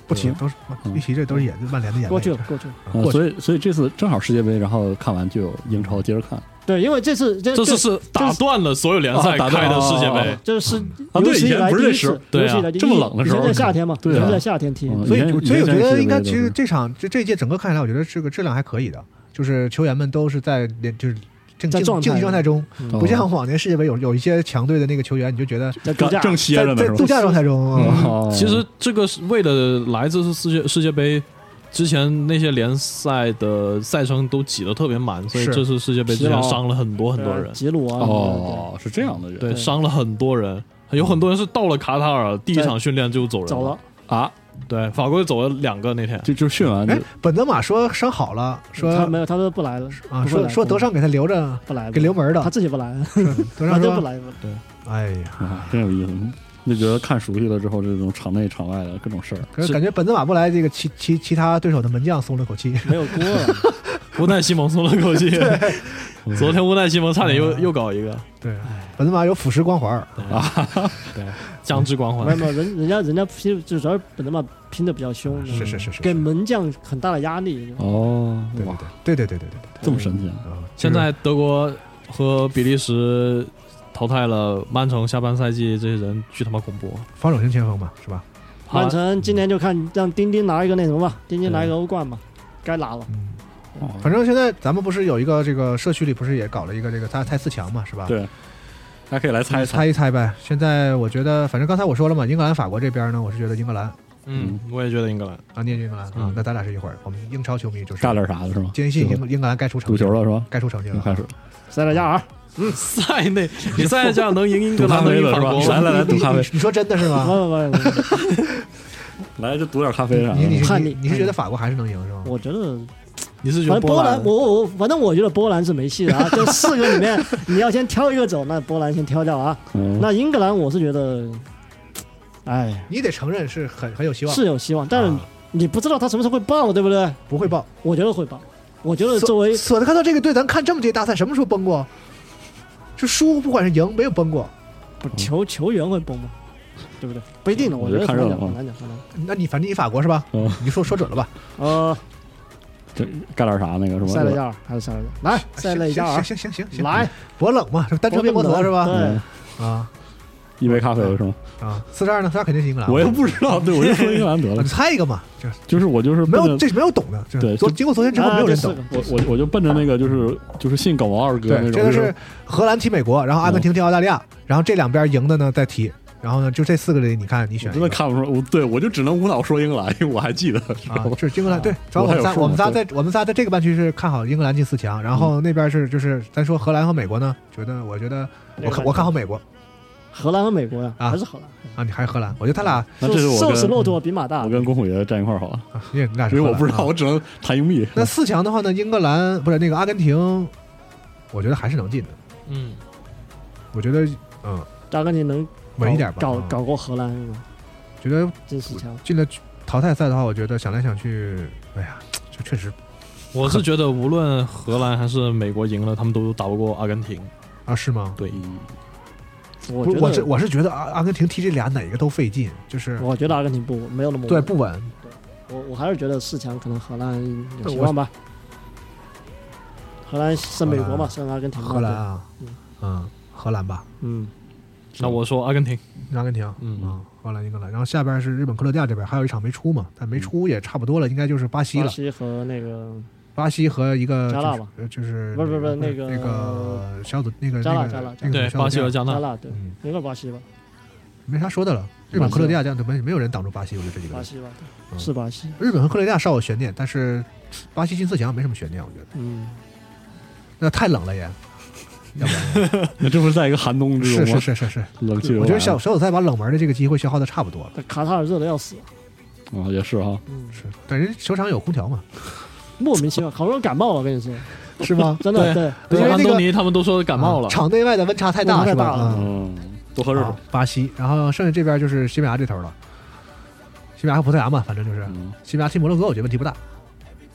Speaker 3: 不提都是
Speaker 4: 嗯
Speaker 3: 一提这都是眼曼联的眼泪
Speaker 5: 过去了，过去了。
Speaker 3: 啊
Speaker 4: 呃
Speaker 3: 过去
Speaker 4: 所以所以这次正好世界杯，然后看完就有英超接着看。
Speaker 5: 对，因为这次这
Speaker 6: 这次是打断了所有联赛
Speaker 4: 啊打断
Speaker 6: 开的世界
Speaker 4: 哦
Speaker 6: 杯
Speaker 4: 哦，
Speaker 5: 这是
Speaker 4: 啊
Speaker 5: 有
Speaker 4: 对
Speaker 5: 史
Speaker 4: 以前
Speaker 5: 来
Speaker 4: 不
Speaker 5: 第
Speaker 4: 是
Speaker 5: 一
Speaker 4: 这时候
Speaker 5: 次，有史以来第一次
Speaker 6: 对啊这么
Speaker 4: 冷的时
Speaker 5: 以前
Speaker 4: 候
Speaker 5: 在夏天嘛，
Speaker 4: 对啊
Speaker 5: 以前在夏天踢。
Speaker 4: 嗯
Speaker 3: 所以
Speaker 4: 以前
Speaker 3: 我所以我觉
Speaker 4: 以前世界
Speaker 3: 得
Speaker 4: 杯
Speaker 3: 应该
Speaker 4: 都
Speaker 3: 其实
Speaker 4: 是
Speaker 3: 这场这这一届整个看下来，我觉得这个质量还可以的，就是球员们都是在连就是竞
Speaker 5: 在
Speaker 3: 竞
Speaker 5: 状态
Speaker 3: 竞技状态中，
Speaker 4: 哦
Speaker 3: 不像往年世界杯有有一些强队的那个球员，你就觉得
Speaker 5: 在度假
Speaker 4: 正歇
Speaker 3: 在
Speaker 4: 着呢，
Speaker 3: 在
Speaker 4: 是吧
Speaker 3: 度假状态中，
Speaker 6: 嗯
Speaker 3: 啊
Speaker 4: 哦
Speaker 6: 其实这个是为了来这次世界世界杯。之前那些联赛的赛程都挤得特别满，所以
Speaker 3: 是
Speaker 6: 这次世界杯
Speaker 5: 疲
Speaker 6: 之前
Speaker 5: 劳
Speaker 6: 伤了很多很多人
Speaker 5: 对，吉鲁啊，
Speaker 4: 哦是这样的人
Speaker 6: 对，伤了很多人，有很多人是到了卡塔尔第一场训练就走人
Speaker 5: 走了，
Speaker 4: 啊，
Speaker 6: 对，法国走了两个那天，
Speaker 4: 就就训完就
Speaker 3: 哎，本泽马说伤好了，说
Speaker 5: 他没有，他都不来了
Speaker 3: 啊
Speaker 5: 不会
Speaker 3: 说
Speaker 5: 来
Speaker 3: 说德尚给他留着
Speaker 5: 不来，
Speaker 3: 给留门
Speaker 5: 他
Speaker 3: 的，
Speaker 5: 自己不来，
Speaker 3: 德
Speaker 5: 他
Speaker 3: 尚
Speaker 5: 都不
Speaker 3: 说
Speaker 5: 来。不来
Speaker 3: 哎呀，
Speaker 4: 啊，真有意思。就觉得看熟悉了之后，这种场内场外的各种事儿，
Speaker 3: 可是
Speaker 6: 是
Speaker 3: 感觉本泽马不来，这个其其其他对手的门将松了口气。
Speaker 5: 没有锅了。
Speaker 6: 无奈西蒙松了口气。昨天无奈西蒙差点又又搞一个
Speaker 3: 对，本泽马有腐蚀光环儿，
Speaker 6: 啊，对，将之 光
Speaker 5: 没有
Speaker 6: 环。
Speaker 5: 没有，人人家人家拼，就主要是本泽马拼的比较凶，
Speaker 3: 是是是是
Speaker 5: 给门将很大的压力。
Speaker 4: 哦，
Speaker 3: 对
Speaker 4: 哇，
Speaker 3: 对对对对对对
Speaker 4: 这么神奇啊！
Speaker 3: 对啊！
Speaker 6: 现在德国和比利时淘汰了曼城，下半赛季这些人巨他妈恐怖。
Speaker 3: 防守型前锋嘛，是吧？
Speaker 6: 好
Speaker 5: 曼城今年就看让丁丁拿一个那什么吧，丁丁拿一个欧冠吧，该拿了。
Speaker 3: 嗯，
Speaker 4: 哦
Speaker 3: 反正现在咱们不是有一个这个社区里不是也搞了一个这个猜猜四强嘛，是吧？
Speaker 4: 对，大家可以来猜一猜，
Speaker 3: 猜一猜呗。现在我觉得，反正刚才我说了嘛，英格兰、法国这边呢，我是觉得英格兰
Speaker 6: 嗯，我也觉得英格兰。
Speaker 3: 啊，你也是英格兰啊
Speaker 6: 嗯，
Speaker 3: 那咱俩是一伙儿。我们英超球迷就是
Speaker 4: 干点啥的是吗？
Speaker 3: 坚信
Speaker 4: 最后
Speaker 3: 英英格兰该出成
Speaker 4: 赌
Speaker 3: 绩
Speaker 4: 球，了是吧？
Speaker 3: 该出成绩
Speaker 4: 又
Speaker 3: 了。
Speaker 4: 开始
Speaker 5: 塞尔加尔，
Speaker 6: 塞内，你塞这样能赢英格
Speaker 4: 赌咖
Speaker 6: 兰，能
Speaker 4: 啡
Speaker 6: 赢
Speaker 4: 了
Speaker 6: 法
Speaker 4: 是吧
Speaker 6: 国？
Speaker 4: 来
Speaker 6: 吗？
Speaker 4: 来来，
Speaker 3: 你
Speaker 4: 赌咖啡
Speaker 3: 你，你说真的是
Speaker 5: 不
Speaker 3: 吗？
Speaker 5: 不不不，
Speaker 4: 来就赌点咖啡啥
Speaker 3: 你你
Speaker 4: 的。
Speaker 3: 是
Speaker 5: 叛
Speaker 3: 你
Speaker 5: 逆
Speaker 3: 你是觉得法国还是能赢是吗？
Speaker 5: 我觉得
Speaker 6: 你是觉
Speaker 5: 反
Speaker 6: 得
Speaker 5: 正波
Speaker 6: 兰
Speaker 5: 兰，？我我反正我觉得波兰是没戏的啊。这四个里面，你要先挑一个走，那波兰先挑掉啊。
Speaker 4: 嗯
Speaker 5: 那英格兰，我是觉得，哎，
Speaker 3: 你得承认是很很有希望，
Speaker 5: 是有希望，但是
Speaker 3: 啊
Speaker 5: 你不知道他什么时候会爆，对不对？
Speaker 3: 不会爆。
Speaker 5: 我觉得会爆。我觉得
Speaker 3: 索
Speaker 5: 呃作为
Speaker 3: 索德克特这个队，咱看这么届大赛，什么时候崩过？就输不管是赢，没有崩过。
Speaker 5: 不球球员会崩吗？对不对？不一定的，
Speaker 4: 我
Speaker 5: 我
Speaker 4: 觉
Speaker 5: 觉
Speaker 4: 得
Speaker 5: 得
Speaker 4: 看热
Speaker 5: 很难
Speaker 4: 闹
Speaker 5: 讲，
Speaker 4: 啊
Speaker 5: 很难讲，很难讲。
Speaker 3: 那你反正你法国是吧？
Speaker 4: 嗯
Speaker 3: 你说说准了吧？
Speaker 5: 呃，
Speaker 4: 这干点啥那个是吧？
Speaker 5: 塞内加尔还是塞内加尔？来，塞内加尔，
Speaker 3: 行行行行行，
Speaker 5: 啊来，
Speaker 3: 博冷嘛，单车变摩托是吧？
Speaker 4: 嗯
Speaker 5: 对，
Speaker 3: 啊
Speaker 4: 一杯咖啡是吗？
Speaker 3: 啊，四十二呢？四十二肯定是英格兰。
Speaker 4: 我又不知道，对我就说英格兰得
Speaker 3: 啊，
Speaker 4: 了
Speaker 3: 你，猜一个嘛，就是
Speaker 4: 就是我就是奔
Speaker 3: 没有
Speaker 4: 着
Speaker 3: 这没有懂的，就是
Speaker 4: 对
Speaker 3: 昨
Speaker 4: 就
Speaker 3: 经过昨天之后没有人懂。
Speaker 5: 啊
Speaker 4: 我我我就奔着那个就是就是信狗王二哥那
Speaker 3: 对，
Speaker 4: 种，
Speaker 3: 这个
Speaker 4: 就是
Speaker 3: 荷兰踢美国，然后阿根廷踢澳大利亚，然后这两边赢的呢再踢，然后呢就这四个里你看你
Speaker 4: 我
Speaker 3: 选一
Speaker 4: 真的
Speaker 3: 个
Speaker 4: 看不出来，我对我就只能无脑说英格兰，因为我还记得，知
Speaker 3: 啊
Speaker 4: 道吧，
Speaker 3: 就是英格兰对，然后我
Speaker 4: 我还有
Speaker 3: 们仨
Speaker 4: 数呢
Speaker 3: 我们仨
Speaker 4: 对嗯
Speaker 3: 在我们仨在这个半区是看好英格兰进四强，然后那边是就是咱说荷兰和美国呢，觉得我觉得我看我看好美国
Speaker 5: 荷兰和美国呀，
Speaker 3: 啊
Speaker 5: 还是荷兰。
Speaker 3: 啊，你还是荷兰，我觉得他俩
Speaker 4: 那这是我
Speaker 5: 瘦死骆
Speaker 4: 跟
Speaker 5: 驼比马大
Speaker 4: 我。跟龚虎爷站一块儿好了，
Speaker 5: 嗯
Speaker 3: 啊，你也你俩啊是
Speaker 4: 因
Speaker 3: 荷
Speaker 4: 为
Speaker 3: 兰
Speaker 4: 我不知
Speaker 3: 啊
Speaker 4: 道，我只能谈硬币。
Speaker 3: 那四强的话呢，英格兰不是那个阿根廷，我觉得还是能进的。
Speaker 6: 嗯，
Speaker 3: 我觉得嗯
Speaker 5: 阿根廷能
Speaker 3: 稳一点吧，
Speaker 5: 搞
Speaker 3: 嗯
Speaker 5: 搞过荷兰是吗？
Speaker 3: 觉得
Speaker 5: 真是强。
Speaker 3: 进了淘汰赛的话，我觉得想来想去，哎呀，这确实
Speaker 6: 我是觉得无论荷兰还是美国赢了，他们都打不过阿根廷。
Speaker 3: 啊是吗？
Speaker 6: 对，
Speaker 5: 我
Speaker 3: 不
Speaker 5: 觉
Speaker 3: 是，
Speaker 5: 得
Speaker 3: 我是我是觉得阿阿根廷踢这俩哪个都费劲，就是
Speaker 5: 我觉得阿根廷不没有那么
Speaker 3: 对
Speaker 5: 稳
Speaker 3: 不稳。
Speaker 5: 我我还是觉得四强可能荷兰有
Speaker 3: 对
Speaker 5: 希
Speaker 3: 我
Speaker 5: 望吧。荷兰胜美国
Speaker 3: 荷
Speaker 5: 嘛，
Speaker 3: 兰
Speaker 5: 胜阿根廷嘛。
Speaker 3: 荷兰啊
Speaker 5: 嗯，
Speaker 3: 嗯，荷兰吧，
Speaker 5: 对，嗯，
Speaker 6: 那我说阿根廷，
Speaker 3: 阿根廷，
Speaker 6: 嗯
Speaker 3: 啊，完了英格兰，然后下边是日本、克罗地亚这边还有一场没出嘛，但没出也差不多了，应该就是巴西
Speaker 5: 嗯巴
Speaker 3: 了，
Speaker 5: 西和那个
Speaker 3: 巴西和一个
Speaker 5: 加纳吧
Speaker 3: 就是呃就是
Speaker 5: 不是不是不是
Speaker 3: 那
Speaker 5: 那个
Speaker 3: 个小组那个
Speaker 5: 加纳
Speaker 3: 那个
Speaker 5: 加纳
Speaker 3: 那个
Speaker 6: 对
Speaker 3: 小组
Speaker 6: 巴西和
Speaker 3: 这样
Speaker 6: 嗯加
Speaker 5: 加
Speaker 6: 纳，
Speaker 5: 纳，对，
Speaker 3: 嗯，
Speaker 5: 应该巴西吧，
Speaker 3: 没啥说的了，日本、克罗地亚这样就没没有人挡住巴西，我觉得这几个
Speaker 5: 巴
Speaker 3: 人，
Speaker 5: 西吧，对
Speaker 3: 嗯
Speaker 5: 是巴西，
Speaker 3: 日本和克罗地亚稍有悬念，但是巴西进四强没什么悬念，我觉得
Speaker 5: 嗯，
Speaker 3: 那太冷了也，要不然
Speaker 4: 那这不是在一个寒冬之
Speaker 3: 是
Speaker 4: 中
Speaker 3: 是
Speaker 4: 吗？
Speaker 3: 是是是，
Speaker 4: 冷气流来了，
Speaker 3: 我觉得小小组赛把冷门的这个机会消耗的差不多了，
Speaker 5: 但卡塔尔热的要死，
Speaker 4: 啊也是哈，
Speaker 5: 嗯，
Speaker 3: 是，但人球场有空调嘛，
Speaker 5: 莫名其妙，好多人感冒了，我跟你说，
Speaker 3: 是 吗？
Speaker 5: 真的对，
Speaker 3: 因为
Speaker 6: 安
Speaker 3: 那个
Speaker 6: 东尼他们都说感冒了，
Speaker 3: 场内外的温差太大，
Speaker 5: 温差
Speaker 3: 是吧？
Speaker 5: 太大了
Speaker 3: 嗯
Speaker 4: 嗯，多喝热水
Speaker 3: 啊，巴西，然后剩下这边就是西班牙这头了，西班牙和葡萄牙嘛，反正就是
Speaker 4: 嗯
Speaker 3: 西班牙踢摩洛哥，我觉得问题不大，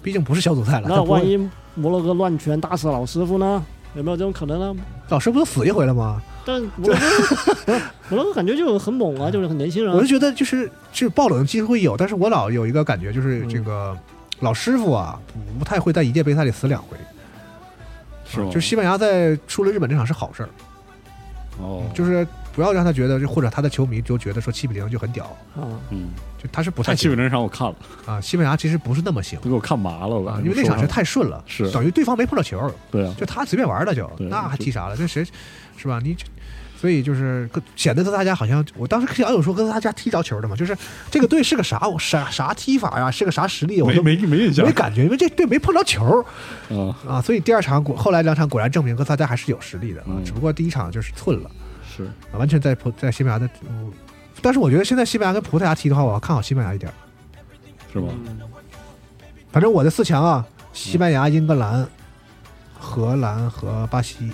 Speaker 3: 毕竟不是小组赛了。
Speaker 5: 那
Speaker 3: 他不会
Speaker 5: 万一摩洛哥乱拳打死老师傅呢？有没有这种可能呢？
Speaker 3: 老师不都死一回了吗？
Speaker 5: 但 摩洛哥不是摩洛哥感觉就很猛啊，就是很年轻人啊
Speaker 3: 我就觉得就是就是爆冷的机会有，但是我老有一个感觉就是这个老师傅啊，不不太会在一届杯赛里死两回。
Speaker 4: 是吗？
Speaker 3: 就西班牙在输了日本这场是好事儿，
Speaker 4: 哦，
Speaker 3: 就是不要让他觉得，就或者他的球迷就觉得说七比零就很屌，
Speaker 5: 啊，
Speaker 4: 嗯，
Speaker 3: 就他是不太
Speaker 4: 在七比
Speaker 3: 行
Speaker 4: 零上我看了，
Speaker 3: 啊。西班牙其实不是那么行
Speaker 4: 都给我看麻了，我
Speaker 3: 啊
Speaker 4: 感，觉
Speaker 3: 因为那场
Speaker 4: 受
Speaker 3: 是
Speaker 4: 不了
Speaker 3: 太顺了，
Speaker 4: 是
Speaker 3: 等于对方没碰到球。
Speaker 4: 对啊，
Speaker 3: 就他随便玩了就，
Speaker 4: 对
Speaker 3: 那还
Speaker 4: 就
Speaker 3: 踢啥了？这谁是吧？你这所以就是各显得哥斯达加好像，我当时想有说哥斯达加踢着球的嘛，就是这个队是个啥我啥啥踢法呀、是个啥实力，我
Speaker 4: 没
Speaker 3: 都
Speaker 4: 没没印象
Speaker 3: 没感觉，因为这队没碰着球
Speaker 4: 啊，
Speaker 3: 啊。所以第二场果后来两场果然证明哥斯达加还是有实力的啊，
Speaker 4: 嗯
Speaker 3: 只不过第一场就是寸了，
Speaker 4: 是
Speaker 3: 啊完全在葡在西班牙的。嗯但是我觉得现在西班牙跟葡萄牙踢的话，我要看好西班牙一点。
Speaker 4: 是吗？
Speaker 5: 嗯
Speaker 3: 反正我的四强啊，西班牙、英格兰、荷兰和巴西。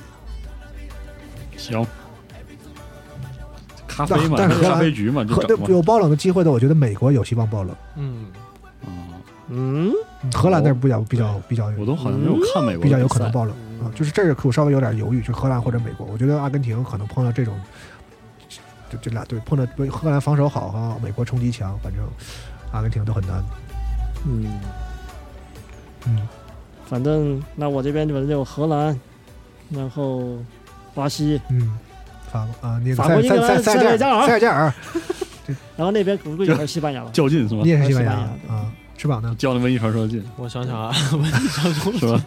Speaker 4: 行，咖啡
Speaker 3: 但
Speaker 4: 嘛，
Speaker 3: 但是荷兰
Speaker 4: 咖啡局嘛，就
Speaker 3: 和
Speaker 4: 整嘛
Speaker 3: 有爆冷的机会的，我觉得美国有希望爆冷。
Speaker 6: 嗯，
Speaker 4: 啊，
Speaker 5: 嗯，
Speaker 3: 荷兰那儿比较比较比较
Speaker 4: 我都好像没有看美国的
Speaker 3: 嗯比较有
Speaker 4: 比
Speaker 3: 可能
Speaker 4: 赛嗯
Speaker 3: 爆冷啊，就是这个我稍微有点犹豫，就荷兰或者美国，我觉得阿根廷可能碰到这种，这这俩队碰到荷兰防守好啊，美国冲击强，反正阿根廷都很难。
Speaker 5: 嗯
Speaker 3: 嗯，
Speaker 5: 反正那我这边反正就有荷兰，然后巴西，
Speaker 3: 嗯，法国啊，那个
Speaker 5: 法
Speaker 3: 塞
Speaker 5: 国
Speaker 3: 塞
Speaker 5: 英格
Speaker 3: 塞
Speaker 5: 兰
Speaker 3: 塞尔
Speaker 5: 塞尔
Speaker 3: 塞尔加尔，
Speaker 5: 然后那边估计也是西班牙吧。
Speaker 4: 较劲是吗
Speaker 3: 你？也是西班牙
Speaker 5: 西班牙
Speaker 3: 啊？翅膀呢？
Speaker 4: 教那文艺传 说的劲
Speaker 6: 我想想啊，我想想
Speaker 4: 是吧？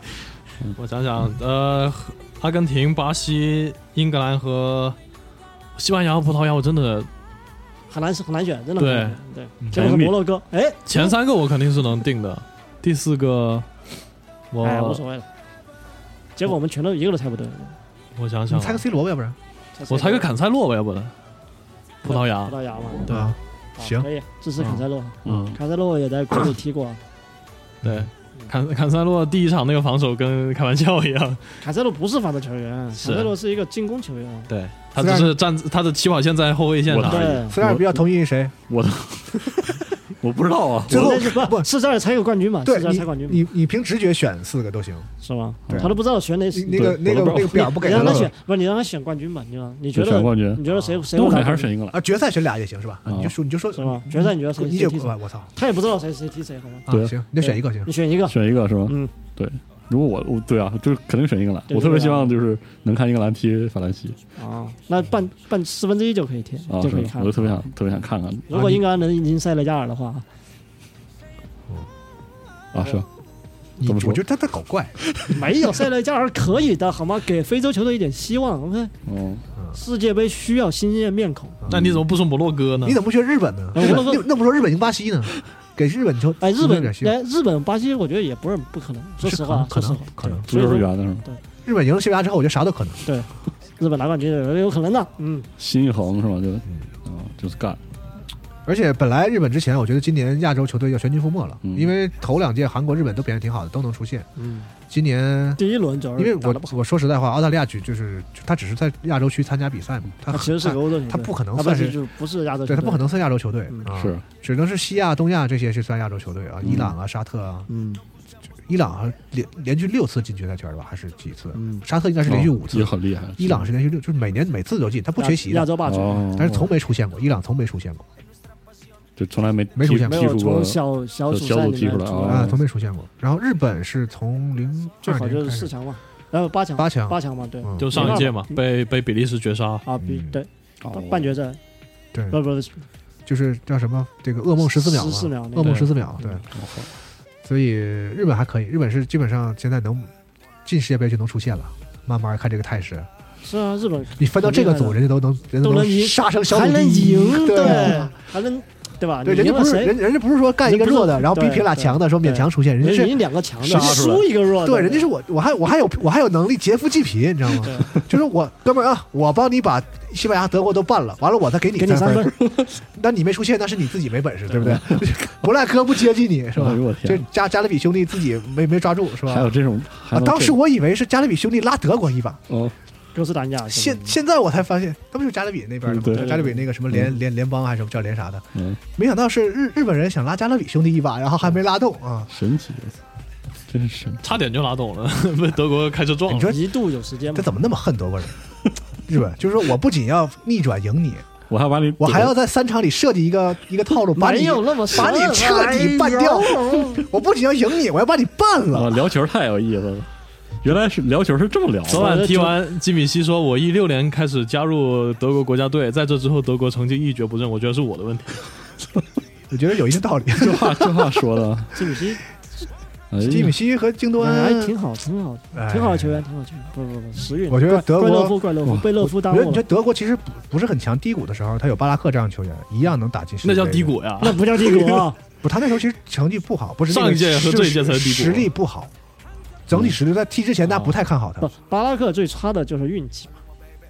Speaker 6: 我想想，呃，阿根廷、巴西、英格兰和西班牙、和葡萄牙，我真的
Speaker 5: 很难很难选，真的很
Speaker 6: 对
Speaker 5: 难选对
Speaker 3: 嗯
Speaker 5: 结果是摩洛哥，哎，
Speaker 6: 前三个我肯定是能定的，第四个我、
Speaker 5: 哎无所谓了。结果我们全都一个都猜不对，
Speaker 6: 我想想
Speaker 3: 你
Speaker 6: 啊，
Speaker 3: 猜个 C 罗吧，要不
Speaker 4: 嗯
Speaker 3: 然
Speaker 6: 我猜个坎塞洛吧，要不然葡萄牙
Speaker 5: 葡萄牙嘛，
Speaker 6: 对
Speaker 3: 啊
Speaker 5: 啊
Speaker 3: 行
Speaker 5: 可以支持坎塞洛，
Speaker 4: 嗯，
Speaker 5: 坎塞洛也在国内踢过啊，
Speaker 6: 对。坎坎塞洛第一场那个防守跟开玩笑一样，
Speaker 5: 坎塞洛不是防守球员，坎
Speaker 6: 是
Speaker 5: 塞洛是一个进攻球员，
Speaker 6: 对他只是站他的起跑线在后卫线
Speaker 4: 我
Speaker 6: 上
Speaker 4: 的，
Speaker 5: 对。
Speaker 3: 塞尔比较同意谁？
Speaker 4: 我不知道啊，
Speaker 3: 最后
Speaker 5: 那是
Speaker 3: 不
Speaker 5: 不是这儿才有冠军嘛？
Speaker 3: 对
Speaker 5: 是这儿才冠军
Speaker 3: 你
Speaker 5: 嘛？
Speaker 3: 你你凭直觉选四个都行，
Speaker 5: 是吗
Speaker 4: 对？
Speaker 5: 他都不知道选哪，
Speaker 3: 你那个那
Speaker 4: 对
Speaker 3: 个
Speaker 4: 我都不
Speaker 3: 那
Speaker 4: 知
Speaker 3: 个
Speaker 4: 道
Speaker 3: 表不
Speaker 5: 你
Speaker 3: 给
Speaker 5: 让他
Speaker 3: 了
Speaker 5: 选，不是你让他选冠军吧？你让你觉
Speaker 4: 就选
Speaker 5: 得
Speaker 4: 冠军，
Speaker 5: 你觉得谁谁
Speaker 4: 那
Speaker 5: 会
Speaker 4: 我肯定
Speaker 5: 拿冠
Speaker 4: 还
Speaker 5: 军
Speaker 4: 是选英格兰。
Speaker 3: 啊，决赛选俩也行是吧？啊你就说你就说
Speaker 5: 哦是吗？决赛你觉得谁
Speaker 3: 你
Speaker 5: 谁
Speaker 3: 就
Speaker 5: 踢谁？
Speaker 3: 我操，
Speaker 5: 他也不知道谁谁踢谁，好吗？
Speaker 3: 啊
Speaker 4: 对
Speaker 3: 行，你就选一个行
Speaker 5: 你。选一个，
Speaker 4: 选一个是吗？
Speaker 5: 嗯，
Speaker 4: 对。如果我我对啊，就是肯定选英格兰。
Speaker 5: 对啊
Speaker 4: 我特别
Speaker 5: 英
Speaker 4: 希
Speaker 5: 格兰
Speaker 4: 望就是能看英格兰踢法兰西
Speaker 5: 啊，那半半四分之一就可以贴，
Speaker 4: 啊，
Speaker 5: 就是可以
Speaker 4: 吗
Speaker 5: 看
Speaker 4: 我就。特别想特别想看看
Speaker 5: 如果英格兰能赢塞内加尔的话，
Speaker 4: 啊，是吧
Speaker 3: 你
Speaker 4: 怎么说
Speaker 3: 我觉得他在搞怪，
Speaker 5: 没有塞内加尔可以的，好吗？给非洲球队一点希望。OK，
Speaker 4: 哦，
Speaker 5: 世界杯需要新鲜面孔。
Speaker 6: 那你怎么不说摩洛哥呢？
Speaker 3: 你怎么不学日本呢？
Speaker 5: 啊
Speaker 3: 日本
Speaker 5: 我
Speaker 3: 那那不说日本赢巴西呢？给日本球
Speaker 5: 哎，日
Speaker 3: 有
Speaker 5: 本
Speaker 3: 点希望
Speaker 5: 哎，日本、巴西，我觉得也不是不可能。说
Speaker 3: 是
Speaker 5: 实
Speaker 3: 可
Speaker 5: 话
Speaker 3: 能，可
Speaker 5: 说实
Speaker 3: 能
Speaker 5: 话，
Speaker 3: 可能
Speaker 4: 足
Speaker 5: 对
Speaker 4: 球
Speaker 5: 所
Speaker 4: 是
Speaker 5: 以说
Speaker 4: 圆的是吗？
Speaker 3: 日本赢了西班牙之后，我觉得啥都可能。
Speaker 5: 日本拿冠军也有可能的。嗯，
Speaker 4: 心一横是吗？就
Speaker 3: 嗯
Speaker 4: 啊，就是干
Speaker 3: 而且本来日本之前，我觉得今年亚洲球队要全军覆没了，
Speaker 4: 嗯
Speaker 3: 因为头两届韩国、日本都表现挺好的，都能出线。
Speaker 5: 嗯，
Speaker 3: 今年
Speaker 5: 第一轮主要
Speaker 3: 因为
Speaker 5: 是打
Speaker 3: 我
Speaker 5: 得不好，
Speaker 3: 我说实在话，澳大利亚局就是就他只是在亚洲区参加比赛嘛，他
Speaker 5: 他其实是
Speaker 3: 他
Speaker 5: 个欧洲球队，
Speaker 3: 他不可能
Speaker 5: 啊
Speaker 3: 算
Speaker 5: 不
Speaker 3: 是
Speaker 5: 是就不是亚洲球队，
Speaker 3: 对他不可。能算亚洲球队
Speaker 5: 嗯
Speaker 3: 啊，
Speaker 4: 是
Speaker 3: 只能是西亚、东亚这些是算亚洲球队啊，伊朗啊、沙特啊，
Speaker 5: 嗯
Speaker 3: 伊朗还连连续六次进决赛圈吧，还是几次？
Speaker 5: 嗯，
Speaker 3: 沙特应该是连续五次，
Speaker 4: 哦也很厉害。
Speaker 3: 伊朗是连续六，就是每年每次都进，他不缺席
Speaker 5: 亚亚
Speaker 3: 的，
Speaker 5: 洲霸主，
Speaker 4: 哦，
Speaker 3: 但是从没出现过，伊朗从没出现过
Speaker 4: 就从来没
Speaker 3: 没出
Speaker 4: 踢
Speaker 3: 现
Speaker 5: 没
Speaker 4: 踢
Speaker 5: 有
Speaker 4: 出过
Speaker 5: 从小小组
Speaker 4: 小
Speaker 5: 赛
Speaker 4: 组
Speaker 5: 里
Speaker 4: 踢出
Speaker 5: 面
Speaker 4: 来
Speaker 5: 出
Speaker 4: 哦
Speaker 3: 啊，从没出现过。然后日本是从零
Speaker 5: 最
Speaker 3: 二
Speaker 5: 好
Speaker 3: 年
Speaker 5: 就
Speaker 3: 开
Speaker 5: 是四
Speaker 3: 始
Speaker 5: 强嘛，然后八强
Speaker 3: 八强，
Speaker 5: 八强嘛，对，
Speaker 3: 嗯
Speaker 6: 就上一届嘛，被被比利时绝杀，
Speaker 5: 啊比
Speaker 3: 嗯
Speaker 5: 对
Speaker 4: 哦
Speaker 5: 半决赛，
Speaker 3: 对，
Speaker 5: 不不，
Speaker 3: 就是叫什么这个噩梦十四秒嘛，
Speaker 5: 14秒那个
Speaker 3: 噩梦十四秒，对
Speaker 5: 对，
Speaker 3: 所以日本还可以，日本是基本上现在能进世界杯就能出现了。慢慢看这个态势，
Speaker 5: 是啊，日本
Speaker 3: 你翻到这个组，
Speaker 5: 很厉害的
Speaker 3: 人家都能，人家
Speaker 5: 都能赢
Speaker 3: 杀成小
Speaker 5: 还
Speaker 3: 组
Speaker 5: 能
Speaker 3: 第一
Speaker 5: 赢，
Speaker 3: 对啊，
Speaker 5: 还能对吧？
Speaker 3: 对，人
Speaker 5: 啊你
Speaker 3: 家
Speaker 5: 赢
Speaker 3: 不
Speaker 5: 了
Speaker 3: 是
Speaker 5: 谁？
Speaker 3: 人，人家不是说干一个
Speaker 5: 人家不是
Speaker 3: 弱的，然后逼
Speaker 5: 对
Speaker 3: 平俩强的，说勉强出现，人
Speaker 5: 人
Speaker 3: 家
Speaker 5: 家
Speaker 3: 是
Speaker 5: 赢两个强的，
Speaker 3: 谁
Speaker 5: 还
Speaker 6: 输了
Speaker 5: 输一个弱的，
Speaker 3: 对，人家是我，我还我还有我还有能力劫富济贫，你知道吗？就是我哥们儿啊，我帮你把西班牙、德国都办了，完了我再给你
Speaker 5: 给你三
Speaker 3: 分
Speaker 5: 分
Speaker 3: 儿，，那你没出现，那是你自己没本事，对不对？莫赖科 不接济你是吧
Speaker 4: 哎呦我？
Speaker 3: 这
Speaker 4: 天
Speaker 3: 加加勒比兄弟自己没没抓住是
Speaker 4: 还有
Speaker 3: 吧？
Speaker 4: 这种，
Speaker 3: 啊，
Speaker 4: 还能
Speaker 3: 当时
Speaker 4: 这
Speaker 3: 我以为是加勒比兄弟拉德国一把，
Speaker 4: 哦，
Speaker 5: 哥斯达黎加
Speaker 3: 现现在我才发现，他不就是加勒比那边的吗？
Speaker 4: 对对
Speaker 3: 加勒比那个什么
Speaker 5: 嗯
Speaker 3: 联联联邦还是什么叫联啥的，
Speaker 4: 嗯，
Speaker 3: 没想到是日日本人想拉加勒比兄弟一把，然后还没拉动啊。
Speaker 4: 神奇，真是神奇。
Speaker 6: 差点就拉倒了， 被德国开车撞
Speaker 3: 你说。
Speaker 6: 了
Speaker 5: 一度有时间
Speaker 3: 他
Speaker 5: 嘛，
Speaker 3: 怎么那么恨德国人？ 日本就是说我不仅要逆转赢你，
Speaker 4: 我还把你，
Speaker 3: 我还要在三场里设计一个一个套路，把
Speaker 5: 没
Speaker 3: 你
Speaker 5: 有那么
Speaker 3: 把你
Speaker 5: 神
Speaker 3: 彻
Speaker 6: 哎
Speaker 3: 底办掉。 我不仅要赢你，我要把你办
Speaker 4: 啊，
Speaker 6: 哦
Speaker 3: 了。
Speaker 4: 聊球太有意思了。原来是聊球是这么聊的，
Speaker 6: 昨晚踢完，基米希说：“我一六年开始加入德国国家队，在这之后德国成绩一蹶不振，我觉得是我的问题。
Speaker 3: 我觉得有一定道理。
Speaker 4: 这话这话说的，
Speaker 5: 基米希
Speaker 4: 哎呀
Speaker 3: 吉米希和京多
Speaker 5: 哎
Speaker 3: 安哎
Speaker 5: 挺好，挺好，挺好的球员，挺好的球员。不不不，时运。
Speaker 3: 我觉得德国
Speaker 5: 怪勒夫，怪勒夫
Speaker 4: 哇
Speaker 5: 被勒夫
Speaker 3: 我
Speaker 5: 耽
Speaker 3: 觉得
Speaker 5: 误
Speaker 3: 你这
Speaker 5: 了，
Speaker 3: 德国其实不不是很强，低谷的时候他有巴拉克这样的球员，一样能打进世界
Speaker 6: 那
Speaker 3: 杯
Speaker 6: 叫低。谷呀！
Speaker 5: 那不叫帝国啊！
Speaker 3: 不，他那时候其实成绩不好，不是那个
Speaker 6: 上一届和这一届才是低谷嗯哦
Speaker 3: 实力不好，整体实力在踢之前大家不太看好他
Speaker 5: 不。，巴拉克最差的就是运气嘛，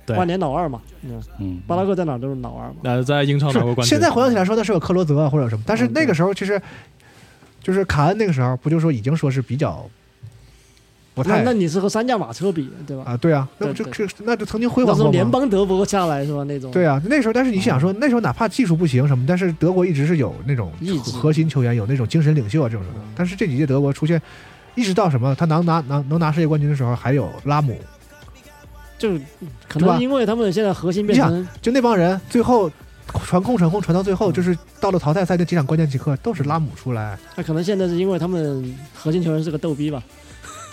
Speaker 6: 对
Speaker 5: 万年老二嘛，嗯，
Speaker 4: 嗯，
Speaker 5: 巴拉克在哪儿都是老二嘛。
Speaker 6: 那在英超拿过冠
Speaker 3: 是
Speaker 6: 军。
Speaker 3: 现在回想起来说那是有克罗泽啊或者什么，但是那个时候其实就是卡恩那个时候不就说已经说是比较不
Speaker 5: 那
Speaker 3: 太
Speaker 5: 那你是和三驾马车比的，对吧？
Speaker 3: 啊，对啊，那不
Speaker 5: 对
Speaker 3: 就
Speaker 5: 对
Speaker 3: 就那就曾经辉
Speaker 5: 那
Speaker 3: 煌
Speaker 5: 时
Speaker 3: 过吗
Speaker 5: 候联邦德国下来是吧？那种
Speaker 3: 对啊，那时候，但是你想
Speaker 5: 嗯
Speaker 3: 说，那时候哪怕技术不行什么，但是德国一直是有那种
Speaker 5: 意志嗯
Speaker 3: 核心球员，有那种精神领袖啊这种什么的。但是这几届德国出现，一直到什么，他能拿拿能拿世界冠军的时候，还有拉姆，
Speaker 5: 就可
Speaker 3: 对吧
Speaker 5: 能因为他们现在核心变成
Speaker 3: 就那帮人最后传控传控传到最
Speaker 5: 嗯
Speaker 3: 后，就是到了淘汰赛那几场关键时刻都是拉姆出来。
Speaker 5: 那可能现在是因为他们核心球员是个逗逼吧，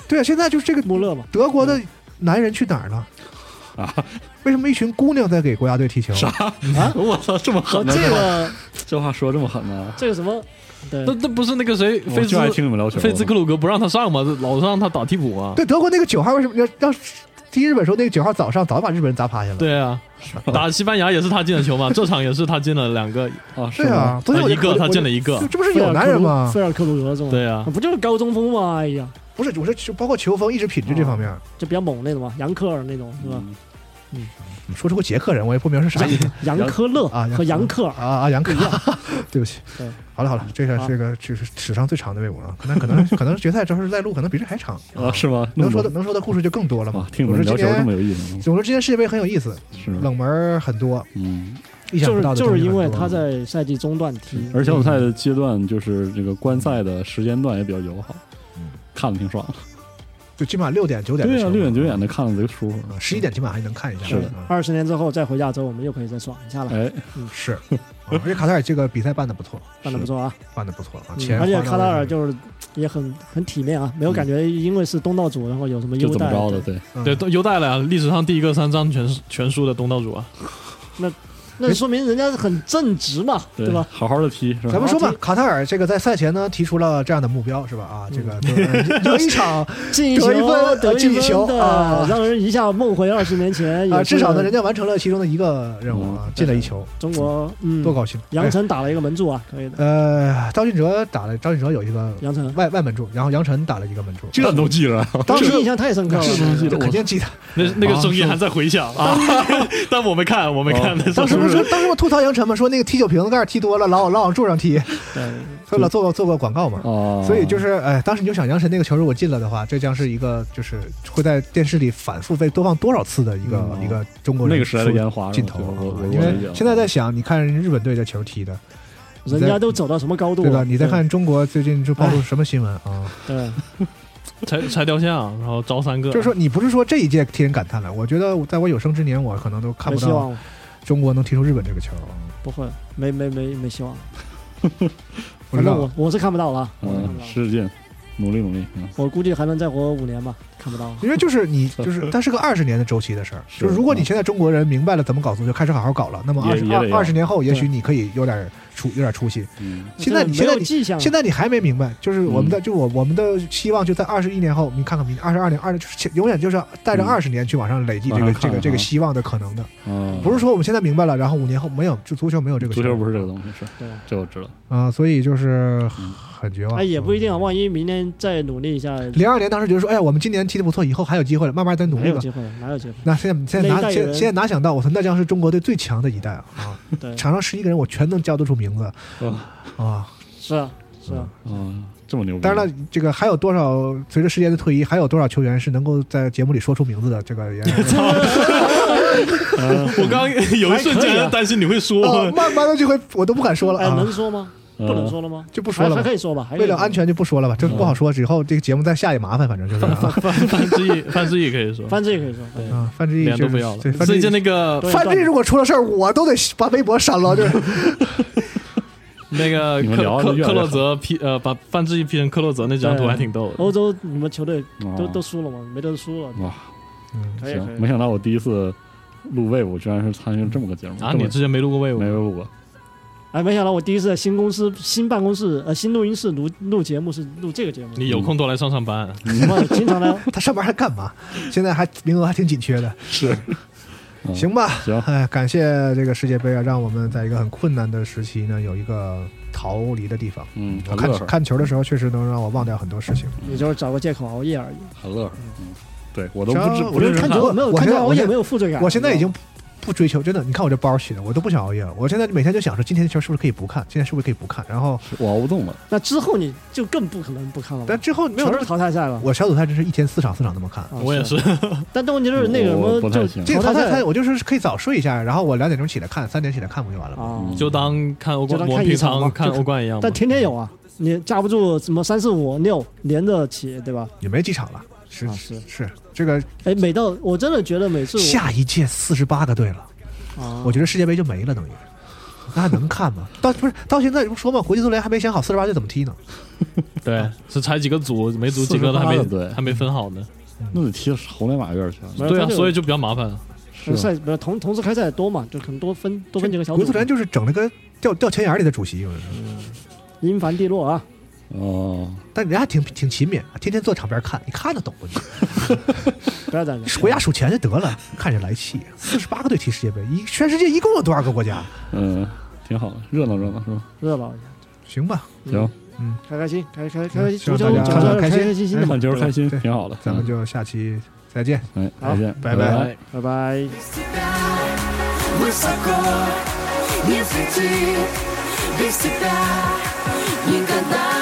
Speaker 3: 对啊，现在就是这个
Speaker 5: 穆勒嘛，
Speaker 3: 德国的男人去哪儿了？为什么一群姑娘在给国家队踢球？
Speaker 4: 我操，这么狠
Speaker 5: 和
Speaker 4: 呢？
Speaker 5: 这个
Speaker 4: 这话说这么狠呢？
Speaker 5: 这个什么，对
Speaker 6: 那，那不是那个谁，
Speaker 4: 我
Speaker 6: 菲兹
Speaker 4: 就爱听你们聊球。
Speaker 6: 菲兹克鲁格不让他上吗？老是让他打替补啊。
Speaker 3: 对，德国那个九号为什么要让踢日本时候那个九号早上早把日本人砸趴下了？
Speaker 6: 对啊，打西班牙也是他进的球嘛，这场也是他进了两个，
Speaker 4: 啊，是
Speaker 3: 对
Speaker 4: 吗？
Speaker 3: 啊，昨天
Speaker 6: 啊
Speaker 3: 我
Speaker 6: 一
Speaker 3: 就
Speaker 6: 个
Speaker 3: 我就
Speaker 6: 他
Speaker 3: 我就
Speaker 6: 进了一个
Speaker 3: 这，这不是有男人吗？
Speaker 5: 菲尔克鲁格是吗？
Speaker 6: 对啊，
Speaker 5: 不就是高中锋吗？哎呀，
Speaker 3: 不是，我说就包括球风、意志品质这方面，
Speaker 5: 就比较猛那种嘛，杨科尔那种是吧？
Speaker 4: 嗯
Speaker 3: 说出个捷克人，我也不明白是啥意思
Speaker 5: 杨科勒
Speaker 3: 啊
Speaker 5: 和杨科尔
Speaker 3: 啊啊！杨克，对不起
Speaker 5: 对，
Speaker 3: 好了好了，这个
Speaker 5: 啊
Speaker 3: 这个这是史上最长的队伍啊，那可能可能决赛之后是在录，可能比这还长
Speaker 4: 啊，是吗？那
Speaker 3: 能
Speaker 4: 么
Speaker 3: 说的能说的故事就更多了嘛
Speaker 4: 啊，。听你
Speaker 3: 我
Speaker 4: 们
Speaker 3: 说
Speaker 4: 聊
Speaker 3: 今
Speaker 4: 球这么
Speaker 3: 天，
Speaker 4: 有意思吗，
Speaker 3: 总之今天世界杯很有意思，
Speaker 4: 是
Speaker 3: 冷门儿很多，
Speaker 4: 嗯，
Speaker 3: 意想
Speaker 5: 就
Speaker 3: 不到
Speaker 5: 是
Speaker 3: 的
Speaker 5: 就
Speaker 3: 东
Speaker 5: 是
Speaker 3: 西
Speaker 5: 因
Speaker 3: 很
Speaker 5: 为
Speaker 3: 多啊
Speaker 5: 他在赛季中段踢，
Speaker 4: 而小组
Speaker 5: 嗯
Speaker 4: 赛的阶段就是这个观赛的时间段也比较友好，看的挺爽的。
Speaker 3: 就起嗯码六点九点的
Speaker 4: 对
Speaker 3: 时
Speaker 4: 啊，
Speaker 3: 候嗯
Speaker 4: 六点九点的看了贼舒服。
Speaker 3: 啊十一点起码还能看一下，
Speaker 4: 是的
Speaker 3: 啊
Speaker 5: 二十年之后再回亚洲，我们又可以再爽一下了，
Speaker 4: 哎，
Speaker 3: 是，啊而且卡塔尔这个比赛办的不错，
Speaker 5: 办的不错啊。
Speaker 3: 办的不错啊，
Speaker 5: 嗯
Speaker 3: 钱
Speaker 5: 而且
Speaker 3: 花到
Speaker 5: 卡塔
Speaker 3: 位
Speaker 5: 尔
Speaker 3: 置
Speaker 5: 就是也很很体面啊，没有感觉因为是东道主，然后有什么
Speaker 4: 就
Speaker 5: 优
Speaker 4: 怎么
Speaker 5: 待。
Speaker 4: 着的，
Speaker 5: 对
Speaker 4: 对，
Speaker 3: 嗯
Speaker 6: 对，都优待了呀，啊历史上第一个三张全全输的东道主啊。
Speaker 5: 那说明人家很正直嘛，对吧？
Speaker 4: 好好的踢是吧？
Speaker 3: 咱们说吧
Speaker 5: 好，
Speaker 3: 卡塔尔这个在赛前呢提出了这样的目标，是吧？啊，这个
Speaker 5: 嗯
Speaker 3: 得 得一场
Speaker 5: 进一球
Speaker 3: 得一分
Speaker 5: 得
Speaker 3: 进一球
Speaker 5: 的，
Speaker 3: 啊
Speaker 5: 让人一下梦回二十年前。也
Speaker 3: 啊，
Speaker 5: 是
Speaker 3: 至少呢，人家完成了其中的一个任务啊，进了一球，
Speaker 5: 中国嗯
Speaker 3: 多，高兴！
Speaker 5: 杨
Speaker 3: 哎
Speaker 5: 晨打了一个门柱啊，可以的。
Speaker 3: 呃，张俊哲打了，张俊哲有一个
Speaker 5: 杨晨，
Speaker 3: 外外门柱，然后杨晨打了一个门柱，
Speaker 4: 这都记着，
Speaker 3: 哦当
Speaker 5: 这
Speaker 3: 时
Speaker 5: 个印象太深刻了。
Speaker 4: 这东西
Speaker 3: 这肯定记得。
Speaker 6: 那那个声音还在回响啊， 但我没看，我没看，那
Speaker 3: 当时
Speaker 6: 是
Speaker 3: 不是说，当时我吐槽杨晨嘛，说那个踢酒瓶子盖儿踢多了，老老往柱上踢，
Speaker 5: 对
Speaker 3: 所以老做过做过广告嘛。
Speaker 4: 哦，
Speaker 3: 所以就是，哎，当时你就想，杨晨那个球如果进了的话，这将是一个就是会在电视里反复被多放多少次的一个、
Speaker 4: 嗯
Speaker 3: 一个中国人
Speaker 4: 那个时代的烟花
Speaker 3: 镜头
Speaker 4: 我
Speaker 3: 啊
Speaker 4: 我，
Speaker 3: 因为现在在想，你看日本队这球踢的，你
Speaker 5: 人
Speaker 3: 在
Speaker 5: 家都走到什么高度
Speaker 3: 对
Speaker 5: 了？
Speaker 3: 吧？你再看中国最
Speaker 4: 哎
Speaker 3: 近就暴露什么新闻啊？
Speaker 5: 对，
Speaker 6: 才才雕像，然后招三个，
Speaker 3: 就是说，你不是说这一届替人感叹了？我觉得我在我有生之年，我可能都看
Speaker 5: 没
Speaker 3: 不
Speaker 5: 希
Speaker 3: 到啊
Speaker 5: 望，
Speaker 3: 中国能踢出日本这个球。
Speaker 5: 不会，没没没没希望。
Speaker 3: 不知
Speaker 5: 反正
Speaker 3: 道
Speaker 5: 我，我是看不到了啊，我是看
Speaker 4: 嗯
Speaker 5: 不到了
Speaker 4: 使劲，努力努力，嗯，
Speaker 5: 我估计还能再活五年吧，看不到。
Speaker 3: 因为就是你就是 它是个二十年的周期的事儿，
Speaker 4: 是
Speaker 3: 就是如果你
Speaker 4: 嗯
Speaker 3: 现在中国人明白了怎么搞足球，开始好好搞了，那么
Speaker 4: 也
Speaker 3: 二十
Speaker 4: 也得
Speaker 3: 二
Speaker 4: 要
Speaker 3: 二十年后，也许你可以有点儿出有点儿出息。
Speaker 4: 嗯
Speaker 3: 现在你
Speaker 5: 就是
Speaker 3: 现
Speaker 5: 没
Speaker 3: 在
Speaker 5: 有
Speaker 3: 你
Speaker 5: 迹象，
Speaker 3: 现在你还没明白，就是我们的、就我我们的希望就在二十一年后，你看看明二十二年二就是前永远就是带着
Speaker 4: 嗯
Speaker 3: 二十年去往上累积这个、
Speaker 4: 往上
Speaker 3: 这
Speaker 4: 看
Speaker 3: 个这个
Speaker 4: 啊
Speaker 3: 希望的可能的，
Speaker 4: 嗯，
Speaker 3: 不是说我们现在明白了，然后五年后没有，就足球没有这个啊
Speaker 4: 足球不
Speaker 3: 是
Speaker 4: 是这个东西，是
Speaker 5: 对
Speaker 4: 这我知道，
Speaker 3: 啊、所以就是
Speaker 4: 嗯
Speaker 3: 很绝望。
Speaker 5: 哎，也不一定啊，
Speaker 3: 嗯。
Speaker 5: 万一明年再努力一下，
Speaker 3: 零二年当时觉得说，哎呀，我们今年踢得不错，以后还有机会了，慢慢再努
Speaker 5: 哪
Speaker 3: 力
Speaker 5: 有
Speaker 3: 吧。
Speaker 5: 机会？哪有机会？
Speaker 3: 那现在现在哪
Speaker 5: 那一代
Speaker 3: 现
Speaker 5: 人
Speaker 3: 现在哪想到，我操，那将是中国队最强的一代啊！啊
Speaker 5: 对，
Speaker 3: 场上十一个人，我全能叫得出名字
Speaker 4: 啊，
Speaker 3: 啊！
Speaker 5: 是啊，是啊，
Speaker 4: 嗯，这么牛逼，
Speaker 3: 当然了，这个还有多少随着时间的推移，还有多少球员是能够在节目里说出名字的？这 个也
Speaker 6: 我刚刚有一瞬
Speaker 5: 还可以啊
Speaker 6: 间担心你会
Speaker 3: 哦
Speaker 6: 说，
Speaker 3: 慢慢的就会我都不敢说了
Speaker 5: 哎，
Speaker 3: 啊
Speaker 5: 能，说吗？
Speaker 4: 嗯
Speaker 5: 不能，说了吗？
Speaker 3: 就不说了
Speaker 5: 还还
Speaker 3: 吧
Speaker 5: 可。以说吧，还可以
Speaker 3: 为了安全就不说了吧，这不好说。以后这个节目再下也麻烦，反正就是 啊
Speaker 6: 范范志毅，范志毅可以说，
Speaker 5: 反正也可以说。对
Speaker 3: 啊，范志毅
Speaker 6: 脸
Speaker 3: 就
Speaker 6: 都
Speaker 3: 是
Speaker 6: 不要了
Speaker 3: 对，。范志
Speaker 6: 最
Speaker 3: 毅
Speaker 6: 近那个
Speaker 5: 对
Speaker 3: 范志毅如果出了事儿，我都得把微博删了。就是
Speaker 6: 那个
Speaker 4: 你们聊
Speaker 6: 克
Speaker 4: 得
Speaker 6: 克
Speaker 4: 越来越
Speaker 6: 克洛
Speaker 4: 好
Speaker 6: 泽 P 呃，把范志毅 P 成克洛泽那几张图
Speaker 5: 对
Speaker 6: 还挺逗的。
Speaker 5: 欧洲你们球队
Speaker 4: 嗯
Speaker 3: 哦
Speaker 5: 都都输了吗？没得输了，
Speaker 4: 哇，
Speaker 3: 嗯
Speaker 5: 可以可以
Speaker 4: 行，没想到我第一次录魏武，居然是参与这么个节目
Speaker 6: 啊，
Speaker 4: 这么
Speaker 6: 你之前没录过魏武
Speaker 4: 没？有录过，
Speaker 5: 哎，没想到我第一次在新公司、新办公室、呃新录音室录录节目是录这个节目，
Speaker 6: 你有空多来上上班。
Speaker 5: 我经常 来
Speaker 3: 他上班还干嘛？现在还名额还挺紧缺的。
Speaker 4: 是，嗯
Speaker 3: 行吧，
Speaker 4: 行
Speaker 3: 哎，感谢这个世界杯啊，让我们在一个很困难的时期呢，有一个逃离的地方。
Speaker 4: 嗯，
Speaker 3: 我
Speaker 4: 很乐
Speaker 3: 看
Speaker 4: 呵，
Speaker 3: 看球的时候，确实能让我忘掉很多事情。
Speaker 5: 也就是找个借口熬夜而已。
Speaker 4: 很乐呵，嗯，对我都
Speaker 3: 行
Speaker 4: 不知
Speaker 3: 我
Speaker 4: 不认识
Speaker 5: 看
Speaker 4: 他，
Speaker 5: 球没有
Speaker 3: 我
Speaker 5: 看
Speaker 3: 现
Speaker 5: 球
Speaker 3: 在
Speaker 5: 熬夜没有负罪感。
Speaker 3: 我现在已
Speaker 5: 你知道
Speaker 3: 经
Speaker 5: 吗
Speaker 3: 不不追求，真的，你看我这包起的，我都不想熬夜了。我现在每天就想说，今天的球是不是可以不看？今天是不是可以不看？然后，
Speaker 4: 我熬不动了，
Speaker 5: 那之后你就更不可能不看了吧
Speaker 3: 但。之后没有
Speaker 5: 全
Speaker 3: 那
Speaker 5: 是
Speaker 3: 么，
Speaker 5: 淘汰赛了，
Speaker 3: 我小组赛真是一天四场四场那么看。
Speaker 5: 啊
Speaker 6: 我也是，
Speaker 5: 但但问题就是那个什
Speaker 4: 我
Speaker 5: 么
Speaker 4: 不太
Speaker 5: 就
Speaker 4: 行
Speaker 3: 这个淘汰
Speaker 5: 赛
Speaker 3: 赛我就是可以早睡一下，然后我两点钟起来看，三点起来看不就完了吗？
Speaker 5: 啊，
Speaker 4: 嗯
Speaker 6: 就当看欧
Speaker 5: 就
Speaker 6: 冠，
Speaker 5: 当
Speaker 6: 我
Speaker 5: 看
Speaker 6: 们
Speaker 5: 一
Speaker 6: 平
Speaker 5: 场嘛
Speaker 6: 常看
Speaker 5: 就
Speaker 6: 欧冠一样嘛。
Speaker 5: 但天天有啊，你架不住什么三四五六连着起，对吧？
Speaker 3: 也没几场了，是
Speaker 5: 啊是
Speaker 3: 是，这个
Speaker 5: 哎，每到我真的觉得每次我
Speaker 3: 下一届四十八个队了。
Speaker 5: 啊，
Speaker 3: 我觉得世界杯就没了，等于。那还能看吗？ 到不是到现在不说嘛，国际足联还没想好四十八队怎么踢呢。
Speaker 6: 对，是才几个组，每组几个都还
Speaker 4: 48个队
Speaker 6: 没还没分好呢。
Speaker 3: 嗯
Speaker 4: 那得踢猴年马月去了，
Speaker 5: 没有
Speaker 6: 对啊，
Speaker 5: 嗯他就
Speaker 6: 所以就比较麻烦。
Speaker 4: 是
Speaker 5: 呃赛不是同同时开赛多嘛，就可能多分多分几个小
Speaker 3: 国际
Speaker 5: 组
Speaker 3: 足，联就是整了个掉掉钱眼儿里的主席，我跟你说
Speaker 5: 阴凡地落啊，
Speaker 4: 哦，
Speaker 3: 但人家还挺挺勤勉，天天坐场边看，你看得懂吗？ 你
Speaker 5: 不要讲
Speaker 3: 数牙数钱就得了，看人来气。四十八个队踢世界杯，一全世界一共有多少个国家？
Speaker 4: 嗯，挺好的，热闹热闹是吧？
Speaker 5: 热闹一下，
Speaker 3: 行吧，
Speaker 4: 行，
Speaker 5: 开开心，开开开开心，
Speaker 3: 希望
Speaker 5: 足球
Speaker 3: 大家
Speaker 5: 讲出来
Speaker 3: 开
Speaker 5: 开
Speaker 3: 心
Speaker 5: 开心心的嘛，
Speaker 4: 看球开心
Speaker 3: 嗯对
Speaker 4: 挺好的，
Speaker 3: 咱们就下期再见。
Speaker 4: 嗯哎再见，
Speaker 3: 拜拜
Speaker 4: 拜。
Speaker 5: 拜拜。
Speaker 7: Высоко, не взлети без тебя никогда.